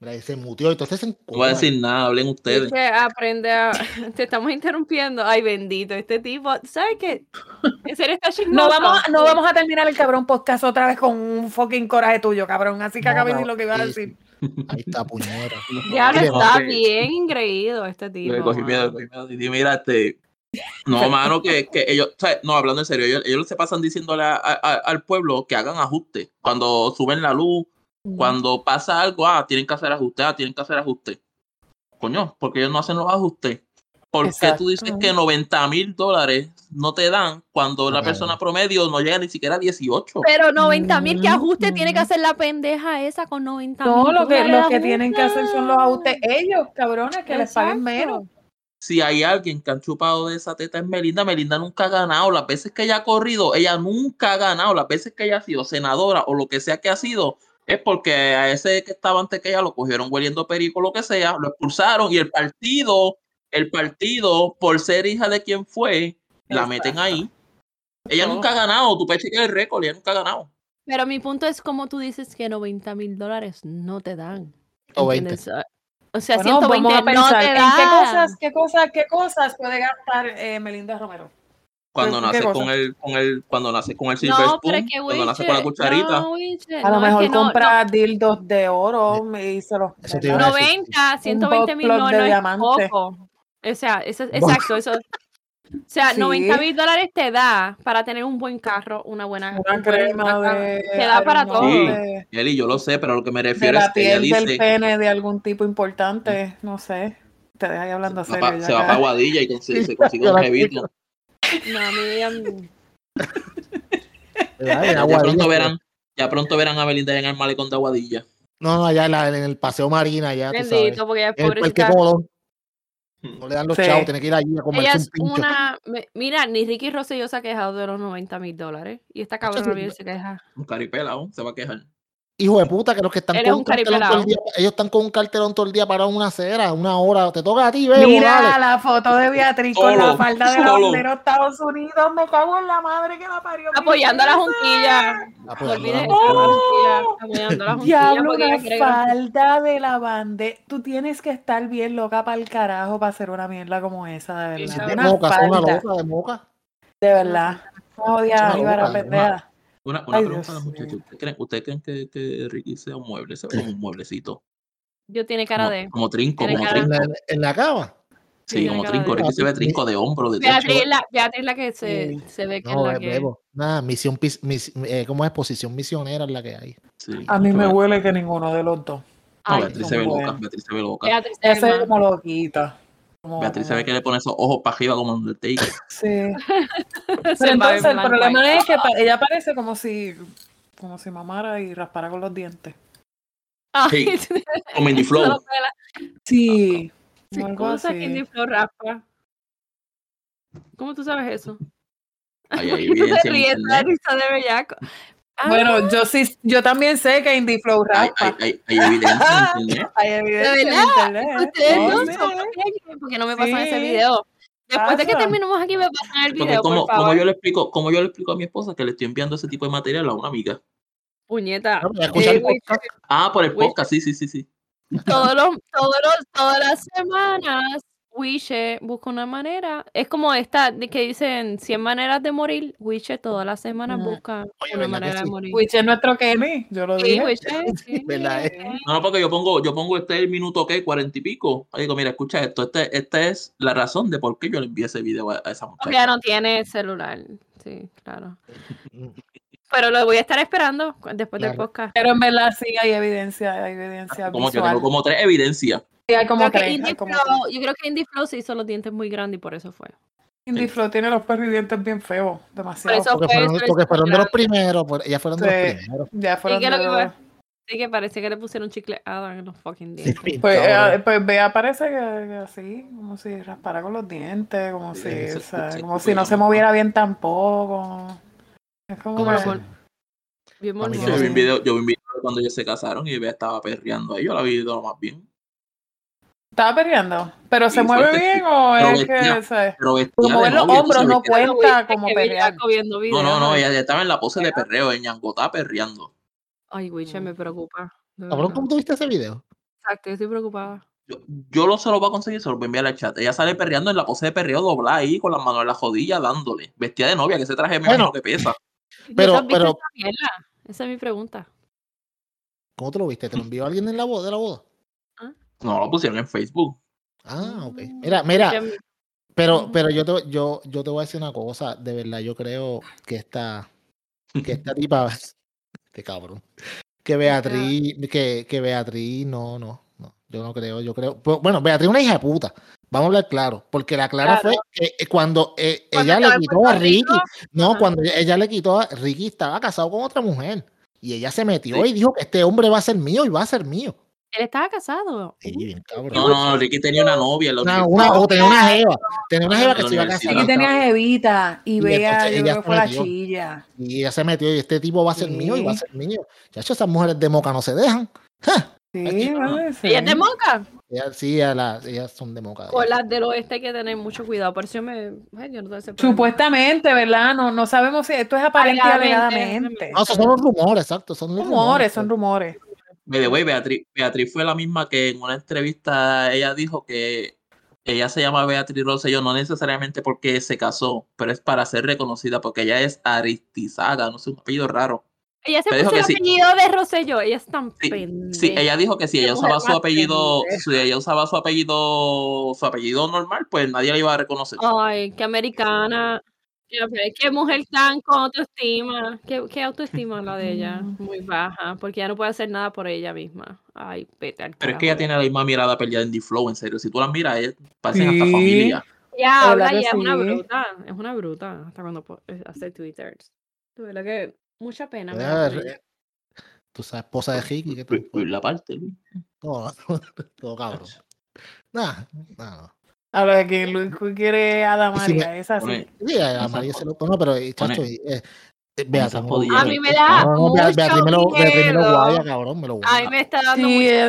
[SPEAKER 1] Mira, y se muteó, entonces se
[SPEAKER 4] No voy a
[SPEAKER 1] encojona.
[SPEAKER 4] decir nada, hablen ustedes.
[SPEAKER 2] Dice, aprende a... [laughs] Te estamos interrumpiendo. Ay, bendito, este tipo. ¿Sabes qué? En serio está [laughs]
[SPEAKER 3] No
[SPEAKER 2] chismoso.
[SPEAKER 3] vamos, a- no vamos a terminar el cabrón podcast otra vez con un fucking coraje tuyo, cabrón. Así que
[SPEAKER 1] No,
[SPEAKER 3] acabé de
[SPEAKER 1] no,
[SPEAKER 3] decir lo que iba a
[SPEAKER 1] sí,
[SPEAKER 3] decir.
[SPEAKER 1] Ahí
[SPEAKER 4] [laughs]
[SPEAKER 1] está, puñera.
[SPEAKER 2] Ya lo
[SPEAKER 1] Mire,
[SPEAKER 2] está
[SPEAKER 4] ok.
[SPEAKER 2] bien ingreído este tipo.
[SPEAKER 4] Le cogí miedo, le
[SPEAKER 2] mano.
[SPEAKER 4] cogí miedo. Y dije, mira, este. No, mano, que, que ellos, o sea, no, hablando en serio, ellos, ellos se pasan diciéndole a- a- a- al pueblo que hagan ajustes. Cuando suben la luz, cuando pasa algo, ah, tienen que hacer ajustes, ah, tienen que hacer ajustes. Coño, porque ellos no hacen los ajustes. ¿Por qué tú dices
[SPEAKER 3] Exacto.
[SPEAKER 4] que 90 mil dólares no te dan cuando la
[SPEAKER 1] Claro.
[SPEAKER 4] persona promedio no llega ni siquiera a 18?
[SPEAKER 2] Pero 90 mil, que ajuste tiene que
[SPEAKER 3] Mm.
[SPEAKER 2] hacer la pendeja esa con 90 mil?
[SPEAKER 3] No, lo que, lo que tienen que hacer son los ajustes ellos, cabrones, que les paguen menos.
[SPEAKER 4] Si hay alguien que han chupado de esa teta es Melinda, Melinda nunca ha ganado. Las veces que ella ha corrido, ella nunca ha ganado. Las veces que ella ha sido senadora o lo que sea que ha sido, es porque a ese que estaba antes que ella lo cogieron hueliendo perico, lo que sea, lo expulsaron y el partido, el partido, por ser hija de quien fue, la
[SPEAKER 3] Exacto.
[SPEAKER 4] meten ahí. Ella
[SPEAKER 3] Oh.
[SPEAKER 4] nunca ha ganado, tu pecho el récord, ella nunca ha ganado.
[SPEAKER 2] Pero mi punto es como tú dices que 90 mil dólares no te dan.
[SPEAKER 1] 120.
[SPEAKER 2] ¿entiendes? Ah, O sea,
[SPEAKER 3] Bueno,
[SPEAKER 2] 120
[SPEAKER 3] vamos a
[SPEAKER 2] no
[SPEAKER 3] pensar
[SPEAKER 2] te
[SPEAKER 3] en
[SPEAKER 2] dan.
[SPEAKER 3] qué cosas, qué cosas, qué cosas puede gastar eh, Melinda Romero. ¿Pero Pues, qué
[SPEAKER 4] Cuando nace con
[SPEAKER 3] cosa?
[SPEAKER 4] el, con el, cuando nace con el silver
[SPEAKER 2] No, pero
[SPEAKER 4] spoon,
[SPEAKER 2] es que
[SPEAKER 4] pues, cuando nace con la
[SPEAKER 2] Wilche,
[SPEAKER 4] cucharita.
[SPEAKER 2] no, Wilche,
[SPEAKER 3] A lo
[SPEAKER 2] no, es
[SPEAKER 3] mejor
[SPEAKER 2] que no,
[SPEAKER 3] compra dildos de oro y se los.
[SPEAKER 1] Eso te iba
[SPEAKER 3] ¿verdad?
[SPEAKER 2] no,
[SPEAKER 1] a decir,
[SPEAKER 2] 90, 120 mil
[SPEAKER 3] box
[SPEAKER 2] no,
[SPEAKER 3] plug
[SPEAKER 2] no
[SPEAKER 3] de
[SPEAKER 2] es
[SPEAKER 3] diamante.
[SPEAKER 2] poco. O sea, eso, exacto, eso. O sea,
[SPEAKER 3] Sí.
[SPEAKER 2] 90 mil dólares te da para tener un buen carro, una buena. un
[SPEAKER 3] Una
[SPEAKER 2] buen-
[SPEAKER 3] crema
[SPEAKER 2] una-
[SPEAKER 3] de.
[SPEAKER 2] Te da para
[SPEAKER 3] ariñón
[SPEAKER 2] todo.
[SPEAKER 4] Sí.
[SPEAKER 3] de-
[SPEAKER 4] Eli, yo lo sé, pero lo que me
[SPEAKER 3] de
[SPEAKER 4] refiero es
[SPEAKER 3] la
[SPEAKER 4] que ella
[SPEAKER 3] piel del
[SPEAKER 4] dice.
[SPEAKER 3] pene de algún tipo importante, no sé. Te deja ahí hablando
[SPEAKER 4] se
[SPEAKER 3] serio.
[SPEAKER 4] va pa-
[SPEAKER 3] ya
[SPEAKER 4] se va
[SPEAKER 3] acá.
[SPEAKER 4] para Guadilla y consigue, se consigue un
[SPEAKER 1] Yo la
[SPEAKER 4] jevito.
[SPEAKER 2] No, a mí ya me-
[SPEAKER 1] ¿Verdad? En
[SPEAKER 4] Ya
[SPEAKER 1] Aguadilla,
[SPEAKER 4] pronto,
[SPEAKER 1] pero-
[SPEAKER 4] verán, ya pronto verán a Belinda en el malecón de Aguadilla.
[SPEAKER 1] No, no, allá en, la- en el Paseo Marina, ya. tú sabes.
[SPEAKER 2] Bendito, porque ella es
[SPEAKER 1] En el Parque
[SPEAKER 2] pobrecita.
[SPEAKER 1] Colón. No le dan los
[SPEAKER 3] Sí.
[SPEAKER 1] chavos, tiene que ir allí a
[SPEAKER 2] Ella
[SPEAKER 1] comerse un
[SPEAKER 2] es
[SPEAKER 1] pincho.
[SPEAKER 2] una. me- Mira, ni Ricky Rosselló se ha quejado de los 90 mil dólares. Y esta
[SPEAKER 1] Chacho,
[SPEAKER 2] cabrona bien
[SPEAKER 1] no.
[SPEAKER 2] se queja.
[SPEAKER 4] Un caripela, aún se va a quejar.
[SPEAKER 1] hijo de puta, que los que están
[SPEAKER 2] Eres
[SPEAKER 1] con
[SPEAKER 2] un
[SPEAKER 1] cartelón todo el día, ellos están con un cartelón todo el día parado en una acera, una hora, te toca a ti, veo,
[SPEAKER 3] Mira
[SPEAKER 1] dale.
[SPEAKER 3] la foto de Beatriz con
[SPEAKER 4] Solo,
[SPEAKER 3] la falda de la
[SPEAKER 4] solo.
[SPEAKER 3] bandera de Estados Unidos. Me cago en la madre que la parió.
[SPEAKER 2] Apoyando a la juntilla.
[SPEAKER 1] Ah, pues,
[SPEAKER 2] No olvides
[SPEAKER 1] vamos,
[SPEAKER 2] a la
[SPEAKER 1] vamos.
[SPEAKER 2] juntilla, apoyando a la juntilla,
[SPEAKER 3] Diablo,
[SPEAKER 2] porque ella
[SPEAKER 3] la
[SPEAKER 2] quiere ganar.
[SPEAKER 3] falda de la bandera. Tú tienes que estar bien loca para el carajo para hacer una mierda como esa, de
[SPEAKER 2] Sí,
[SPEAKER 3] verdad.
[SPEAKER 2] sí,
[SPEAKER 1] De
[SPEAKER 3] Una
[SPEAKER 1] moca, son una
[SPEAKER 3] falda,
[SPEAKER 1] loca de moca.
[SPEAKER 3] de verdad. Odia
[SPEAKER 1] Una
[SPEAKER 3] a Ibarra,
[SPEAKER 1] loca,
[SPEAKER 3] pendeja.
[SPEAKER 4] Una, una
[SPEAKER 3] Ay,
[SPEAKER 4] pregunta a los
[SPEAKER 3] Dios
[SPEAKER 4] muchachos.
[SPEAKER 3] mío.
[SPEAKER 4] ¿Ustedes creen, ustedes creen que, que Ricky sea un mueble? Se ve como un mueblecito.
[SPEAKER 2] Yo tiene cara
[SPEAKER 4] Como,
[SPEAKER 2] de.
[SPEAKER 4] como trinco,
[SPEAKER 2] Tiene
[SPEAKER 4] como
[SPEAKER 2] cara-
[SPEAKER 1] En
[SPEAKER 4] trinco.
[SPEAKER 1] la, en la cama.
[SPEAKER 4] Sí,
[SPEAKER 2] tiene
[SPEAKER 4] como
[SPEAKER 2] cara
[SPEAKER 4] trinco.
[SPEAKER 2] de-
[SPEAKER 4] Ricky se ve trinco de hombro, de
[SPEAKER 2] Beatriz
[SPEAKER 4] techo.
[SPEAKER 2] es la, Beatriz es la que se,
[SPEAKER 3] Sí.
[SPEAKER 2] se ve que
[SPEAKER 1] No,
[SPEAKER 2] es la
[SPEAKER 1] eh,
[SPEAKER 2] que.
[SPEAKER 1] bebo. Nada, misión, pis- mis- eh, ¿cómo es? Posición misionera es la que hay.
[SPEAKER 4] Sí,
[SPEAKER 3] A mí
[SPEAKER 4] se
[SPEAKER 3] me
[SPEAKER 4] ve-
[SPEAKER 3] huele que ninguno de los dos.
[SPEAKER 4] No,
[SPEAKER 2] Ay,
[SPEAKER 4] Beatriz
[SPEAKER 3] son
[SPEAKER 4] se ve loca.
[SPEAKER 3] buenas.
[SPEAKER 4] Beatriz se ve loca.
[SPEAKER 2] Beatriz se ve
[SPEAKER 3] Ese es
[SPEAKER 2] mal.
[SPEAKER 3] como loquita. Como-
[SPEAKER 4] Beatriz se ve
[SPEAKER 3] como-
[SPEAKER 4] que le pone esos ojos para arriba como Undertaker.
[SPEAKER 3] Sí.
[SPEAKER 2] [laughs] Se
[SPEAKER 3] Pero
[SPEAKER 2] va
[SPEAKER 3] entonces
[SPEAKER 2] en
[SPEAKER 3] el
[SPEAKER 2] blanco
[SPEAKER 3] problema
[SPEAKER 2] ahí.
[SPEAKER 3] es que pa- ella parece como si, como si mamara y raspara con los dientes.
[SPEAKER 2] [laughs] Ay, [laughs]
[SPEAKER 4] Como Indie
[SPEAKER 2] eso no
[SPEAKER 4] Flow.
[SPEAKER 2] me la-
[SPEAKER 3] Sí.
[SPEAKER 2] Sí,
[SPEAKER 3] como algo
[SPEAKER 2] ¿Cómo sabes que
[SPEAKER 3] así.
[SPEAKER 2] Indie Flow raspa? ¿Cómo tú sabes eso?
[SPEAKER 4] Ahí
[SPEAKER 2] ¿Por
[SPEAKER 4] hay
[SPEAKER 2] qué tú te [laughs]
[SPEAKER 4] evidencia en
[SPEAKER 2] ríes? La
[SPEAKER 4] internet.
[SPEAKER 2] risa de bellaco. Ah,
[SPEAKER 3] Bueno, yo sí, yo también sé que Indie Flow
[SPEAKER 4] Hay, hay,
[SPEAKER 3] raspa.
[SPEAKER 4] hay, hay evidencia en internet.
[SPEAKER 3] Hay evidencia en
[SPEAKER 2] verdad?
[SPEAKER 3] internet.
[SPEAKER 2] ustedes
[SPEAKER 3] No
[SPEAKER 2] no
[SPEAKER 3] sé.
[SPEAKER 2] son bellos, porque no me pasan ese
[SPEAKER 3] Sí.
[SPEAKER 2] video. Después de que
[SPEAKER 3] Pasa.
[SPEAKER 2] terminemos aquí me pasan el
[SPEAKER 4] Porque
[SPEAKER 2] video,
[SPEAKER 4] como,
[SPEAKER 2] por favor.
[SPEAKER 4] como yo le explico, como yo le explico a mi esposa que le estoy enviando ese tipo de material a una amiga.
[SPEAKER 2] Puñeta.
[SPEAKER 1] Ah, pues, escucha el
[SPEAKER 2] Eh, güey,
[SPEAKER 1] podcast.
[SPEAKER 4] Ah, por el
[SPEAKER 2] Güey.
[SPEAKER 4] podcast, sí, sí, sí, sí.
[SPEAKER 2] todos los, todos los- todas las semanas, Wiche busca una manera. Es como esta de que dicen 100 maneras de morir. Wiche todas las semanas
[SPEAKER 3] Ujú.
[SPEAKER 2] busca
[SPEAKER 1] Oye,
[SPEAKER 2] una
[SPEAKER 1] ¿verdad que
[SPEAKER 2] manera de
[SPEAKER 1] sí?
[SPEAKER 2] morir.
[SPEAKER 3] Wiche es nuestro Kenny, yo lo
[SPEAKER 2] Sí,
[SPEAKER 1] [laughs]
[SPEAKER 3] dije.
[SPEAKER 2] Wiche, sí.
[SPEAKER 1] ¿Verdad?
[SPEAKER 4] No, no, porque yo pongo, yo pongo este el minuto que cuarenta y pico. Ahí digo, mira, escucha esto, este, esta es la razón de por qué yo le envié ese video a, a esa
[SPEAKER 2] Porque ya
[SPEAKER 4] muchacha.
[SPEAKER 2] no tiene celular. Sí, claro. Pero lo voy a estar esperando cu- después del
[SPEAKER 1] Claro.
[SPEAKER 2] podcast.
[SPEAKER 3] Pero en verdad sí hay evidencia, hay evidencia
[SPEAKER 4] Ah,
[SPEAKER 3] ah,
[SPEAKER 4] Como yo
[SPEAKER 3] visual.
[SPEAKER 4] tengo como tres evidencias.
[SPEAKER 3] Sí, hay como
[SPEAKER 2] Creo que
[SPEAKER 3] tres, hay
[SPEAKER 2] Indie
[SPEAKER 3] como
[SPEAKER 2] Flow-
[SPEAKER 3] tres.
[SPEAKER 2] yo creo que Indie Flow se hizo los dientes muy grandes y por eso fue.
[SPEAKER 3] Indie Flow tiene los perros y dientes bien feos, demasiado.
[SPEAKER 2] Por eso-
[SPEAKER 1] Porque
[SPEAKER 2] fue-
[SPEAKER 1] fueron,
[SPEAKER 2] fue-
[SPEAKER 1] porque fueron de los primeros, por- ellas fueron de
[SPEAKER 3] Sí.
[SPEAKER 1] los primeros.
[SPEAKER 3] Ya fueron
[SPEAKER 2] qué es lo
[SPEAKER 3] de
[SPEAKER 2] que
[SPEAKER 3] los-
[SPEAKER 2] fue? Así que parece que le pusieron chicle Adam en los fucking dientes.
[SPEAKER 1] [laughs]
[SPEAKER 3] Pues, eh,
[SPEAKER 1] Cabrón.
[SPEAKER 3] pues vea, parece que, que así, como si raspara con los dientes, como
[SPEAKER 4] Sí,
[SPEAKER 3] si,
[SPEAKER 4] se-
[SPEAKER 3] o sea,
[SPEAKER 4] se-
[SPEAKER 3] como
[SPEAKER 4] se-
[SPEAKER 3] si no se moviera bien tampoco. Es como
[SPEAKER 1] Como
[SPEAKER 3] que-
[SPEAKER 1] ese.
[SPEAKER 2] Bien
[SPEAKER 1] Para mí
[SPEAKER 4] Yo
[SPEAKER 1] Sí.
[SPEAKER 4] vi
[SPEAKER 2] mormón.
[SPEAKER 4] un video, yo vi un video cuando ellos se casaron y ella estaba perreando ahí. Yo la vi de lo más bien.
[SPEAKER 3] estaba peleando, pero
[SPEAKER 4] Sí,
[SPEAKER 3] se mueve
[SPEAKER 4] suerte,
[SPEAKER 3] bien o
[SPEAKER 4] Pero
[SPEAKER 3] es
[SPEAKER 4] vestida-
[SPEAKER 3] que se
[SPEAKER 4] Pero vestida
[SPEAKER 3] Como
[SPEAKER 4] de
[SPEAKER 3] ven los
[SPEAKER 4] novia, tú
[SPEAKER 3] hombros,
[SPEAKER 4] sabes
[SPEAKER 3] no
[SPEAKER 4] que-
[SPEAKER 3] cuenta
[SPEAKER 2] Pero, güey,
[SPEAKER 3] como
[SPEAKER 2] que
[SPEAKER 3] perrear.
[SPEAKER 2] bellaco viendo
[SPEAKER 4] No, no,
[SPEAKER 2] videos.
[SPEAKER 4] no, ella estaba en la pose de perreo, en Ñangotá perreando.
[SPEAKER 2] Ay, Wiche, me preocupa. de
[SPEAKER 1] Cabrón,
[SPEAKER 2] verdad.
[SPEAKER 1] ¿cómo tuviste ese video?
[SPEAKER 2] Exacto, yo estoy preocupada.
[SPEAKER 4] Yo, yo lo se lo voy a conseguir, se lo voy a enviar al chat. Ella sale perreando en la pose de perreo doblada ahí con las manos en la jodilla dándole. Vestida de novia, que ese traje me
[SPEAKER 1] Bueno.
[SPEAKER 4] imagino que pesa.
[SPEAKER 1] Pero-
[SPEAKER 2] ¿Y tú has visto
[SPEAKER 1] pero-
[SPEAKER 2] esa mierda? Esa es mi pregunta.
[SPEAKER 1] ¿Cómo tú lo viste? ¿Te lo envió alguien en la boda, de la boda?
[SPEAKER 4] No, lo pusieron en Facebook.
[SPEAKER 1] Ah, ok. Mira, mira,
[SPEAKER 2] Wiche,
[SPEAKER 1] pero,
[SPEAKER 2] Ujú.
[SPEAKER 1] pero yo, te, yo, yo te voy a decir una cosa. De verdad, yo creo que esta, que esta tipa, [laughs] este cabrón, que Beatriz, que, que Beatriz, no, no, no, yo no creo, yo creo, pero, bueno, Beatriz es una hija de puta, vamos a hablar claro, porque la clara
[SPEAKER 2] Claro.
[SPEAKER 1] fue que eh, cuando, eh,
[SPEAKER 2] Cuando
[SPEAKER 1] ella
[SPEAKER 2] estaba
[SPEAKER 1] le
[SPEAKER 2] en
[SPEAKER 1] quitó a
[SPEAKER 2] Puerto
[SPEAKER 1] Ricky,
[SPEAKER 2] Rico,
[SPEAKER 1] no,
[SPEAKER 2] ajá.
[SPEAKER 1] cuando ella, ella le quitó a Ricky, estaba casado con otra mujer, y ella se metió
[SPEAKER 4] Sí.
[SPEAKER 1] y dijo que este hombre va a ser mío y va a ser mío.
[SPEAKER 2] Él estaba casado.
[SPEAKER 1] Sí,
[SPEAKER 2] Uh,
[SPEAKER 1] bien cabrón.
[SPEAKER 4] [laughs] No, no, Ricky tenía una novia. en la
[SPEAKER 1] Una,
[SPEAKER 4] universidad.
[SPEAKER 1] una- o tenía una jeva, tenía una jeva
[SPEAKER 4] En
[SPEAKER 1] que
[SPEAKER 4] la
[SPEAKER 1] se iba a
[SPEAKER 4] universidad.
[SPEAKER 1] casar.
[SPEAKER 3] Aquí tenía Evita y
[SPEAKER 1] Y
[SPEAKER 3] vea,
[SPEAKER 1] entonces
[SPEAKER 3] yo
[SPEAKER 1] ella
[SPEAKER 3] creo que
[SPEAKER 1] se
[SPEAKER 3] fue la
[SPEAKER 1] metió.
[SPEAKER 3] chilla.
[SPEAKER 1] Y ella se metió y este tipo va a ser mío y va a
[SPEAKER 3] Sí.
[SPEAKER 1] ser mío. Chacho, esas mujeres de moca no se dejan.
[SPEAKER 3] Sí,
[SPEAKER 1] Aquí,
[SPEAKER 3] vale, sí.
[SPEAKER 2] Ella es de Moca.
[SPEAKER 1] Ellas, sí, a la- ellas son de moca.
[SPEAKER 2] Con las del oeste hay que tener mucho cuidado. Por eso yo me. Ay, yo no tengo ese problema.
[SPEAKER 3] Supuestamente, ¿verdad? No, no sabemos si esto es aparente y
[SPEAKER 2] Alegadamente,
[SPEAKER 3] alegadamente.
[SPEAKER 1] No, esos son los rumores, pues. exacto. Son los
[SPEAKER 3] rumores, son rumores.
[SPEAKER 4] By the way, Beatriz, Beatriz fue la misma que en una entrevista ella dijo que ella se llama Beatriz Rosselló, no necesariamente porque se casó, pero es para ser reconocida, porque ella es Aristizaga, no sé, un apellido raro.
[SPEAKER 2] Ella se
[SPEAKER 4] Pero dijo
[SPEAKER 2] puso el
[SPEAKER 4] que sí.
[SPEAKER 2] apellido de Rosselló. Ella es tan
[SPEAKER 4] Sí,
[SPEAKER 2] pendeja.
[SPEAKER 4] Sí, ella dijo que si
[SPEAKER 2] Qué
[SPEAKER 4] ella
[SPEAKER 2] mujer
[SPEAKER 4] usaba su
[SPEAKER 2] más
[SPEAKER 4] apellido,
[SPEAKER 2] pendeja.
[SPEAKER 4] si ella usaba su apellido, su apellido normal, pues nadie la iba a reconocer.
[SPEAKER 2] Ay, qué americana. Qué, qué mujer tan con autoestima. Qué, qué autoestima la de ella. Muy baja. Porque ella no puede hacer nada por ella misma. Ay, vete al
[SPEAKER 4] Pero es
[SPEAKER 2] carajo,
[SPEAKER 4] que ella
[SPEAKER 2] vete.
[SPEAKER 4] tiene la misma mirada perdida en D-Flow, en serio. Si tú la miras, ellas parecen hasta
[SPEAKER 3] Sí.
[SPEAKER 4] familia.
[SPEAKER 2] Ya
[SPEAKER 3] De verdad
[SPEAKER 2] habla,
[SPEAKER 3] que
[SPEAKER 2] ya es una
[SPEAKER 3] sí.
[SPEAKER 2] bruta. Es una bruta. Hasta cuando po- eh, hace Twitter. De verdad que mucha pena. me da
[SPEAKER 1] Ah,
[SPEAKER 2] por
[SPEAKER 1] re-
[SPEAKER 2] ella.
[SPEAKER 1] Tú sabes, esposa de Ricky. ¿qué
[SPEAKER 4] Por-
[SPEAKER 1] te-
[SPEAKER 4] por Pues, la parte, Luis.
[SPEAKER 1] No, no, todo [laughs] cabrón.
[SPEAKER 4] pues.
[SPEAKER 1] Nah, nah, no.
[SPEAKER 3] A lo de que Luis quiere a
[SPEAKER 1] Y si me-
[SPEAKER 3] Damaria, es así.
[SPEAKER 2] Ah,
[SPEAKER 4] Pone-
[SPEAKER 1] Sí, a- a
[SPEAKER 4] Exacto.
[SPEAKER 1] María se lo no, pero eh, chacho,
[SPEAKER 4] Pone-
[SPEAKER 1] eh, Beata,
[SPEAKER 4] podía.
[SPEAKER 2] A mí me da
[SPEAKER 1] No, no,
[SPEAKER 2] mucho
[SPEAKER 1] Bea- Beatriz me lo, Beatriz me lo
[SPEAKER 2] miedo.
[SPEAKER 1] guaya, cabrón, me lo guaya.
[SPEAKER 2] A mí me está dando
[SPEAKER 3] Sí,
[SPEAKER 2] mucho miedo.
[SPEAKER 3] es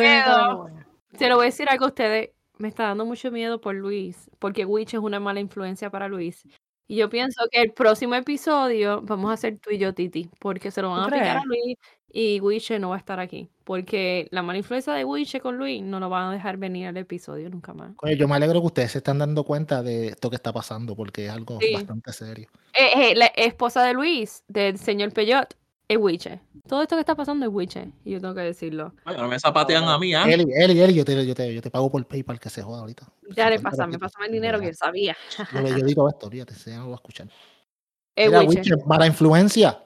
[SPEAKER 3] verdad.
[SPEAKER 2] Se lo voy a decir algo a ustedes. Me está dando mucho miedo por Luis, porque Witch es una mala influencia para Luis. Y yo pienso que el próximo episodio vamos a hacer tú y yo, Titi, porque se lo van a
[SPEAKER 3] ¿Tú
[SPEAKER 2] aplicar a
[SPEAKER 3] crees?
[SPEAKER 2] Luis y Witch no va a estar aquí. Porque la mala influencia de Witch con Luis no lo van a dejar venir al episodio nunca más.
[SPEAKER 1] Coño, yo me alegro que ustedes se están dando cuenta de esto que está pasando, porque es algo
[SPEAKER 2] Sí.
[SPEAKER 1] bastante serio.
[SPEAKER 2] Eh, eh, la esposa de Luis, del señor Peyot, es Witch. Todo esto que está pasando es Witch, y yo tengo que decirlo.
[SPEAKER 4] Ay, no me zapatean a mí, ¿ah?
[SPEAKER 1] Eli, Eli, Eli, yo te, yo, te, yo te pago por PayPal que se joda ahorita.
[SPEAKER 2] Ya le
[SPEAKER 1] 50
[SPEAKER 2] pasame,
[SPEAKER 1] pesos.
[SPEAKER 2] pasame el dinero que él sabía.
[SPEAKER 1] Yo, le- yo digo esto, fíjate, se no lo va a escuchar.
[SPEAKER 2] Es
[SPEAKER 1] Mira,
[SPEAKER 2] Eh, Witcher.
[SPEAKER 1] Witcher, mala influencia.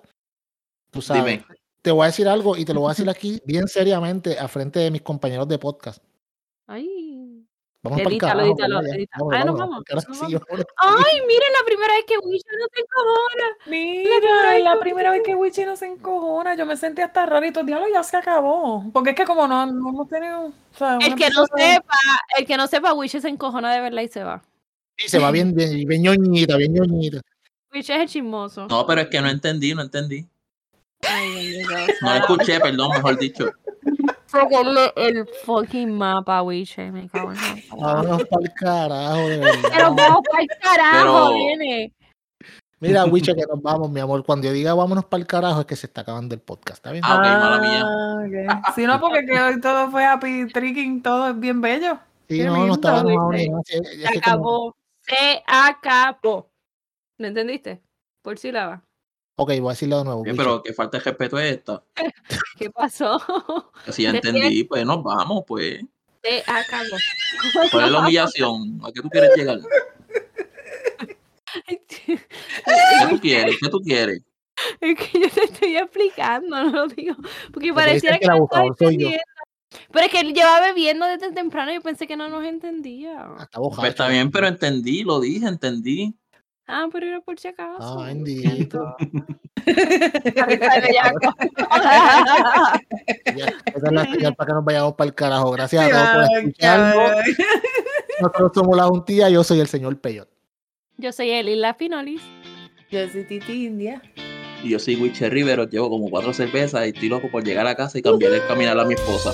[SPEAKER 1] Tú sabes.
[SPEAKER 4] Dime.
[SPEAKER 1] Te voy a decir algo y te lo voy a decir aquí bien seriamente a frente de mis compañeros de podcast.
[SPEAKER 2] Ay.
[SPEAKER 1] Vamos para el
[SPEAKER 2] Edítalo,
[SPEAKER 1] carajo,
[SPEAKER 2] edítalo,
[SPEAKER 1] vamos allá.
[SPEAKER 2] edítalo.
[SPEAKER 1] Vámonos,
[SPEAKER 2] Ah, nos
[SPEAKER 1] vámonos,
[SPEAKER 2] vamos,
[SPEAKER 1] carajo,
[SPEAKER 2] nos
[SPEAKER 1] sí,
[SPEAKER 2] vamos. ¡Ah!
[SPEAKER 1] vámonos.
[SPEAKER 2] Ay, miren, la primera vez que Witcher no se encojona.
[SPEAKER 3] Mira, es la primera vez que Wichi no se encojona, yo me sentí hasta rarito, diablo, ya se acabó. Porque es que como no, no hemos tenido... o sea,
[SPEAKER 2] El
[SPEAKER 3] un
[SPEAKER 2] que no
[SPEAKER 3] episodio-
[SPEAKER 2] sepa, el que no sepa, Witcher se encojona de verdad y se va.
[SPEAKER 1] Y se va bien, bien, bien ñoñita, bien ñoñita.
[SPEAKER 2] Witcher es el chismoso.
[SPEAKER 4] No, pero es que no entendí, no entendí.
[SPEAKER 2] Ay, Dios mío.
[SPEAKER 4] No escuché, perdón, mejor dicho. Eh,
[SPEAKER 2] Sacarle el fucking mapa a Witcher, me cago en
[SPEAKER 4] [laughs]
[SPEAKER 2] la puta.
[SPEAKER 1] Vámonos para el carajo, de verdad.
[SPEAKER 2] Ah. Pero vamos para el carajo,
[SPEAKER 4] Pero-
[SPEAKER 2] nene.
[SPEAKER 1] Mira, Wicho, que nos vamos, mi amor. Cuando yo diga vámonos para el carajo, es que se está acabando el podcast, ¿está bien?
[SPEAKER 4] Ah, ok, mala mía.
[SPEAKER 3] Ah, ok. Si no, porque que hoy todo fue happy tricking, todo es bien bello.
[SPEAKER 1] sí,
[SPEAKER 3] qué
[SPEAKER 1] no, no
[SPEAKER 3] lindo,
[SPEAKER 1] estaba
[SPEAKER 2] Luis,
[SPEAKER 1] no, no,
[SPEAKER 2] eh.
[SPEAKER 1] no, sí, es
[SPEAKER 2] Se
[SPEAKER 1] que como-
[SPEAKER 2] acabó. Se acabó. ¿No entendiste? Por sílaba.
[SPEAKER 1] Ok, voy a decirlo de nuevo.
[SPEAKER 4] Oye,
[SPEAKER 1] Wicho.
[SPEAKER 4] pero que falta de respeto es esta.
[SPEAKER 2] ¿Qué pasó?
[SPEAKER 4] Que Si ya
[SPEAKER 2] Decía-
[SPEAKER 4] entendí, pues nos vamos, pues.
[SPEAKER 2] Se acabó.
[SPEAKER 4] ¿Cuál
[SPEAKER 2] [laughs]
[SPEAKER 4] es la humillación? ¿A qué tú quieres llegar? ¿Qué tú quieres? ¿Qué tú quieres?
[SPEAKER 2] Es que yo te estoy explicando, no lo digo. Porque
[SPEAKER 1] Porque
[SPEAKER 2] pareciera
[SPEAKER 1] dicen
[SPEAKER 2] que,
[SPEAKER 1] que el
[SPEAKER 2] no estás
[SPEAKER 1] abusador soy yo.
[SPEAKER 2] entendiendo. Pero es que él llevaba bebiendo desde temprano y yo pensé que no nos entendía.
[SPEAKER 1] Ah, está bojado.
[SPEAKER 4] Pues está bien, pero entendí, lo dije, entendí.
[SPEAKER 2] Ah, pero era por si acaso.
[SPEAKER 1] Ah, bendito.
[SPEAKER 2] Alexander
[SPEAKER 3] [laughs]
[SPEAKER 2] Yaco.
[SPEAKER 1] Ya, esa
[SPEAKER 2] [laughs]
[SPEAKER 1] es la señal para que nos vayamos para el carajo. Gracias a todos por
[SPEAKER 3] Ay,
[SPEAKER 1] escucharnos.
[SPEAKER 3] caray.
[SPEAKER 1] Nosotros somos la juntilla. Yo soy el señor Peyot.
[SPEAKER 2] Yo soy Eli La Finolis.
[SPEAKER 3] Yo soy Titi India.
[SPEAKER 4] Y yo soy Wiche Rivero, llevo como cuatro cervezas y estoy loco por llegar a casa y cambiarle el caminar a mi esposa.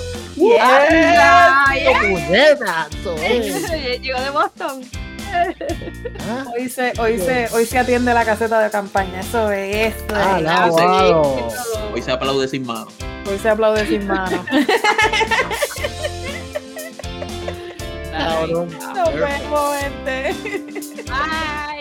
[SPEAKER 2] Ay,
[SPEAKER 1] ¡Puñeta! Eso
[SPEAKER 2] [laughs]
[SPEAKER 1] es.
[SPEAKER 2] ay, Llegó de Boston.
[SPEAKER 1] eh! Ah,
[SPEAKER 3] Hoy se, hoy, se, hoy se atiende la caseta de campaña, eso es. Eso
[SPEAKER 1] Ah,
[SPEAKER 3] es.
[SPEAKER 1] la
[SPEAKER 4] sí.
[SPEAKER 1] guau.
[SPEAKER 4] Hoy se aplaude sin mano.
[SPEAKER 3] Hoy se aplaude sin
[SPEAKER 1] [laughs]
[SPEAKER 3] mano.
[SPEAKER 1] Cabrón.
[SPEAKER 3] Nos vemos, gente.
[SPEAKER 2] Bye.